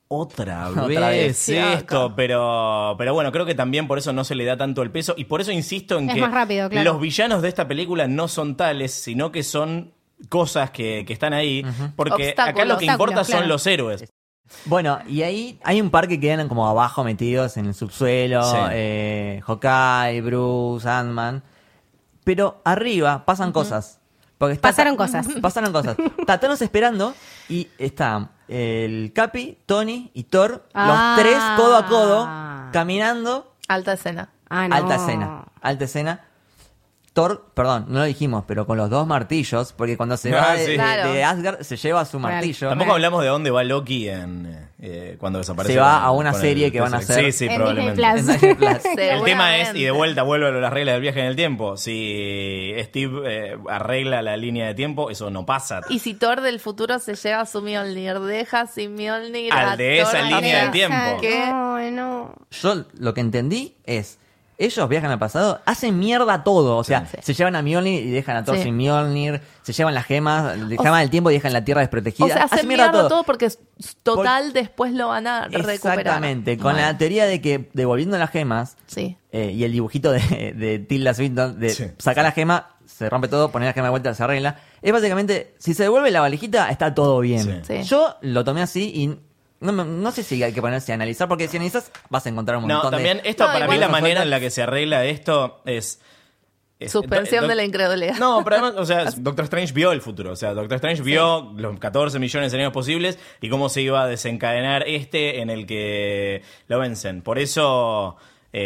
Speaker 4: Otra
Speaker 1: <laughs>
Speaker 4: vez,
Speaker 1: Otra vez.
Speaker 4: esto, pero, pero bueno, creo que también por eso no se le da tanto el peso y por eso insisto en
Speaker 2: Es
Speaker 4: que
Speaker 2: más rápido, claro.
Speaker 4: los villanos de esta película no son tales, sino que son cosas que, que están ahí, porque acá lo
Speaker 3: Obstáculos.
Speaker 4: que importa
Speaker 2: Obstáculos, claro.
Speaker 4: son los héroes.
Speaker 1: Bueno, y ahí hay un par que quedan como abajo metidos en el subsuelo.
Speaker 4: Sí.
Speaker 1: eh, Hawkeye, Bruce, Ant-Man. Pero arriba pasan cosas. Porque está-
Speaker 2: Pasaron cosas.
Speaker 1: <laughs> Pasaron cosas. Está Thanos esperando y está el Capi, Tony y Thor,
Speaker 2: Ah.
Speaker 1: los tres codo a codo, caminando.
Speaker 2: <laughs>
Speaker 3: Alta escena.
Speaker 2: Ah, no.
Speaker 1: Alta escena. Alta escena. Thor, perdón, no lo dijimos, pero con los dos martillos, porque cuando se
Speaker 4: Ah,
Speaker 1: va de,
Speaker 4: sí.
Speaker 1: de-
Speaker 3: Claro.
Speaker 1: de Asgard se lleva su
Speaker 2: Real.
Speaker 1: martillo.
Speaker 4: Tampoco hablamos de dónde va Loki en, eh, cuando desaparece.
Speaker 1: Se va
Speaker 4: con-
Speaker 1: a una
Speaker 4: con
Speaker 1: serie que van a hacer.
Speaker 4: Sí, sí,
Speaker 2: En Disney
Speaker 4: probablemente.
Speaker 2: Plus.
Speaker 1: En Disney
Speaker 2: <laughs>
Speaker 1: Plus.
Speaker 4: El tema es, y de
Speaker 3: Seguramente.
Speaker 4: vuelta vuelvo a las reglas del viaje en el tiempo. Si Steve eh, arregla la línea de tiempo, eso no pasa.
Speaker 3: Y si Thor del futuro se lleva su Mjolnir, deja sin Mjolnir
Speaker 4: Al
Speaker 3: a
Speaker 4: de esa
Speaker 3: Thor
Speaker 4: línea de
Speaker 3: atrás.
Speaker 4: tiempo.
Speaker 3: ¿Qué?
Speaker 2: No, no.
Speaker 1: Yo lo que entendí es, ellos viajan al pasado, hacen mierda todo. O sea,
Speaker 3: Sí.
Speaker 1: se llevan a Mjolnir y dejan a Thor
Speaker 3: Sí.
Speaker 1: sin Mjolnir, se llevan las gemas, la gema del tiempo y dejan la tierra desprotegida.
Speaker 3: O sea,
Speaker 1: hacen
Speaker 3: hace mierda todo, porque s- total después lo van a recuperar.
Speaker 1: Exactamente, con la teoría de que devolviendo las gemas,
Speaker 3: Sí.
Speaker 1: Eh, y el dibujito de, de Tilda Swinton, de
Speaker 4: Sí.
Speaker 1: sacar la gema, se rompe todo, poner la gema de vuelta, se arregla. Es básicamente, si se devuelve la valijita, está todo bien.
Speaker 3: Sí. Sí.
Speaker 1: Yo lo tomé así y no, me- no sé si hay que ponerse a analizar, porque si analizas vas a encontrar un montón
Speaker 4: No,
Speaker 1: de-
Speaker 4: también esto
Speaker 3: No,
Speaker 4: para mí
Speaker 3: igual-
Speaker 4: la manera en la que se arregla esto es... es-
Speaker 3: Suspensión
Speaker 4: do- do-
Speaker 3: de la incredulidad.
Speaker 4: No, pero además,
Speaker 3: <laughs>
Speaker 4: o sea, Doctor Strange vio el futuro. O sea, Doctor Strange vio los 14 millones de años posibles y cómo se iba a desencadenar este en el que lo vencen. Por eso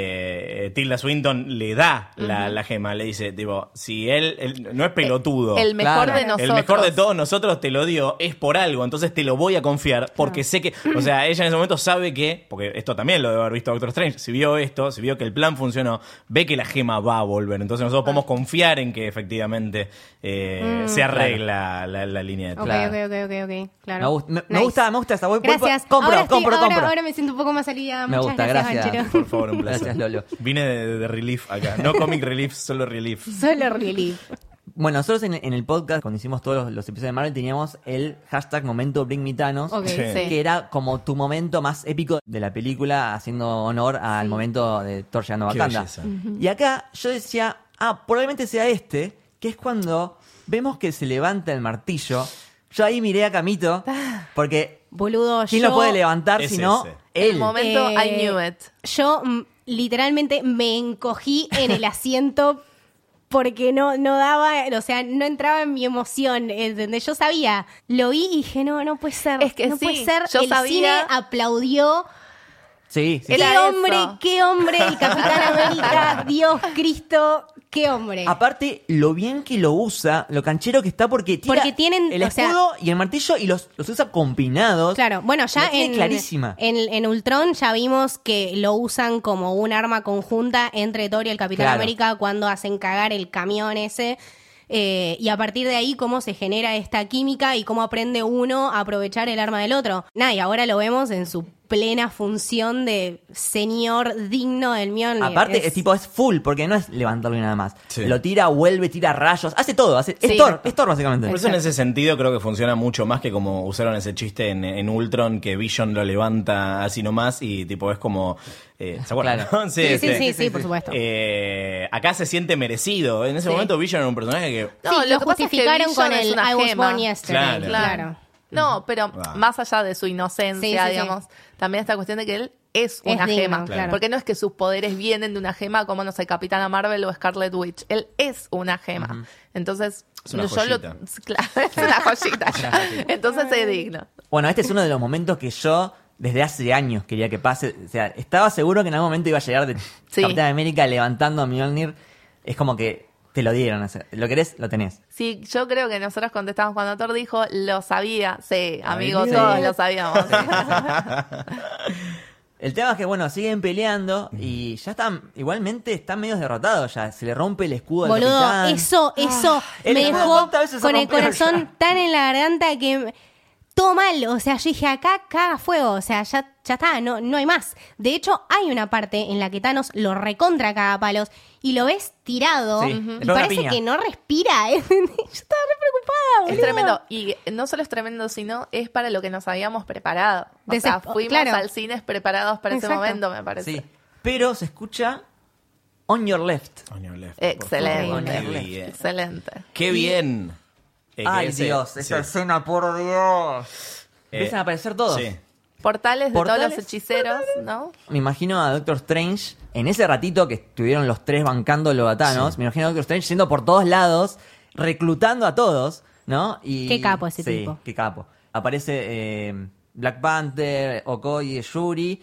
Speaker 4: eh, Tilda Swinton le da la, la gema, le dice, tipo, si él, él no es pelotudo.
Speaker 3: Eh, El mejor
Speaker 1: Claro.
Speaker 3: de nosotros.
Speaker 4: El mejor de todos nosotros te lo dio, es por algo, entonces te lo voy a confiar, porque sé que, o sea, ella en ese momento sabe que, porque esto también lo debe haber visto Doctor Strange, si vio esto, si vio que el plan funcionó, ve que la gema va a volver, entonces nosotros podemos confiar en que efectivamente eh, se arregla la, la línea de
Speaker 2: Ok,
Speaker 4: tiempo.
Speaker 1: Claro.
Speaker 2: ok, ok, ok, ok, Claro.
Speaker 1: Me gust- me- me
Speaker 2: Nice.
Speaker 1: gusta- me gusta esa web. Voy por-
Speaker 2: Gracias.
Speaker 1: compro,
Speaker 2: ahora estoy-
Speaker 1: compro,
Speaker 2: ahora-
Speaker 1: compro.
Speaker 2: Ahora me siento un poco más salida.
Speaker 1: Me
Speaker 2: Muchas
Speaker 1: gusta,
Speaker 2: gracias,
Speaker 1: gracias.
Speaker 2: Banchero. <laughs>
Speaker 4: Por favor, un placer.
Speaker 1: Gracias, Lolo.
Speaker 4: Vine de, de relief acá, no comic relief, solo relief.
Speaker 2: Solo relief.
Speaker 1: Bueno, nosotros en, en el podcast, cuando hicimos todos los, los episodios de Marvel, teníamos el hashtag momento Bring Me Thanos,
Speaker 2: Ok,
Speaker 4: Sí.
Speaker 2: sí.
Speaker 1: que era como tu momento más épico de la película, haciendo honor al momento de Thor llegando a
Speaker 4: Qué
Speaker 1: Wakanda.
Speaker 4: belleza.
Speaker 1: Y acá yo decía, ah, probablemente sea este, que es cuando vemos que se levanta el martillo. Yo ahí miré a Camito, porque
Speaker 2: Boludo,
Speaker 1: ¿quién
Speaker 2: Ah. yo...
Speaker 1: lo puede levantar
Speaker 4: Es
Speaker 1: si no
Speaker 4: ese.
Speaker 1: él?
Speaker 3: El momento
Speaker 2: Eh,
Speaker 3: I knew it.
Speaker 2: Yo mm, literalmente me encogí en el asiento porque no, no daba, o sea, no entraba en mi emoción, ¿entendés? Yo sabía, lo vi y dije, no, no puede ser.
Speaker 3: Es que
Speaker 2: no
Speaker 3: sí,
Speaker 2: puede ser.
Speaker 3: yo
Speaker 2: el
Speaker 3: sabía.
Speaker 2: cine aplaudió.
Speaker 1: Sí, sí.
Speaker 3: Era
Speaker 2: qué
Speaker 3: eso.
Speaker 2: hombre, qué hombre, el Capitán
Speaker 3: <laughs>
Speaker 2: América, Dios Cristo, qué hombre.
Speaker 1: Aparte, lo bien que lo usa, lo canchero que está, porque tira
Speaker 2: Porque tienen,
Speaker 1: el
Speaker 2: o sea-
Speaker 1: escudo y el martillo y los, los usa combinados.
Speaker 2: Claro, bueno, ya
Speaker 1: La tiene
Speaker 2: en,
Speaker 1: clarísima.
Speaker 2: En, en Ultron ya vimos que lo usan como un arma conjunta entre Thor y el Capitán
Speaker 1: Claro.
Speaker 2: América cuando hacen cagar el camión ese. Eh, y a partir de ahí cómo se genera esta química y cómo aprende uno a aprovechar el arma del otro. Nada, y ahora lo vemos en su plena función de señor digno del Mjolnir.
Speaker 1: Aparte, es... tipo, es full, porque no es levantarlo y nada más.
Speaker 4: Sí.
Speaker 1: Lo tira, vuelve, tira rayos, hace todo. Hace, es
Speaker 3: Sí.
Speaker 1: Thor, es Thor básicamente.
Speaker 4: Por eso en ese sentido creo que funciona mucho más que como usaron ese chiste en, en Ultron que Vision lo levanta así nomás y tipo es como... eh, ¿Se acuerdan?
Speaker 1: Claro.
Speaker 4: <laughs> no?
Speaker 2: Sí, sí, sí, sí, por supuesto.
Speaker 4: Eh, acá se siente merecido. En ese momento Vision era un personaje
Speaker 2: Sí,
Speaker 4: que...
Speaker 3: No,
Speaker 2: lo,
Speaker 3: que pasa es que
Speaker 2: justificaron
Speaker 3: Vision
Speaker 2: con
Speaker 3: es
Speaker 2: el I
Speaker 3: una
Speaker 2: was
Speaker 3: gema.
Speaker 2: born yesterday,
Speaker 4: Claro.
Speaker 2: claro.
Speaker 3: No, pero
Speaker 4: Ah.
Speaker 3: más allá de su
Speaker 2: Sí,
Speaker 3: inocencia,
Speaker 2: sí, sí.
Speaker 3: digamos, también esta cuestión de que él es
Speaker 2: Es
Speaker 3: una
Speaker 2: digno,
Speaker 3: gema.
Speaker 2: claro.
Speaker 3: Porque no es que sus poderes vienen de una gema como, no sé, Capitana Marvel o Scarlet Witch. Él es una gema. Entonces,
Speaker 4: Es una
Speaker 3: yo lo-
Speaker 4: joyita.
Speaker 3: <laughs> Claro, es una
Speaker 4: <laughs>
Speaker 3: joyita. Entonces es digno.
Speaker 1: Bueno, este es uno de los momentos que yo desde hace años quería que pase. O sea, estaba seguro que en algún momento iba a llegar de
Speaker 3: Sí.
Speaker 1: Capitán América levantando a Mjolnir. Es como que te lo dieron. o sea, lo querés, lo tenés.
Speaker 3: Sí, yo creo que nosotros contestamos cuando Thor dijo, lo sabía. Sí, amigo,
Speaker 1: Sí.
Speaker 3: todos lo sabíamos.
Speaker 1: El tema es que, bueno, siguen peleando y ya están, igualmente están medio derrotados ya. Se le rompe el escudo al
Speaker 2: Boludo,
Speaker 1: capitán. Ah,
Speaker 2: eso, eso
Speaker 1: el
Speaker 2: me
Speaker 1: escudo,
Speaker 2: dejó
Speaker 1: ¿cuántas veces se
Speaker 2: con el
Speaker 1: rompió
Speaker 2: corazón
Speaker 1: ya?
Speaker 2: tan en la garganta que me- todo mal. O sea, yo dije, acá caga fuego. O sea, ya, ya está, no, no hay más. De hecho, hay una parte en la que Thanos lo recontra caga a palos y lo ves tirado
Speaker 1: Sí, le
Speaker 2: y
Speaker 1: pega una
Speaker 2: parece
Speaker 1: piña.
Speaker 2: que no respira. <laughs> ¿eh? yo estaba re preocupada, boludo.
Speaker 3: <laughs> Es tremendo. Y no solo es tremendo, sino es para lo que nos habíamos preparado. O sea,
Speaker 2: Desespo-
Speaker 3: fuimos
Speaker 2: oh, claro.
Speaker 3: al cine preparados para ese
Speaker 2: Exacto.
Speaker 3: momento, me parece.
Speaker 1: Sí. Pero se escucha On Your Left.
Speaker 4: On your left, oh, por favor,
Speaker 3: Excelente.
Speaker 4: qué
Speaker 1: Horrible.
Speaker 4: bien.
Speaker 3: Excelente.
Speaker 4: Qué bien. Eh, que
Speaker 1: Ay,
Speaker 4: ese-
Speaker 1: Dios,
Speaker 4: sí.
Speaker 1: esa escena, por Dios.
Speaker 4: Eh,
Speaker 1: Empiezan a aparecer todos.
Speaker 4: Sí.
Speaker 3: Portales de todos
Speaker 1: Portales.
Speaker 3: los hechiceros, ¿no?
Speaker 1: Me imagino a Doctor Strange en ese ratito que estuvieron los tres bancándolo a Thanos. Me imagino a Doctor Strange yendo por todos lados, reclutando a todos, ¿no? Y,
Speaker 2: Qué capo ese
Speaker 1: Sí,
Speaker 2: tipo.
Speaker 1: Qué capo. Aparece eh, Black Panther, Okoye, Shuri.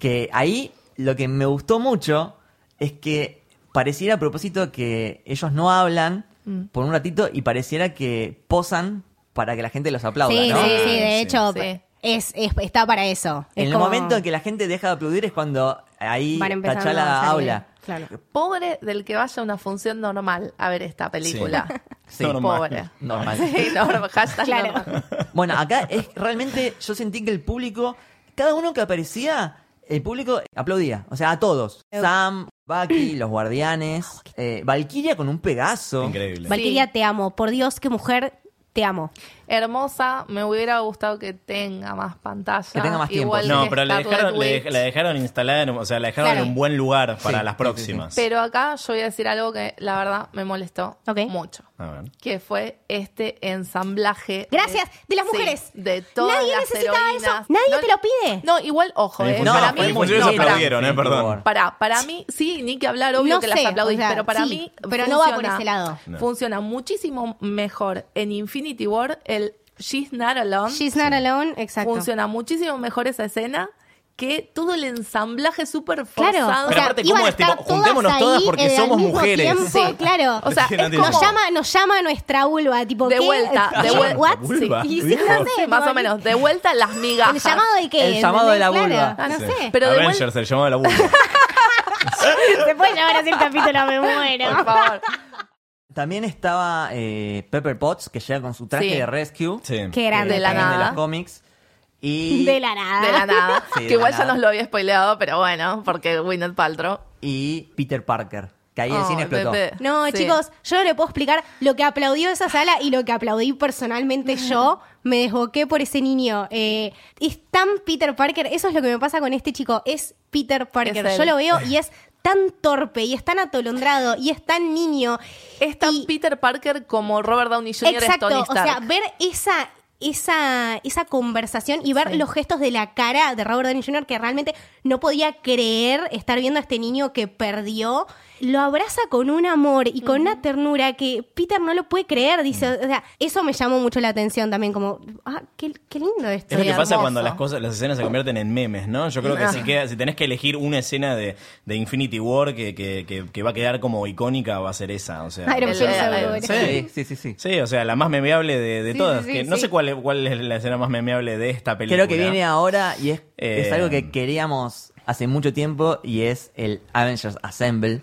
Speaker 1: Que ahí lo que me gustó mucho es que pareciera a propósito que ellos no hablan
Speaker 2: Mm.
Speaker 1: por un ratito y pareciera que posan para que la gente los aplauda,
Speaker 2: Sí,
Speaker 1: ¿no?
Speaker 2: sí, sí,
Speaker 4: Sí,
Speaker 2: de hecho,
Speaker 3: sí.
Speaker 2: Es, es- está para eso.
Speaker 1: En
Speaker 2: Es
Speaker 1: el
Speaker 2: como-
Speaker 1: momento en que la gente deja de aplaudir es cuando ahí
Speaker 2: Van empezando a
Speaker 1: Tachala
Speaker 2: salir,
Speaker 1: habla.
Speaker 2: claro.
Speaker 3: Pobre del que vaya a una función normal a ver esta película. <laughs>
Speaker 1: Sí.
Speaker 4: Normal.
Speaker 3: Pobre.
Speaker 2: <laughs>
Speaker 1: Normal.
Speaker 3: Sí,
Speaker 1: <laughs>
Speaker 3: normal. Hashtag
Speaker 2: Claro.
Speaker 3: normal.
Speaker 1: Bueno, acá es realmente yo sentí que el público, cada uno que aparecía, el público aplaudía. O sea, a todos. Sam, Bucky, los guardianes, eh, Valkyria con un pegazo.
Speaker 4: Increíble.
Speaker 2: Valkyria, te amo. Por Dios, qué mujer, te amo.
Speaker 3: Hermosa, me hubiera gustado que tenga más pantalla.
Speaker 1: Que tenga más tiempo.
Speaker 3: igual
Speaker 4: No,
Speaker 3: que
Speaker 4: pero la
Speaker 3: Scarlet
Speaker 4: dejaron, le
Speaker 3: Witch.
Speaker 4: dej- la dejaron instalada, en, un- o sea, la dejaron
Speaker 2: Claro.
Speaker 4: en un buen lugar para
Speaker 1: Sí, sí,
Speaker 4: las
Speaker 1: sí, sí.
Speaker 4: próximas.
Speaker 3: Pero acá yo voy a decir algo que la verdad me molestó
Speaker 2: Ok.
Speaker 3: mucho.
Speaker 4: A ver.
Speaker 3: Que fue este ensamblaje.
Speaker 2: Gracias, de las
Speaker 3: sí,
Speaker 2: mujeres.
Speaker 3: de todas
Speaker 2: Nadie
Speaker 3: las
Speaker 2: necesitaba
Speaker 3: heroínas.
Speaker 2: eso. Nadie
Speaker 3: No-
Speaker 2: te lo pide.
Speaker 3: No, igual, ojo, eh,
Speaker 4: No,
Speaker 3: para
Speaker 4: fue
Speaker 3: mí.
Speaker 4: en funciones
Speaker 3: no, para-
Speaker 4: aplaudieron, eh,
Speaker 1: por
Speaker 4: perdón.
Speaker 1: favor.
Speaker 3: Para, para mí, sí, ni que hablar, obvio
Speaker 2: No
Speaker 3: que
Speaker 2: sé,
Speaker 3: las aplaudís,
Speaker 2: o sea,
Speaker 3: pero para
Speaker 2: sí,
Speaker 3: mí.
Speaker 2: pero no va por ese lado.
Speaker 4: No.
Speaker 3: Funciona muchísimo mejor en Infinity War el She's Not Alone.
Speaker 2: She's not alone, exacto.
Speaker 3: Funciona muchísimo mejor esa escena que todo el ensamblaje súper forzado.
Speaker 2: Claro, o
Speaker 4: Pero
Speaker 2: sea,
Speaker 4: aparte,
Speaker 2: iban
Speaker 4: ¿cómo
Speaker 2: a
Speaker 4: es? Tipo,
Speaker 2: estar todas
Speaker 4: juntémonos
Speaker 2: ahí
Speaker 4: todas porque
Speaker 2: en el
Speaker 4: somos
Speaker 2: mismo
Speaker 4: mujeres.
Speaker 2: Tiempo,
Speaker 3: Sí.
Speaker 2: claro.
Speaker 3: O sea,
Speaker 4: Sí, no
Speaker 3: es
Speaker 4: tiene
Speaker 3: como-
Speaker 2: nos llama, nos llama nuestra vulva, tipo
Speaker 3: De
Speaker 2: ¿qué?
Speaker 3: vuelta,
Speaker 2: <laughs>
Speaker 3: de
Speaker 2: Sí.
Speaker 3: vuelta.
Speaker 2: What?
Speaker 4: Vulva,
Speaker 2: Sí,
Speaker 4: dijo.
Speaker 2: no sé,
Speaker 3: Sí, más
Speaker 2: tipo,
Speaker 3: o menos. De vuelta las migajas.
Speaker 2: El llamado de qué?
Speaker 1: El llamado de la
Speaker 2: Claro,
Speaker 1: vulva.
Speaker 2: ah, No
Speaker 4: Sí.
Speaker 2: sé.
Speaker 3: Pero de
Speaker 4: Avengers, el llamado de la burla.
Speaker 2: Te puede llamar así el capítulo, me
Speaker 3: Por
Speaker 2: muero.
Speaker 3: favor.
Speaker 1: También estaba eh, Pepper Potts, que llega con su traje
Speaker 3: Sí.
Speaker 1: de rescue.
Speaker 4: Sí.
Speaker 2: <laughs> Qué grande.
Speaker 1: que
Speaker 3: De la
Speaker 1: también
Speaker 3: nada.
Speaker 1: los cómics. Y,
Speaker 2: De la nada.
Speaker 3: De la nada.
Speaker 1: Sí, de
Speaker 3: que igual
Speaker 1: la
Speaker 3: ya
Speaker 1: nada.
Speaker 3: nos lo había spoileado, pero bueno, porque Winnet Paltrow.
Speaker 1: y Peter Parker, que ahí el
Speaker 3: Oh,
Speaker 1: cine explotó.
Speaker 3: bebé.
Speaker 2: No,
Speaker 3: Sí.
Speaker 2: chicos, yo no le puedo explicar lo que aplaudió esa sala y lo que aplaudí
Speaker 3: <laughs>
Speaker 2: personalmente yo. Me desboqué por ese niño. Eh, es tan Peter Parker. Eso es lo que me pasa con este chico. Es Peter Parker.
Speaker 3: Es
Speaker 2: yo
Speaker 3: él.
Speaker 2: lo veo y es tan torpe y es tan atolondrado y es tan niño.
Speaker 3: Es tan
Speaker 2: Y-
Speaker 3: Peter Parker como Robert Downey Jr. es
Speaker 2: Exacto.
Speaker 3: Tony
Speaker 2: O
Speaker 3: Stark.
Speaker 2: sea, ver esa. Esa, esa conversación y ver
Speaker 3: Sí.
Speaker 2: los gestos de la cara de Robert Downey Jr. que realmente no podía creer estar viendo a este niño que perdió, lo abraza con un amor y con una ternura que Peter no lo puede creer. Dice, o sea, eso me llamó mucho la atención también, como, ah, qué, qué lindo esto.
Speaker 4: Es lo que
Speaker 3: Hermoso.
Speaker 4: pasa cuando las cosas, las escenas se convierten en memes, ¿no? Yo creo que si, queda- si tenés que elegir una escena de, de Infinity War que, que- que- que va a quedar como icónica, va a ser esa. O sea,
Speaker 2: Iron
Speaker 4: la-
Speaker 3: Man, seguro.
Speaker 4: la-
Speaker 1: Sí, sí, sí, sí.
Speaker 4: Sí, o sea, la más memeable de, de
Speaker 2: Sí,
Speaker 4: todas.
Speaker 2: sí,
Speaker 4: que
Speaker 2: sí,
Speaker 4: no
Speaker 2: sí.
Speaker 4: sé cuál, es- cuál es la escena más memeable de esta película.
Speaker 1: Creo que viene ahora y es, es
Speaker 4: Eh,
Speaker 1: algo que queríamos hace mucho tiempo y es el Avengers Assemble.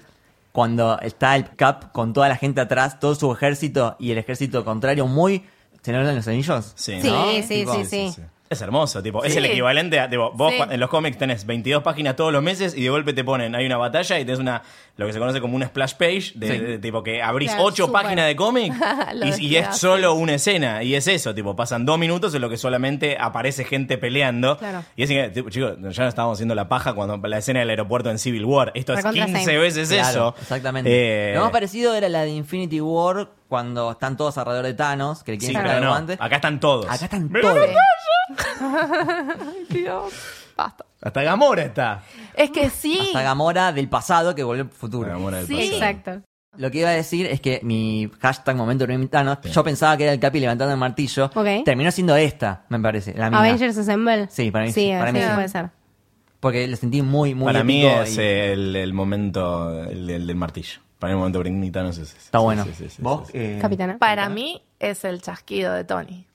Speaker 1: Cuando está el Cap con toda la gente atrás, todo su ejército y el ejército contrario muy... ¿Se notan los anillos?
Speaker 4: Sí,
Speaker 2: Sí,
Speaker 4: ¿no?
Speaker 2: sí, sí,
Speaker 1: Tipo,
Speaker 2: sí,
Speaker 4: Es hermoso, tipo, es
Speaker 3: Sí.
Speaker 4: el equivalente a, tipo, vos
Speaker 3: Sí.
Speaker 4: cua- en los cómics tenés 22 páginas todos los meses y de golpe te ponen, hay una batalla y tenés una, lo que se conoce como una splash page, de,
Speaker 1: Sí.
Speaker 4: de- tipo que abrís
Speaker 2: Claro,
Speaker 4: 8
Speaker 2: súper.
Speaker 4: páginas
Speaker 2: <laughs>
Speaker 4: de cómic
Speaker 3: Lo
Speaker 4: y, y es
Speaker 3: desplazas.
Speaker 4: solo una escena, y es eso, tipo, pasan dos minutos en lo que solamente aparece gente peleando.
Speaker 2: Claro.
Speaker 4: Y es que, tipo, chicos, ya no estábamos haciendo la paja cuando la escena del aeropuerto en Civil War, esto es
Speaker 2: Recontra
Speaker 4: 15
Speaker 2: same.
Speaker 4: veces
Speaker 1: Claro,
Speaker 4: eso.
Speaker 1: Exactamente.
Speaker 4: Eh,
Speaker 1: Lo más parecido era la de Infinity War cuando están todos alrededor de Thanos, que le
Speaker 4: sí,
Speaker 1: quieren
Speaker 4: pero
Speaker 1: sacar el
Speaker 4: no,
Speaker 1: guante.
Speaker 4: acá están todos.
Speaker 1: Acá están
Speaker 4: Mirá,
Speaker 1: todos.
Speaker 3: Dios. Basta.
Speaker 4: Hasta Gamora está.
Speaker 3: Es que sí.
Speaker 1: Hasta Gamora del pasado que volvió al futuro.
Speaker 4: Gamora del
Speaker 3: Sí.
Speaker 4: pasado.
Speaker 2: Exacto.
Speaker 1: Lo que iba a decir es que mi hashtag momento Thanos, yo pensaba que era el Capi levantando el martillo.
Speaker 2: Ok.
Speaker 1: Terminó siendo esta, me parece. La mía.
Speaker 2: Avengers Assemble.
Speaker 1: Sí, para mí sí, para mí sí.
Speaker 2: puede ser.
Speaker 1: Porque lo sentí muy, muy
Speaker 4: Para mí
Speaker 1: épico
Speaker 4: es eh,
Speaker 1: y-
Speaker 4: el, el momento el, el del martillo. Para mí el momento brignitano es ese.
Speaker 1: Está
Speaker 4: Sí,
Speaker 1: bueno.
Speaker 4: sí, sí, sí,
Speaker 1: ¿Vos?
Speaker 4: sí, sí.
Speaker 1: Eh,
Speaker 2: Capitana.
Speaker 3: Para mí es el chasquido de Tony.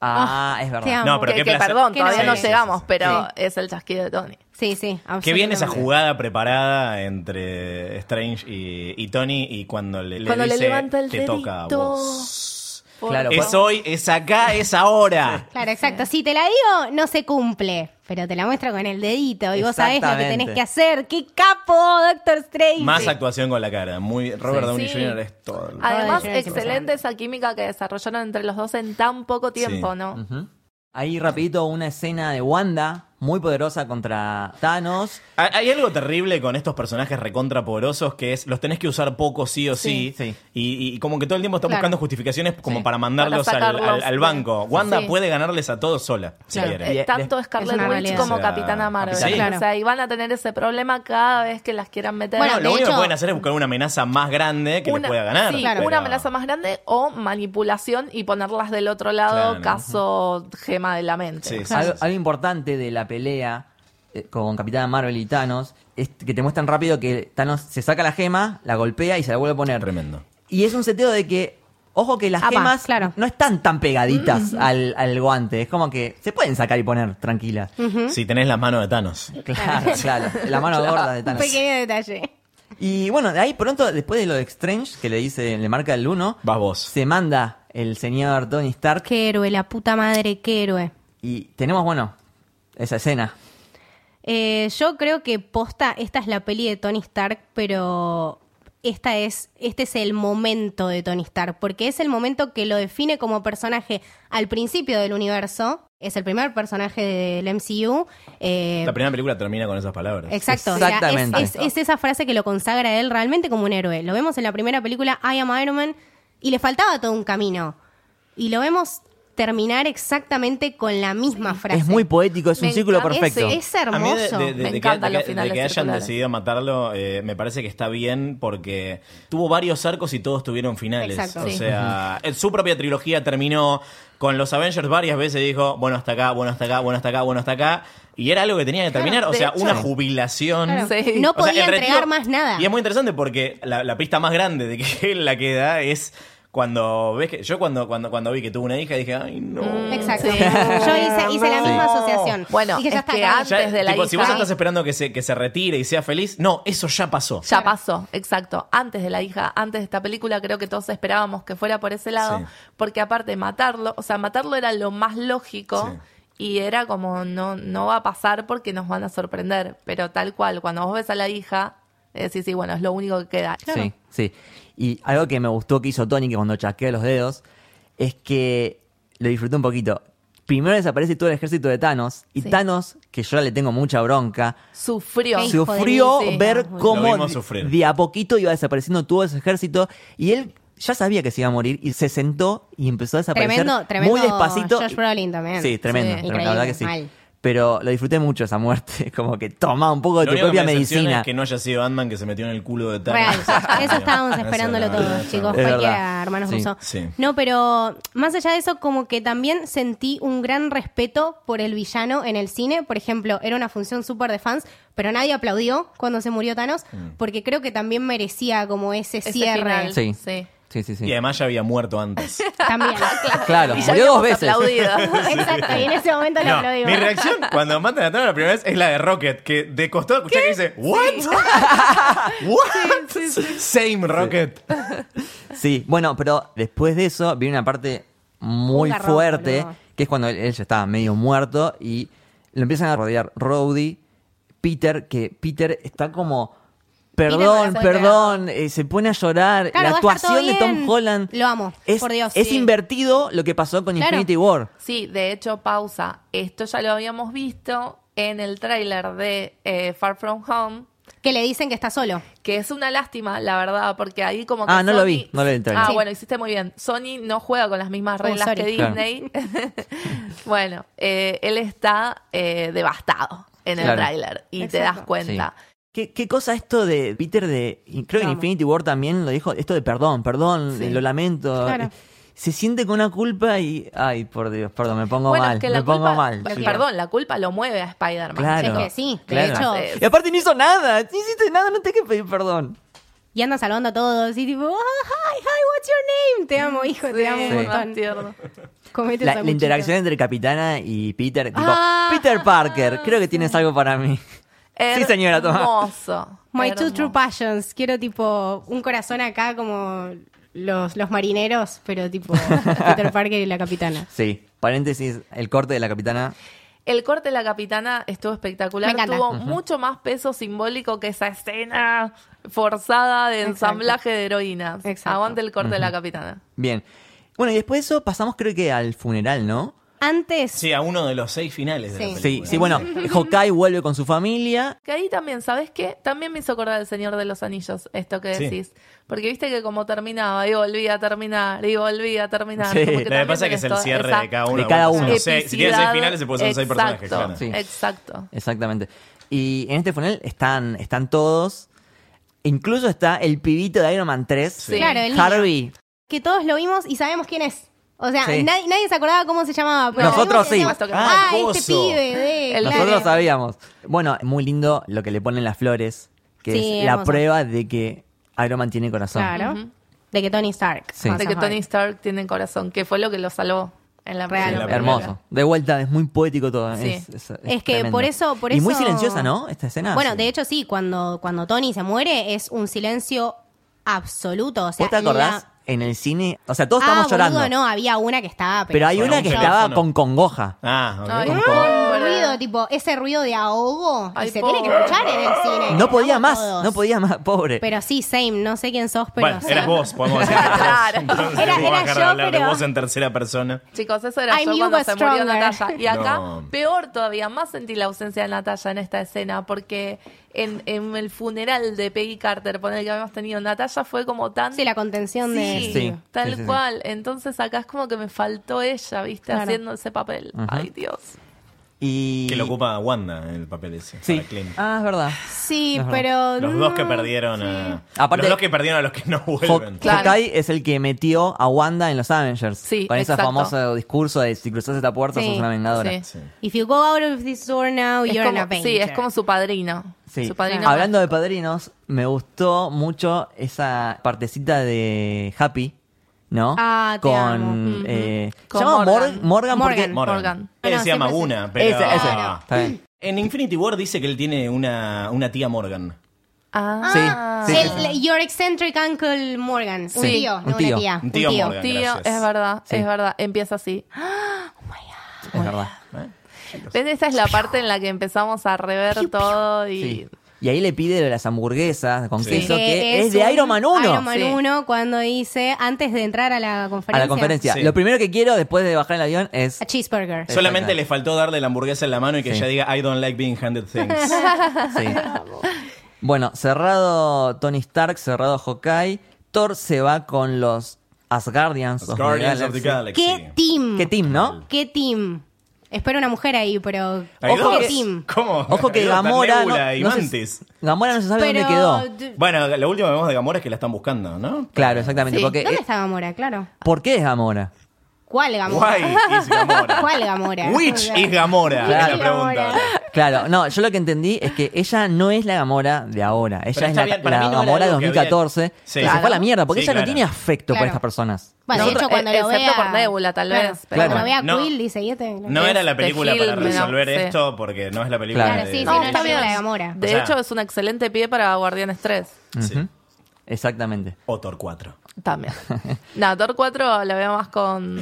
Speaker 1: Ah, es verdad.
Speaker 2: Te amo.
Speaker 4: No, pero
Speaker 3: que,
Speaker 4: qué
Speaker 3: que
Speaker 4: placer.
Speaker 3: perdón,
Speaker 2: Que
Speaker 3: todavía
Speaker 2: no
Speaker 3: no,
Speaker 2: es.
Speaker 3: llegamos, pero
Speaker 2: Sí.
Speaker 3: es el chasquido de Tony.
Speaker 2: Sí, sí, absolutamente.
Speaker 4: Qué bien esa jugada preparada entre Strange y, y Tony y cuando le, le
Speaker 3: Cuando le
Speaker 4: dice,
Speaker 3: levanta el
Speaker 4: te
Speaker 3: dedito".
Speaker 4: toca a vos.
Speaker 1: Claro,
Speaker 4: Es hoy, es acá, es ahora.
Speaker 2: Claro, exacto. Si te la digo, no se cumple. Pero te la muestra con el dedito y vos sabés lo que
Speaker 1: Exactamente.
Speaker 2: tenés que hacer. ¡Qué capo, Doctor Strange!
Speaker 4: Más actuación con la cara. Muy Robert
Speaker 1: Sí.
Speaker 4: Downey
Speaker 3: Sí.
Speaker 4: Jr. es todo.
Speaker 3: Además,
Speaker 2: Ay, es
Speaker 3: excelente esa química que desarrollaron entre los dos en tan poco tiempo,
Speaker 4: Sí. Mm.
Speaker 3: ¿no? Eh,
Speaker 1: Ujú. Ahí rapidito una escena de Wanda muy poderosa contra Thanos.
Speaker 4: Hay hay algo terrible con estos personajes recontraporosos que es los tenés que usar poco sí o sí,
Speaker 1: Sí. Sí.
Speaker 4: Y, y como que todo el tiempo están
Speaker 2: Claro.
Speaker 4: buscando justificaciones como
Speaker 1: Sí.
Speaker 4: para mandarlos
Speaker 3: Para
Speaker 4: al,
Speaker 3: sacarlos.
Speaker 4: al- al banco. Wanda
Speaker 3: Sí.
Speaker 4: puede ganarles a todos sola, si
Speaker 2: Claro.
Speaker 4: quiere.
Speaker 3: Eh,
Speaker 1: Bien,
Speaker 3: tanto Scarlet
Speaker 2: una
Speaker 3: Witch
Speaker 2: realidad.
Speaker 3: como
Speaker 4: O sea,
Speaker 3: Capitana Marvel.
Speaker 4: sí.
Speaker 2: Claro.
Speaker 3: O sea, y van a tener ese problema cada vez que las quieran meter.
Speaker 2: Bueno,
Speaker 4: No,
Speaker 2: de
Speaker 4: lo único
Speaker 2: hecho-
Speaker 4: que pueden hacer es buscar una amenaza más grande que le pueda ganar.
Speaker 3: sí,
Speaker 2: Claro.
Speaker 3: una amenaza más grande o manipulación y ponerlas del otro lado,
Speaker 4: Claro.
Speaker 3: caso gema de la mente.
Speaker 4: Sí, sí,
Speaker 1: Algo,
Speaker 4: sí, sí.
Speaker 1: algo importante de la pelea eh, con Capitana Marvel y Thanos es que te muestran rápido que Thanos se saca la gema, la golpea y se la vuelve a poner.
Speaker 4: Tremendo.
Speaker 1: Y es un seteo de que, ojo que las
Speaker 2: Apa,
Speaker 1: gemas
Speaker 2: claro. Mm.
Speaker 1: no están tan pegaditas al, al guante. Es como que se pueden sacar y poner tranquila.
Speaker 2: Mm,
Speaker 4: Si tenés las manos de Thanos.
Speaker 1: Claro, <laughs> claro. La mano gorda de
Speaker 2: Un
Speaker 1: Thanos.
Speaker 2: pequeño detalle.
Speaker 1: Y bueno, de ahí pronto, después de lo de Strange, que le dice, le marca el 1,
Speaker 4: Vas vos.
Speaker 1: se manda el señor Tony Stark
Speaker 2: Qué héroe, la puta madre, qué héroe.
Speaker 1: y tenemos, bueno, esa escena.
Speaker 2: Eh, yo creo que posta, esta es la peli de Tony Stark, pero esta es, este es el momento de Tony Stark, porque es el momento que lo define como personaje al principio del universo. Es el primer personaje del MCU. eh,
Speaker 4: La primera película termina con esas palabras.
Speaker 2: Exacto, o sea, es-
Speaker 1: Exactamente.
Speaker 2: es, es esa frase que lo consagra a él realmente como un héroe. Lo vemos en la primera película, I Am Iron Man, y le faltaba todo un camino. Y lo vemos terminar exactamente con la misma frase.
Speaker 1: Es muy poético, es
Speaker 3: Me
Speaker 1: un círculo
Speaker 3: encanta
Speaker 1: perfecto.
Speaker 2: Es
Speaker 4: A mí
Speaker 2: hermoso.
Speaker 4: de- de- de-
Speaker 3: Me
Speaker 4: de que-
Speaker 3: encantan
Speaker 4: de
Speaker 3: los
Speaker 4: que- de
Speaker 3: finales
Speaker 4: que hayan
Speaker 3: circulares.
Speaker 4: decidido matarlo, eh, me parece que está bien porque tuvo varios arcos y todos tuvieron finales.
Speaker 2: Exacto.
Speaker 4: O
Speaker 2: Sí.
Speaker 4: sea, eh, su propia trilogía terminó con los Avengers varias veces dijo, bueno, hasta acá, bueno, hasta acá, bueno, hasta acá, bueno, hasta acá. Y era algo que tenía que terminar, o
Speaker 3: de
Speaker 4: sea,
Speaker 3: hecho.
Speaker 4: una jubilación.
Speaker 2: Claro.
Speaker 3: Sí.
Speaker 2: No
Speaker 4: O sea,
Speaker 2: podía
Speaker 4: el retiro-
Speaker 2: entregar más nada.
Speaker 4: Y es muy interesante porque la, la pista más grande de que <laughs> él la queda es cuando ves que. Yo cuando, cuando, cuando vi que tuvo una hija dije, ay no.
Speaker 2: Exacto.
Speaker 3: Sí.
Speaker 2: Yo hice, hice la
Speaker 4: No.
Speaker 2: misma asociación.
Speaker 3: Bueno,
Speaker 2: Dije, ya
Speaker 3: es
Speaker 2: está,
Speaker 3: que
Speaker 2: acabé.
Speaker 3: antes- de la
Speaker 4: tipo, si vos
Speaker 3: hija.
Speaker 4: estás esperando que se, que se retire y sea feliz, no, eso ya pasó.
Speaker 3: Ya pasó, exacto. Antes de la hija, antes de esta película, creo que todos esperábamos que fuera por ese lado,
Speaker 4: Sí.
Speaker 3: porque aparte de matarlo, o sea, matarlo era lo más lógico y era como no no va a pasar porque nos van a sorprender, pero tal cual, cuando vos ves a la hija, eh, sí, sí, bueno, es lo único que queda.
Speaker 1: Sí, sí. Y algo que me gustó que hizo Tony, que cuando chasquea los dedos, es que lo disfruté un poquito. Primero desaparece todo el ejército de Thanos, y
Speaker 3: Sí.
Speaker 1: Thanos, que yo le tengo mucha bronca,
Speaker 3: Sufrió.
Speaker 2: Sí. hijo de
Speaker 1: sufrió
Speaker 2: mil, sí.
Speaker 1: ver
Speaker 2: Lo
Speaker 1: cómo
Speaker 4: vimos sufrir.
Speaker 1: de a poquito iba desapareciendo todo ese ejército, y él ya sabía que se iba a morir, y se sentó y empezó a desaparecer
Speaker 2: Tremendo, tremendo.
Speaker 1: muy despacito.
Speaker 2: Josh Brolin también.
Speaker 1: Sí, tremendo,
Speaker 3: Sí.
Speaker 1: tremendo, la verdad que sí.
Speaker 2: Increíble, mal.
Speaker 1: Pero lo disfruté mucho esa muerte, <laughs> como que toma un poco de
Speaker 4: Lo
Speaker 1: tu
Speaker 4: único que
Speaker 1: propia
Speaker 4: me decepciona
Speaker 1: medicina.
Speaker 4: Es que no haya sido Batman que se metió en el culo de Thanos.
Speaker 2: Real.
Speaker 4: <laughs>
Speaker 2: Eso estábamos
Speaker 4: Eso
Speaker 2: esperándolo
Speaker 4: era-
Speaker 2: todos, chicos.
Speaker 1: Es
Speaker 2: Cualquiera,
Speaker 1: verdad.
Speaker 2: hermanos
Speaker 1: Sí,
Speaker 2: Russo.
Speaker 4: sí.
Speaker 2: No, pero más allá de eso, como que también sentí un gran respeto por el villano en el cine. Por ejemplo, era una función súper de fans, pero nadie aplaudió cuando se murió Thanos,
Speaker 4: Mm.
Speaker 2: porque creo que también merecía como ese,
Speaker 3: Ese
Speaker 2: cierre.
Speaker 3: final.
Speaker 1: Sí.
Speaker 3: Sí.
Speaker 1: Sí, sí, sí.
Speaker 4: Y además ya había muerto antes.
Speaker 2: <laughs> También.
Speaker 1: Claro,
Speaker 3: Y ya
Speaker 1: murió dos
Speaker 3: habíamos
Speaker 1: veces.
Speaker 3: aplaudido.
Speaker 2: <laughs> Exacto, y en ese momento lo
Speaker 4: No,
Speaker 2: aplaudimos.
Speaker 4: mi reacción cuando matan a Thanos la primera vez es la de Rocket, que de costado escuché que dice, ¿What? <laughs> ¿What? Same Rocket.
Speaker 1: Sí, bueno, pero después de eso viene una parte muy
Speaker 2: Un garrón,
Speaker 1: fuerte,
Speaker 2: boludo.
Speaker 1: que es cuando él, él ya estaba medio muerto y lo empiezan a rodear Rhodey, Peter, que Peter está como,
Speaker 2: no la
Speaker 1: perdón,
Speaker 2: puede
Speaker 1: perdón, eh, se pone a llorar.
Speaker 2: Claro,
Speaker 1: la
Speaker 2: va a estar todo
Speaker 1: actuación de Tom
Speaker 2: bien.
Speaker 1: Holland
Speaker 2: Lo amo,
Speaker 1: es,
Speaker 2: por Dios,
Speaker 1: es
Speaker 2: sí.
Speaker 1: invertido lo que pasó con
Speaker 2: Claro.
Speaker 1: Infinity War.
Speaker 3: Sí, de hecho, pausa. Esto ya lo habíamos visto en el tráiler de eh, Far From Home,
Speaker 2: Que le dicen que está solo.
Speaker 3: que es una lástima, la verdad, porque ahí como que
Speaker 1: Ah, no
Speaker 3: Sony-
Speaker 1: lo vi, no lo vi en el tráiler.
Speaker 3: Ah,
Speaker 2: Sí.
Speaker 3: bueno, hiciste muy bien. Sony no juega con las mismas
Speaker 2: Oh,
Speaker 3: reglas
Speaker 2: sorry.
Speaker 3: <laughs> que Disney. bueno, eh, él está eh, devastado. en el
Speaker 1: Claro.
Speaker 3: tráiler y te
Speaker 2: Exacto.
Speaker 3: das cuenta.
Speaker 1: ¿Qué, qué cosa esto de Peter de... y Creo que
Speaker 2: Vamos.
Speaker 1: Infinity War también lo dijo, esto de perdón, perdón, eh,
Speaker 3: Sí.
Speaker 1: lo lamento.
Speaker 2: Claro.
Speaker 1: Se siente con una culpa y... Ay, por Dios, perdón, me pongo
Speaker 3: bueno,
Speaker 1: mal.
Speaker 3: es que la
Speaker 1: me pongo
Speaker 3: culpa,
Speaker 1: mal.
Speaker 3: la-
Speaker 1: sí.
Speaker 3: perdón, la culpa lo mueve a Spider-Man.
Speaker 1: Claro.
Speaker 2: Es que sí, de
Speaker 1: claro.
Speaker 2: hecho.
Speaker 1: Y aparte no hizo nada, no hiciste nada, no te hay que pedir perdón.
Speaker 2: Y anda saludando a todos y tipo, "Oh, hi, hi, what's your name? Te amo, hijo, te amo
Speaker 3: Sí,
Speaker 2: un
Speaker 3: más
Speaker 2: montón.
Speaker 3: tierno.
Speaker 2: Comete
Speaker 1: La, la
Speaker 2: sanguchito.
Speaker 1: interacción entre Capitana y Peter, tipo,
Speaker 2: Ah,
Speaker 1: Peter Parker, creo que tienes algo para mí. <laughs> Sí, señora, toma.
Speaker 3: Hermoso.
Speaker 2: My two
Speaker 3: hermoso.
Speaker 2: true passions. Quiero tipo un corazón acá como los, los marineros,
Speaker 1: <laughs>
Speaker 2: pero tipo Peter Parker y la capitana.
Speaker 1: Sí, paréntesis, el corte de la Capitana.
Speaker 3: El corte de la capitana estuvo espectacular.
Speaker 2: Me encanta.
Speaker 3: Tuvo mucho más peso simbólico que esa escena forzada de
Speaker 2: Exacto.
Speaker 3: ensamblaje de heroínas.
Speaker 2: Exacto.
Speaker 3: Aguante el corte de la capitana.
Speaker 1: Bien. Bueno, y después de eso pasamos creo que al funeral, ¿no?
Speaker 2: Antes,
Speaker 4: Sí, a uno de los seis finales de la
Speaker 2: Sí.
Speaker 1: Sí,
Speaker 4: película.
Speaker 1: sí, bueno, Hawkeye vuelve con su familia.
Speaker 3: Que ahí también, ¿sabes qué? También me hizo acordar el Señor de los Anillos, esto que
Speaker 4: Sí.
Speaker 3: decís. Porque viste que como terminaba y volvía a terminar y volvía a terminar.
Speaker 1: Sí.
Speaker 3: como
Speaker 1: Lo que
Speaker 4: Lo que
Speaker 3: también
Speaker 4: pasa es que
Speaker 3: tenés
Speaker 4: es el
Speaker 3: toda
Speaker 4: cierre
Speaker 3: esa
Speaker 4: de cada uno.
Speaker 1: De cada
Speaker 4: porque son
Speaker 1: uno.
Speaker 4: los seis- si tiene seis
Speaker 3: epicidad.
Speaker 4: finales, se puede hacer seis personajes,
Speaker 3: Exacto,
Speaker 4: claro.
Speaker 1: Sí.
Speaker 3: Exacto.
Speaker 1: Exactamente. Y en este funeral están, están todos. Incluso está el pibito de Iron Man 3.
Speaker 3: Sí.
Speaker 2: Claro, el niño.
Speaker 1: Harvey.
Speaker 2: que todos lo vimos y sabemos quién es. O sea,
Speaker 1: Sí.
Speaker 2: nadie, nadie se acordaba cómo se llamaba. Pero
Speaker 1: Nosotros
Speaker 2: lo vimos y
Speaker 1: sí.
Speaker 2: decíamos,
Speaker 4: Ah,
Speaker 2: Ah, este
Speaker 4: coso.
Speaker 2: pibe de...
Speaker 3: El
Speaker 2: claro.
Speaker 1: Nosotros sabíamos. Bueno, muy lindo lo que le ponen las flores, que
Speaker 2: Sí,
Speaker 1: es la
Speaker 2: hermoso.
Speaker 1: prueba de que Iron Man tiene corazón.
Speaker 2: Claro. De que Tony Stark.
Speaker 1: Sí.
Speaker 2: más
Speaker 3: De que
Speaker 2: aparte.
Speaker 3: Tony Stark tiene corazón, que fue lo que lo salvó en la
Speaker 2: Real.
Speaker 3: primera
Speaker 2: Sí, la
Speaker 3: película.
Speaker 1: Hermoso. De vuelta, es muy poético todo.
Speaker 3: Sí.
Speaker 1: Es, es- es
Speaker 2: Es que
Speaker 1: tremendo.
Speaker 2: por eso- por
Speaker 1: Y muy
Speaker 2: eso-
Speaker 1: silenciosa, ¿no? Esta escena.
Speaker 2: Bueno,
Speaker 1: Sí.
Speaker 2: de hecho sí, cuando, cuando Tony se muere es un silencio absoluto. O sea,
Speaker 1: ¿Vos te acordás?
Speaker 2: la-
Speaker 1: En el cine. O sea, todos
Speaker 2: ah,
Speaker 1: estábamos llorando.
Speaker 2: boludo, no, había una que estaba...
Speaker 1: Pero hay
Speaker 4: Con
Speaker 1: una
Speaker 4: un
Speaker 1: que
Speaker 4: teléfono.
Speaker 1: estaba con congoja.
Speaker 4: Ah, ok.
Speaker 3: Ay,
Speaker 4: Con-
Speaker 3: no.
Speaker 4: con-
Speaker 2: Un
Speaker 3: Pobre.
Speaker 2: ruido, tipo, ese ruido de ahogo. y
Speaker 3: Ay,
Speaker 2: se
Speaker 3: pobre.
Speaker 2: tiene que escuchar en el cine.
Speaker 1: No podía más,
Speaker 2: Estamos Eh, todos.
Speaker 1: no podía más, pobre.
Speaker 2: Pero sí, same, no sé quién sos, pero...
Speaker 4: bueno,
Speaker 2: sí.
Speaker 4: eras vos, podemos decir. que eras vos.
Speaker 3: Claro.
Speaker 2: Era-
Speaker 4: Entonces, vamos a
Speaker 2: era
Speaker 4: dejar de
Speaker 2: yo,
Speaker 4: hablar de
Speaker 2: pero-
Speaker 4: vos en tercera persona.
Speaker 3: Chicos, eso era
Speaker 2: I
Speaker 3: yo
Speaker 2: knew
Speaker 3: cuando
Speaker 2: was
Speaker 3: se murió
Speaker 2: stronger.
Speaker 3: Natalia. Y acá,
Speaker 4: No.
Speaker 3: peor todavía, más sentí la ausencia de Natalia en esta escena, porque en, en el funeral de Peggy Carter, poner que habíamos tenido, Natalia fue como tan...
Speaker 2: Sí, la contención de...
Speaker 3: Sí,
Speaker 1: Sí,
Speaker 3: tal
Speaker 1: sí, sí, sí.
Speaker 3: cual. Entonces acá es como que me faltó ella, ¿viste?
Speaker 2: Claro.
Speaker 3: Haciendo ese papel. Ay, Dios.
Speaker 1: Y...
Speaker 4: Que lo ocupa Wanda el papel ese.
Speaker 1: Sí.
Speaker 4: para Clint.
Speaker 1: Ah, es verdad.
Speaker 2: Sí,
Speaker 1: Ajá.
Speaker 2: pero...
Speaker 4: Los dos que
Speaker 2: mm,
Speaker 4: perdieron a.
Speaker 1: Aparte-
Speaker 4: los dos que perdieron a los que no vuelven.
Speaker 1: Hawk-
Speaker 3: Claro.
Speaker 1: Hawkeye es el que metió a Wanda en los Avengers.
Speaker 3: Sí,
Speaker 1: Con ese
Speaker 3: exacto.
Speaker 1: famoso discurso de si cruzas esta puerta
Speaker 2: Sí,
Speaker 1: sos una vengadora.
Speaker 3: sí.
Speaker 4: Sí.
Speaker 2: If you go out of this door now,
Speaker 3: Es
Speaker 2: Oh, you're an
Speaker 3: como-
Speaker 2: Avenger.
Speaker 3: sí, es como su padrino.
Speaker 1: Sí.
Speaker 3: Su padrino.
Speaker 1: Hablando de padrinos, me gustó mucho esa partecita de Happy, ¿no?
Speaker 2: Ah, te
Speaker 1: Con.
Speaker 2: amo.
Speaker 1: eh,
Speaker 3: Con
Speaker 1: ¿se llama
Speaker 3: Morgan.
Speaker 1: Morgan. Morgan, porque.
Speaker 2: Morgan.
Speaker 4: Morgan.
Speaker 3: Morgan.
Speaker 4: Él
Speaker 2: No,
Speaker 4: decía
Speaker 2: siempre
Speaker 4: Maguna,
Speaker 2: sí. Ah.
Speaker 4: pero.
Speaker 1: Ese, ese.
Speaker 2: Claro.
Speaker 1: Está bien.
Speaker 4: En Infinity War dice que él tiene una, una tía Morgan.
Speaker 3: Ah,
Speaker 1: Ah, Sí, sí,
Speaker 2: El-
Speaker 1: sí, sí.
Speaker 2: Your eccentric uncle Morgan. Un
Speaker 1: Sí,
Speaker 2: tío,
Speaker 1: un
Speaker 2: no
Speaker 1: tío.
Speaker 2: una tía.
Speaker 4: Un tío Morgan.
Speaker 3: tío,
Speaker 4: gracias.
Speaker 3: es verdad,
Speaker 1: Sí.
Speaker 3: es verdad. Empieza así.
Speaker 1: Es verdad.
Speaker 4: ¿eh?
Speaker 3: ¿Ves? Esa es la parte en la que empezamos a rever todo y...
Speaker 1: Sí. Y ahí le pide lo de las hamburguesas con
Speaker 4: Sí.
Speaker 1: queso,
Speaker 2: Que
Speaker 1: que es, de
Speaker 2: un
Speaker 1: Iron Man 1.
Speaker 2: Iron Man
Speaker 3: Sí.
Speaker 2: 1 cuando dice, antes de entrar a la conferencia.
Speaker 1: a la conferencia.
Speaker 4: Sí.
Speaker 1: Lo primero que quiero después de bajar el avión es.
Speaker 2: <laughs> A cheeseburger.
Speaker 1: Sí.
Speaker 4: Solamente le faltó darle la hamburguesa en la mano y que
Speaker 1: Sí.
Speaker 4: ella diga I don't like being
Speaker 2: <laughs>
Speaker 4: handed things.
Speaker 1: Sí. Bueno, cerrado Tony Stark, cerrado Hawkeye. Thor se va con los Asgardians. of the
Speaker 4: Guardians of the
Speaker 1: Galaxy.
Speaker 4: Galaxy.
Speaker 2: ¿Qué team?
Speaker 1: ¿Qué team, no?
Speaker 2: ¿Qué team? Espero una mujer ahí, pero...
Speaker 4: Hay
Speaker 1: Ojo
Speaker 4: dos.
Speaker 2: ¿Qué team?
Speaker 4: ¿Cómo?
Speaker 1: Ojo que
Speaker 4: Hay dos, tan
Speaker 1: Gamora.
Speaker 4: Nebula y
Speaker 1: no, no se-
Speaker 4: Mantis.
Speaker 1: Gamora no se sabe
Speaker 2: Pero...
Speaker 1: dónde quedó.
Speaker 4: Bueno, lo último que vemos de Gamora es que la están buscando, ¿no?
Speaker 1: Claro, exactamente.
Speaker 3: Sí.
Speaker 1: Porque, eh,
Speaker 2: ¿Dónde está Gamora? Claro.
Speaker 1: ¿Por qué es Gamora?
Speaker 2: ¿Cuál Gamora? <laughs>
Speaker 4: Why is Gamora?
Speaker 2: ¿Cuál Gamora? O
Speaker 4: Which
Speaker 2: sea,
Speaker 4: is Gamora?
Speaker 1: Claro.
Speaker 4: Es la pregunta.
Speaker 2: Gamora.
Speaker 1: Claro, no, yo lo que entendí es que ella no es la Gamora de ahora. Ella
Speaker 4: Pero
Speaker 1: es
Speaker 4: está
Speaker 1: la,
Speaker 4: bien, para
Speaker 1: la
Speaker 4: mí no era
Speaker 1: Gamora de
Speaker 4: algo que había-
Speaker 1: 2014.
Speaker 4: Sí.
Speaker 1: que se
Speaker 3: Claro.
Speaker 1: fue a la mierda, porque
Speaker 4: Sí,
Speaker 1: ella no
Speaker 4: claro.
Speaker 1: tiene afecto por
Speaker 2: Claro.
Speaker 1: estas personas.
Speaker 2: Bueno, de
Speaker 3: No,
Speaker 2: hecho, cuando
Speaker 3: eh,
Speaker 2: lo
Speaker 3: excepto
Speaker 2: vea...
Speaker 3: por Nebula, tal vez, pero-
Speaker 2: Cuando vea
Speaker 4: No.
Speaker 2: Quill, dice, "Y este-
Speaker 4: No era la
Speaker 3: Este
Speaker 4: película para
Speaker 3: Hilmer,
Speaker 4: resolver
Speaker 3: sí.
Speaker 4: esto porque no es la película
Speaker 1: Claro,
Speaker 4: de...
Speaker 2: sí, sí,
Speaker 4: de-
Speaker 2: no, está
Speaker 4: de-
Speaker 2: bien la de Gamora.
Speaker 3: De
Speaker 4: O sea-
Speaker 3: hecho, es un excelente pie para Guardianes 3.
Speaker 4: Sí.
Speaker 1: Exactamente.
Speaker 4: O Thor 4.
Speaker 3: También. <laughs> no, Thor 4 la veo más con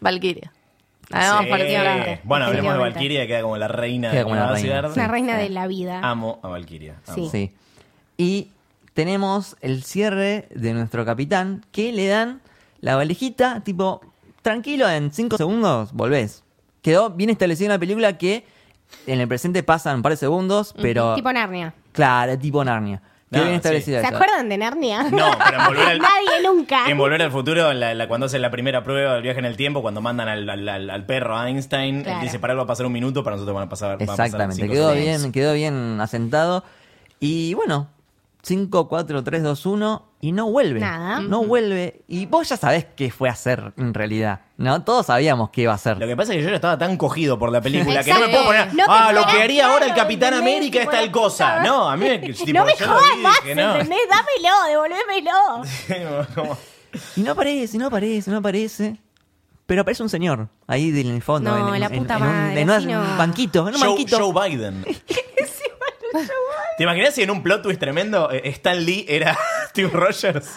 Speaker 3: Valkyria. La veo más
Speaker 4: Sí.
Speaker 3: parecida a la-
Speaker 4: Bueno, hablemos de
Speaker 2: Definitivamente.
Speaker 4: Valkyria, queda como la reina
Speaker 1: Queda
Speaker 4: de
Speaker 1: como la
Speaker 4: Nueva
Speaker 1: reina.
Speaker 4: Asgard.
Speaker 2: Es una reina de la vida.
Speaker 4: Amo a Valkyria. amo.
Speaker 2: Sí.
Speaker 1: Sí. Y tenemos el cierre de nuestro capitán que le dan la valijita, tipo, tranquilo, en 5 segundos volvés. Quedó bien establecido en la película que en el presente pasan un par de segundos, pero.
Speaker 2: Tipo Narnia.
Speaker 1: Claro, tipo Narnia. Qué
Speaker 4: No,
Speaker 1: bien
Speaker 4: Ah, sí.
Speaker 1: establecida
Speaker 2: ¿Se
Speaker 1: esa.
Speaker 2: acuerdan de Narnia?
Speaker 4: No, pero en volver al,
Speaker 2: <laughs> Nadie nunca.
Speaker 4: en Volver al futuro, en la- la- cuando hacen la primera prueba del viaje en el tiempo, cuando mandan al, al- al- al perro a Einstein,
Speaker 2: Claro.
Speaker 4: él dice, para él va a pasar un minuto, para nosotros van a pasar. van a pasar
Speaker 1: Exactamente,
Speaker 4: cinco
Speaker 1: quedó
Speaker 4: segundos".
Speaker 1: bien, quedó bien asentado. Y bueno, 5, 4, 3, 2, 1 y no vuelve.
Speaker 2: Nada.
Speaker 1: No vuelve. Y vos ya sabés qué fue a hacer en realidad. ¿No? Todos sabíamos qué iba a
Speaker 4: Ah. Lo
Speaker 1: hacer.
Speaker 4: que pasa es que yo ya estaba tan cogido por la película que no me
Speaker 2: Exacto.
Speaker 4: puedo poner.
Speaker 2: No te
Speaker 4: ah, lo
Speaker 2: esperás,
Speaker 4: que haría ahora el
Speaker 2: claro,
Speaker 4: Capitán
Speaker 2: ¿entendés?
Speaker 4: América es
Speaker 2: Tipo,
Speaker 4: tal
Speaker 2: no
Speaker 4: cosa.
Speaker 2: estaba-
Speaker 4: No, a mí
Speaker 2: <laughs>
Speaker 4: me. tipo,
Speaker 2: no me
Speaker 4: yo lo
Speaker 2: jodas
Speaker 4: vi,
Speaker 2: más,
Speaker 4: dije, no. <laughs>
Speaker 2: ¿entendés? Dámelo, devolvémelo.
Speaker 4: Como-
Speaker 1: Y no aparece, no aparece, no aparece. Pero aparece un señor ahí del- en el fondo.
Speaker 2: No,
Speaker 1: en,
Speaker 2: la
Speaker 1: en-
Speaker 2: puta
Speaker 1: en un-
Speaker 2: madre,
Speaker 1: en un,
Speaker 2: así no.
Speaker 1: banquito, en un
Speaker 4: Joe,
Speaker 1: banquito.
Speaker 4: Joe <laughs> Biden. ¿Te imaginas si en un plot twist tremendo eh, Stan Lee era <laughs> Steve Rogers?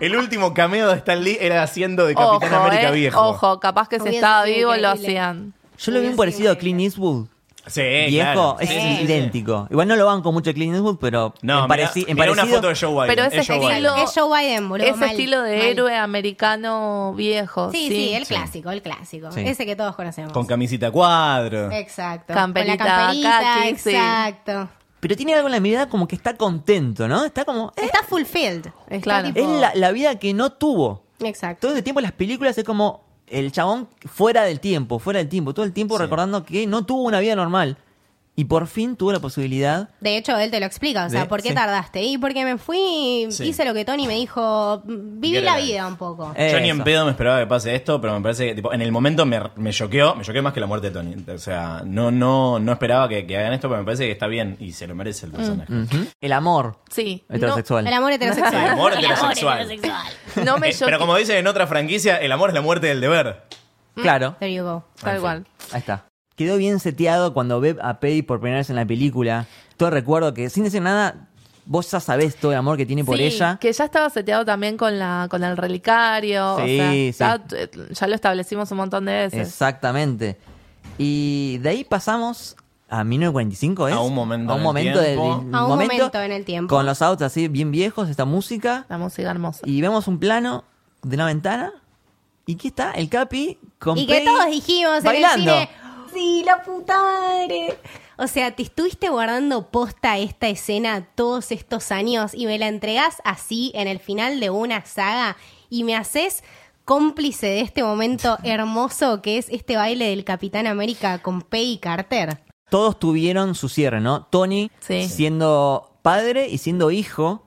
Speaker 4: El último cameo de Stan Lee era
Speaker 3: <laughs>
Speaker 4: haciendo de Capitán
Speaker 3: ojo,
Speaker 4: América
Speaker 3: eh,
Speaker 4: viejo.
Speaker 3: ojo, capaz que si
Speaker 2: Hubiese
Speaker 3: estaba
Speaker 2: sido
Speaker 3: vivo lo
Speaker 2: increíble.
Speaker 3: hacían.
Speaker 1: Yo lo vi un
Speaker 2: Hubiese
Speaker 1: parecido a
Speaker 2: sido
Speaker 1: Clint Eastwood.
Speaker 4: Sí,
Speaker 1: Viejo,
Speaker 4: Eh, claro.
Speaker 1: es
Speaker 4: Sí,
Speaker 2: sí, sí.
Speaker 1: idéntico. Igual no lo banco mucho a Clint Eastwood, pero
Speaker 4: No,
Speaker 1: en, pareci-
Speaker 4: mirá-
Speaker 1: en
Speaker 4: mirá una
Speaker 1: parecido-
Speaker 4: foto de Joe Biden.
Speaker 3: Pero ese
Speaker 4: es Joe Biden.
Speaker 3: estilo-
Speaker 2: Es Joe Biden, boludo.
Speaker 3: Ese
Speaker 2: mal,
Speaker 3: estilo de
Speaker 2: mal.
Speaker 3: héroe americano viejo.
Speaker 2: Sí,
Speaker 3: Sí,
Speaker 2: sí, el clásico, el clásico.
Speaker 1: Sí.
Speaker 2: Ese que todos conocemos.
Speaker 4: Con camisita a cuadro.
Speaker 2: Exacto.
Speaker 3: Camperita,
Speaker 2: Con la camperita,
Speaker 3: khaki, sí.
Speaker 2: exacto.
Speaker 1: Pero tiene algo en la mirada como que está contento, ¿no? Está como... eh,
Speaker 2: Está fulfilled. Está
Speaker 3: Claro.
Speaker 1: es
Speaker 2: tipo-
Speaker 1: la, la vida que no tuvo.
Speaker 2: Exacto.
Speaker 1: Todo el tiempo en las películas es como el chabón fuera del tiempo, fuera del tiempo. Todo el tiempo recordando que no tuvo una vida normal. Y por fin tuvo la posibilidad...
Speaker 2: De hecho, él te lo explica, o sea,
Speaker 1: De-
Speaker 2: ¿por qué
Speaker 1: sí.
Speaker 2: tardaste? Y porque me fui,
Speaker 4: Sí.
Speaker 2: hice lo que Tony me dijo, "Mm, viví
Speaker 4: Get
Speaker 2: la
Speaker 4: it out.
Speaker 2: vida un poco.
Speaker 1: Eh,
Speaker 4: Yo ni en
Speaker 1: eso.
Speaker 4: pedo me esperaba que pase esto, pero me parece que tipo, en el momento me me choqueó, me choqueó más que la muerte de Tony. O sea, no, no, no esperaba que, que hagan esto, pero me parece que está bien y se lo merece el personaje.
Speaker 1: Ujú. El amor
Speaker 3: Sí.
Speaker 1: heterosexual.
Speaker 2: El amor heterosexual.
Speaker 4: El amor heterosexual.
Speaker 3: No, no me
Speaker 4: <laughs> Eh, pero
Speaker 3: choqué.
Speaker 4: como dicen en otra franquicia, el amor es la muerte del deber.
Speaker 2: Mm.
Speaker 1: Claro.
Speaker 2: There you go.
Speaker 3: Tal
Speaker 4: En
Speaker 3: cual.
Speaker 1: Ahí está. Quedó bien seteado cuando ve a Pei por primera vez en la película. Todo recuerdo que, sin decir nada, vos ya sabés todo el amor que tiene por
Speaker 3: Sí,
Speaker 1: ella.
Speaker 3: Que ya estaba seteado también con la con el relicario. o
Speaker 1: Sí,
Speaker 3: sea,
Speaker 1: sí.
Speaker 3: está- eh, ya lo establecimos un montón de veces.
Speaker 1: Exactamente. Y de ahí pasamos a 1945, ¿es?
Speaker 4: A un momento
Speaker 1: A un
Speaker 4: en el
Speaker 1: momento del-
Speaker 4: tiempo.
Speaker 2: A un momento en el tiempo. Ah.
Speaker 1: Con los autos así bien viejos, esta música.
Speaker 3: La música hermosa.
Speaker 1: Y vemos un plano de una ventana. ¿Y qué está? El Capi con
Speaker 2: Y que
Speaker 1: Peggy
Speaker 2: todos dijimos
Speaker 1: bailando.
Speaker 2: en el cine, sí, la puta madre. O sea, te estuviste guardando posta esta escena todos estos años y me la entregás así en el final de una saga y me haces cómplice de este momento hermoso que es este baile del Capitán América con Peggy Carter.
Speaker 1: Todos tuvieron su cierre, ¿no? Tony
Speaker 3: Sí.
Speaker 1: siendo padre y siendo hijo.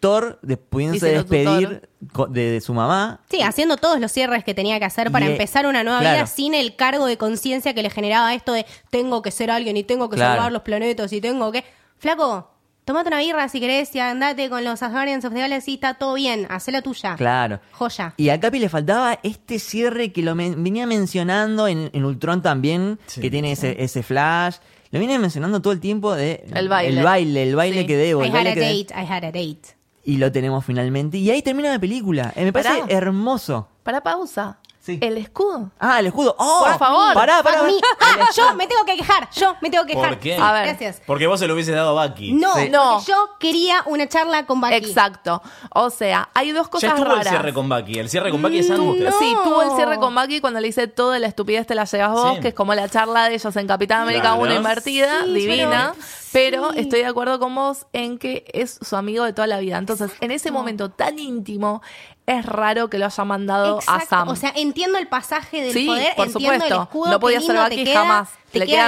Speaker 1: Thor de- pudiéndose
Speaker 3: Dicen los
Speaker 1: despedir co- de, de su mamá.
Speaker 2: Sí, haciendo todos los cierres que tenía que hacer para
Speaker 1: Y, eh,
Speaker 2: empezar una nueva
Speaker 1: claro.
Speaker 2: vida sin el cargo de conciencia que le generaba esto de tengo que ser alguien y tengo que
Speaker 1: Claro.
Speaker 2: salvar los planetas y tengo que... Flaco, tomate una birra si querés y andate con los Asgardians of the Galaxy, está todo bien, hacé la tuya.
Speaker 1: Claro.
Speaker 2: Joya.
Speaker 1: Y a Capi le faltaba este cierre que lo men- venía mencionando en, en Ultron también,
Speaker 4: Sí.
Speaker 1: que tiene ese, ese flash. Lo viene mencionando todo el tiempo de
Speaker 3: El baile.
Speaker 1: El baile, el baile
Speaker 3: Sí.
Speaker 1: que debo.
Speaker 2: I
Speaker 1: el
Speaker 2: had
Speaker 1: baile
Speaker 2: a
Speaker 1: que de-
Speaker 2: date, I had a date.
Speaker 1: Y lo tenemos finalmente. Y ahí termina la película. Eh, me parece
Speaker 3: Pará.
Speaker 1: hermoso.
Speaker 3: Para pausa.
Speaker 1: Sí.
Speaker 3: El escudo.
Speaker 1: Ah, el escudo. ¡Oh!
Speaker 3: Por favor.
Speaker 1: Pará, pará.
Speaker 2: Fuck
Speaker 1: <laughs>
Speaker 2: me. Ah, yo me tengo que quejar, yo me tengo que
Speaker 4: ¿Por
Speaker 2: quejar.
Speaker 4: qué?
Speaker 2: Sí,
Speaker 3: A ver.
Speaker 2: Gracias.
Speaker 4: Porque vos se lo hubieses dado a Bucky.
Speaker 2: No,
Speaker 1: Sí.
Speaker 3: No.
Speaker 2: porque yo quería una charla con Bucky.
Speaker 3: Exacto. O sea, hay dos
Speaker 4: Ya
Speaker 3: cosas
Speaker 4: estuvo
Speaker 3: raras.
Speaker 4: el cierre con Bucky. El cierre con Bucky es antes.
Speaker 3: Sí, tuvo el cierre con Bucky cuando le dice toda la estupidez te la llevas vos,
Speaker 4: Sí.
Speaker 3: que es como la charla de ellos en Capitán América
Speaker 4: Claro.
Speaker 3: 1 invertida,
Speaker 2: Sí,
Speaker 3: divina.
Speaker 2: pero-
Speaker 3: Pero,
Speaker 2: sí.
Speaker 3: estoy de acuerdo con vos en que es su amigo de toda la vida. Entonces, en ese momento tan íntimo, es raro que lo haya mandado a
Speaker 2: Exacto,
Speaker 3: Sam.
Speaker 2: O sea, entiendo el pasaje del
Speaker 3: sí,
Speaker 2: poder,
Speaker 3: por
Speaker 2: entiendo el
Speaker 3: supuesto.
Speaker 2: escudo,
Speaker 3: no podía
Speaker 2: qué
Speaker 3: ser
Speaker 2: lindo
Speaker 3: Bucky
Speaker 2: te queda,
Speaker 3: jamás.
Speaker 2: te
Speaker 3: le queda,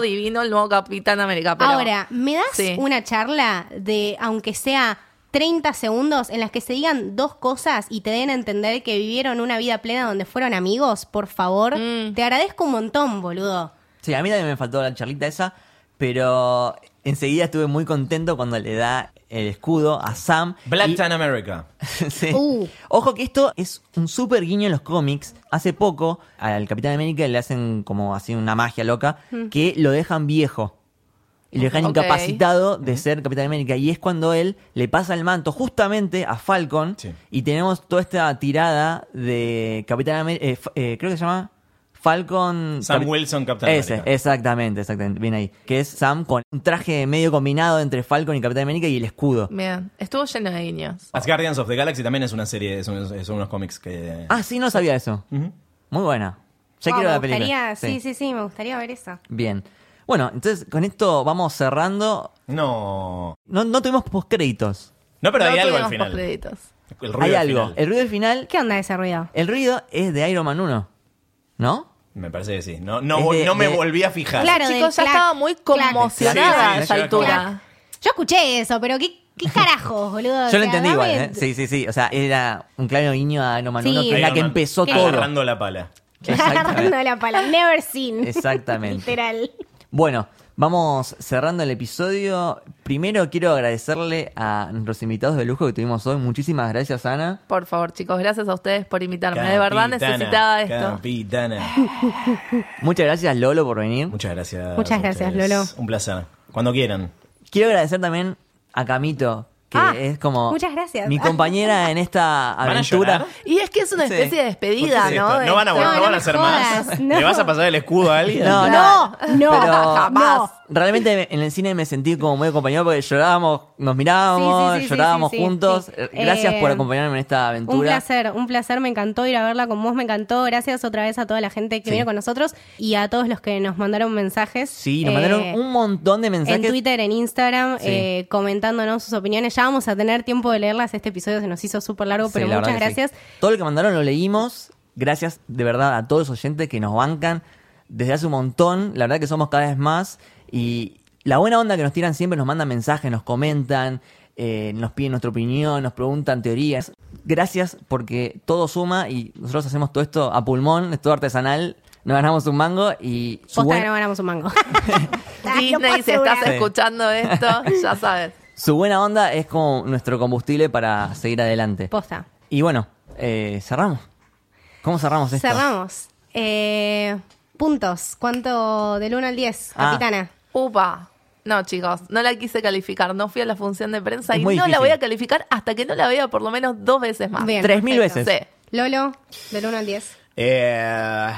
Speaker 2: divino.
Speaker 3: divino. el nuevo Capitán América. Pero
Speaker 2: Ahora, ¿me das
Speaker 3: Sí.
Speaker 2: una charla de, aunque sea 30 segundos, en las que se digan dos cosas y te den a entender que vivieron una vida plena donde fueron amigos? Por favor,
Speaker 3: Mm.
Speaker 2: te agradezco un montón, boludo.
Speaker 1: Sí, a mí también me faltó la charlita esa, pero enseguida estuve muy contento cuando le da el escudo a Sam.
Speaker 4: Black
Speaker 1: Y-
Speaker 4: Tan America.
Speaker 1: <laughs> Sí.
Speaker 2: Uh.
Speaker 1: Ojo que esto es un super guiño en los cómics. Hace poco al Capitán América le hacen como así una magia loca que lo dejan viejo. Y lo dejan
Speaker 3: Ok.
Speaker 1: incapacitado de ser Capitán América. Y es cuando él le pasa el manto justamente a Falcon.
Speaker 4: Sí.
Speaker 1: Y tenemos toda esta tirada de Capitán América. eh, creo que se llama Falcon.
Speaker 4: Sam
Speaker 1: Capi-
Speaker 4: Wilson, Capitán
Speaker 1: Ese,
Speaker 4: América.
Speaker 1: exactamente, exactamente. Bien ahí. Que es Sam con un traje medio combinado entre Falcon y Capitán América y el escudo.
Speaker 3: Bien, estuvo lleno de guiños.
Speaker 4: As Guardians of the Galaxy también es una serie, son, son unos cómics que...
Speaker 1: Ah, sí, no sabía eso. Muy buena. Ya quiero
Speaker 2: Wow, Ah, me
Speaker 1: la película.
Speaker 2: gustaría- sí. sí, sí, me gustaría ver eso.
Speaker 1: Bien. Bueno, entonces con esto vamos cerrando.
Speaker 4: No.
Speaker 1: No, no tuvimos postcréditos.
Speaker 4: No, pero
Speaker 3: no
Speaker 4: hay algo al
Speaker 3: tuvimos
Speaker 4: final.
Speaker 3: postcréditos.
Speaker 4: El ruido
Speaker 1: Hay
Speaker 4: al
Speaker 1: algo.
Speaker 4: final.
Speaker 1: El ruido del final.
Speaker 2: ¿Qué onda ese ruido?
Speaker 1: El ruido es de Iron Man 1. ¿no?
Speaker 4: Me parece que sí. No, no,
Speaker 1: Es
Speaker 4: vol-
Speaker 1: de-
Speaker 4: no me
Speaker 1: de-
Speaker 4: volví a fijar.
Speaker 2: Claro, del
Speaker 3: Chicos, ya
Speaker 2: clac,
Speaker 3: estaba muy
Speaker 2: clac,
Speaker 3: conmocionada
Speaker 4: clac,
Speaker 3: a esa
Speaker 4: clac,
Speaker 3: altura.
Speaker 2: Yo escuché eso, pero ¿qué,
Speaker 1: <laughs>
Speaker 2: qué carajos, boludo? O
Speaker 1: Yo
Speaker 2: sea,
Speaker 1: lo entendí igual,
Speaker 2: dame-
Speaker 1: ¿eh? Sí, sí, sí. O sea, era un claro guiño a Iron Man
Speaker 2: Sí.
Speaker 1: 1, que es la
Speaker 4: Iron
Speaker 1: que
Speaker 4: Man
Speaker 1: empezó
Speaker 2: ¿Qué?
Speaker 1: todo.
Speaker 4: Agarrando la pala.
Speaker 2: Agarrando
Speaker 1: Exactamente.
Speaker 2: la palabra. Never seen.
Speaker 1: Exactamente.
Speaker 2: <laughs> Literal.
Speaker 1: Bueno, vamos cerrando el episodio. Primero quiero agradecerle a nuestros invitados de lujo que tuvimos hoy. Muchísimas gracias, Ana.
Speaker 3: Por favor, chicos, gracias a ustedes por invitarme. De verdad
Speaker 4: Capitana,
Speaker 3: necesitaba esto.
Speaker 2: <laughs>
Speaker 4: Capitana.
Speaker 1: Muchas gracias, Lolo, por venir.
Speaker 4: Muchas gracias.
Speaker 2: Muchas
Speaker 4: a
Speaker 2: gracias,
Speaker 4: ustedes.
Speaker 2: Lolo.
Speaker 4: Un placer. Cuando quieran.
Speaker 1: Quiero agradecer también a Camito, que
Speaker 2: Ah,
Speaker 1: es como
Speaker 2: muchas gracias.
Speaker 1: mi compañera en esta
Speaker 4: <laughs> ¿Van a
Speaker 1: aventura.
Speaker 4: llorar?
Speaker 3: Y es que es una
Speaker 1: Sí.
Speaker 3: especie de
Speaker 4: ¿Por
Speaker 3: despedida,
Speaker 4: qué es
Speaker 3: ¿no?
Speaker 4: esto? No van a,
Speaker 3: Esto-
Speaker 4: vol-
Speaker 2: No,
Speaker 4: no
Speaker 2: no
Speaker 4: van
Speaker 2: me
Speaker 4: a hacer
Speaker 2: jodas,
Speaker 4: <laughs> más.
Speaker 2: no.
Speaker 4: ¿Le vas a pasar el escudo a alguien?
Speaker 1: No,
Speaker 2: No, no,
Speaker 1: Pero-
Speaker 3: Jamás.
Speaker 2: no.
Speaker 1: Realmente me- en el cine me sentí como muy acompañado porque llorábamos, nos mirábamos,
Speaker 2: Sí, sí, sí,
Speaker 1: llorábamos
Speaker 2: sí, sí,
Speaker 1: juntos.
Speaker 2: sí.
Speaker 1: Eh, Gracias por
Speaker 2: Eh,
Speaker 1: acompañarme en esta aventura.
Speaker 2: Un placer, un placer, me encantó ir a verla con vos, me encantó. Gracias otra vez a toda la gente que
Speaker 1: Sí.
Speaker 2: vino con nosotros y a todos los que nos mandaron mensajes.
Speaker 1: Sí, nos
Speaker 2: Eh,
Speaker 1: mandaron un montón de mensajes.
Speaker 2: En Twitter, en Instagram,
Speaker 1: Sí.
Speaker 2: eh, comentándonos sus opiniones. Ya vamos a tener tiempo de leerlas. Este episodio se nos hizo súper largo,
Speaker 1: Sí,
Speaker 2: pero
Speaker 1: la
Speaker 2: muchas
Speaker 1: verdad que sí.
Speaker 2: gracias.
Speaker 1: Todo lo que mandaron lo leímos. Gracias de verdad a todos los oyentes que nos bancan desde hace un montón. La verdad que somos cada vez más. Y la buena onda que nos tiran siempre nos mandan mensajes, nos comentan, eh, nos piden nuestra opinión, nos preguntan teorías. Gracias porque todo suma y nosotros hacemos todo esto a pulmón, es todo artesanal. No ganamos un mango y su,
Speaker 2: Posta
Speaker 1: buen-
Speaker 2: que no ganamos
Speaker 1: <laughs>
Speaker 2: un mango.
Speaker 3: Disney, si estás
Speaker 1: Sí.
Speaker 3: escuchando esto, ya sabes.
Speaker 1: su buena onda es como nuestro combustible para seguir adelante.
Speaker 2: Posta.
Speaker 1: Y bueno, eh, cerramos. ¿Cómo cerramos esto?
Speaker 2: Cerramos. Eh, puntos. ¿Cuánto del 1 al 10,
Speaker 1: Ah.
Speaker 2: capitana?
Speaker 3: Upa. No, chicos, no la quise calificar. No fui a la función de prensa
Speaker 1: Es
Speaker 3: y no
Speaker 1: muy
Speaker 3: la
Speaker 1: difícil.
Speaker 3: voy a calificar hasta que no la vea por lo menos dos veces más.
Speaker 2: Bien,
Speaker 1: Tres mil
Speaker 2: perfecto.
Speaker 1: veces.
Speaker 3: Sí.
Speaker 2: Lolo, del 1 al 10.
Speaker 4: Eh,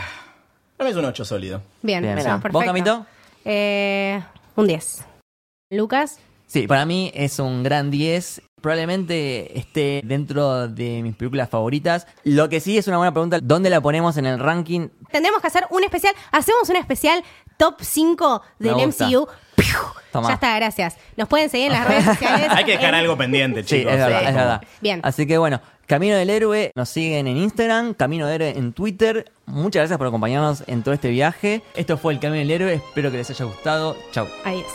Speaker 4: para mí es un 8 sólido.
Speaker 2: Bien,
Speaker 1: Bien.
Speaker 2: bueno,
Speaker 1: ¿Vos,
Speaker 2: perfecto.
Speaker 1: Camito?
Speaker 2: Eh, un 10. Lucas,
Speaker 1: Sí, para mí es un gran 10. Probablemente esté dentro de mis películas favoritas. Lo que sí es una buena pregunta, ¿dónde la ponemos en el ranking?
Speaker 2: tendremos que hacer un especial. Hacemos un especial top 5 del
Speaker 1: Me gusta.
Speaker 2: MCU. ¡Piu!
Speaker 1: Tomá.
Speaker 2: Ya está, gracias. Nos pueden seguir en las
Speaker 1: <laughs>
Speaker 2: redes sociales.
Speaker 4: Hay que dejar
Speaker 2: En-
Speaker 4: algo pendiente,
Speaker 1: Sí,
Speaker 4: chicos.
Speaker 1: es verdad,
Speaker 4: Sí.
Speaker 1: es verdad.
Speaker 2: Bien.
Speaker 1: Así que bueno, Camino del Héroe, nos siguen en Instagram, Camino del Héroe en Twitter. Muchas gracias por acompañarnos en todo este viaje. Esto fue el Camino del Héroe, espero que les haya gustado. Chau.
Speaker 2: Adiós.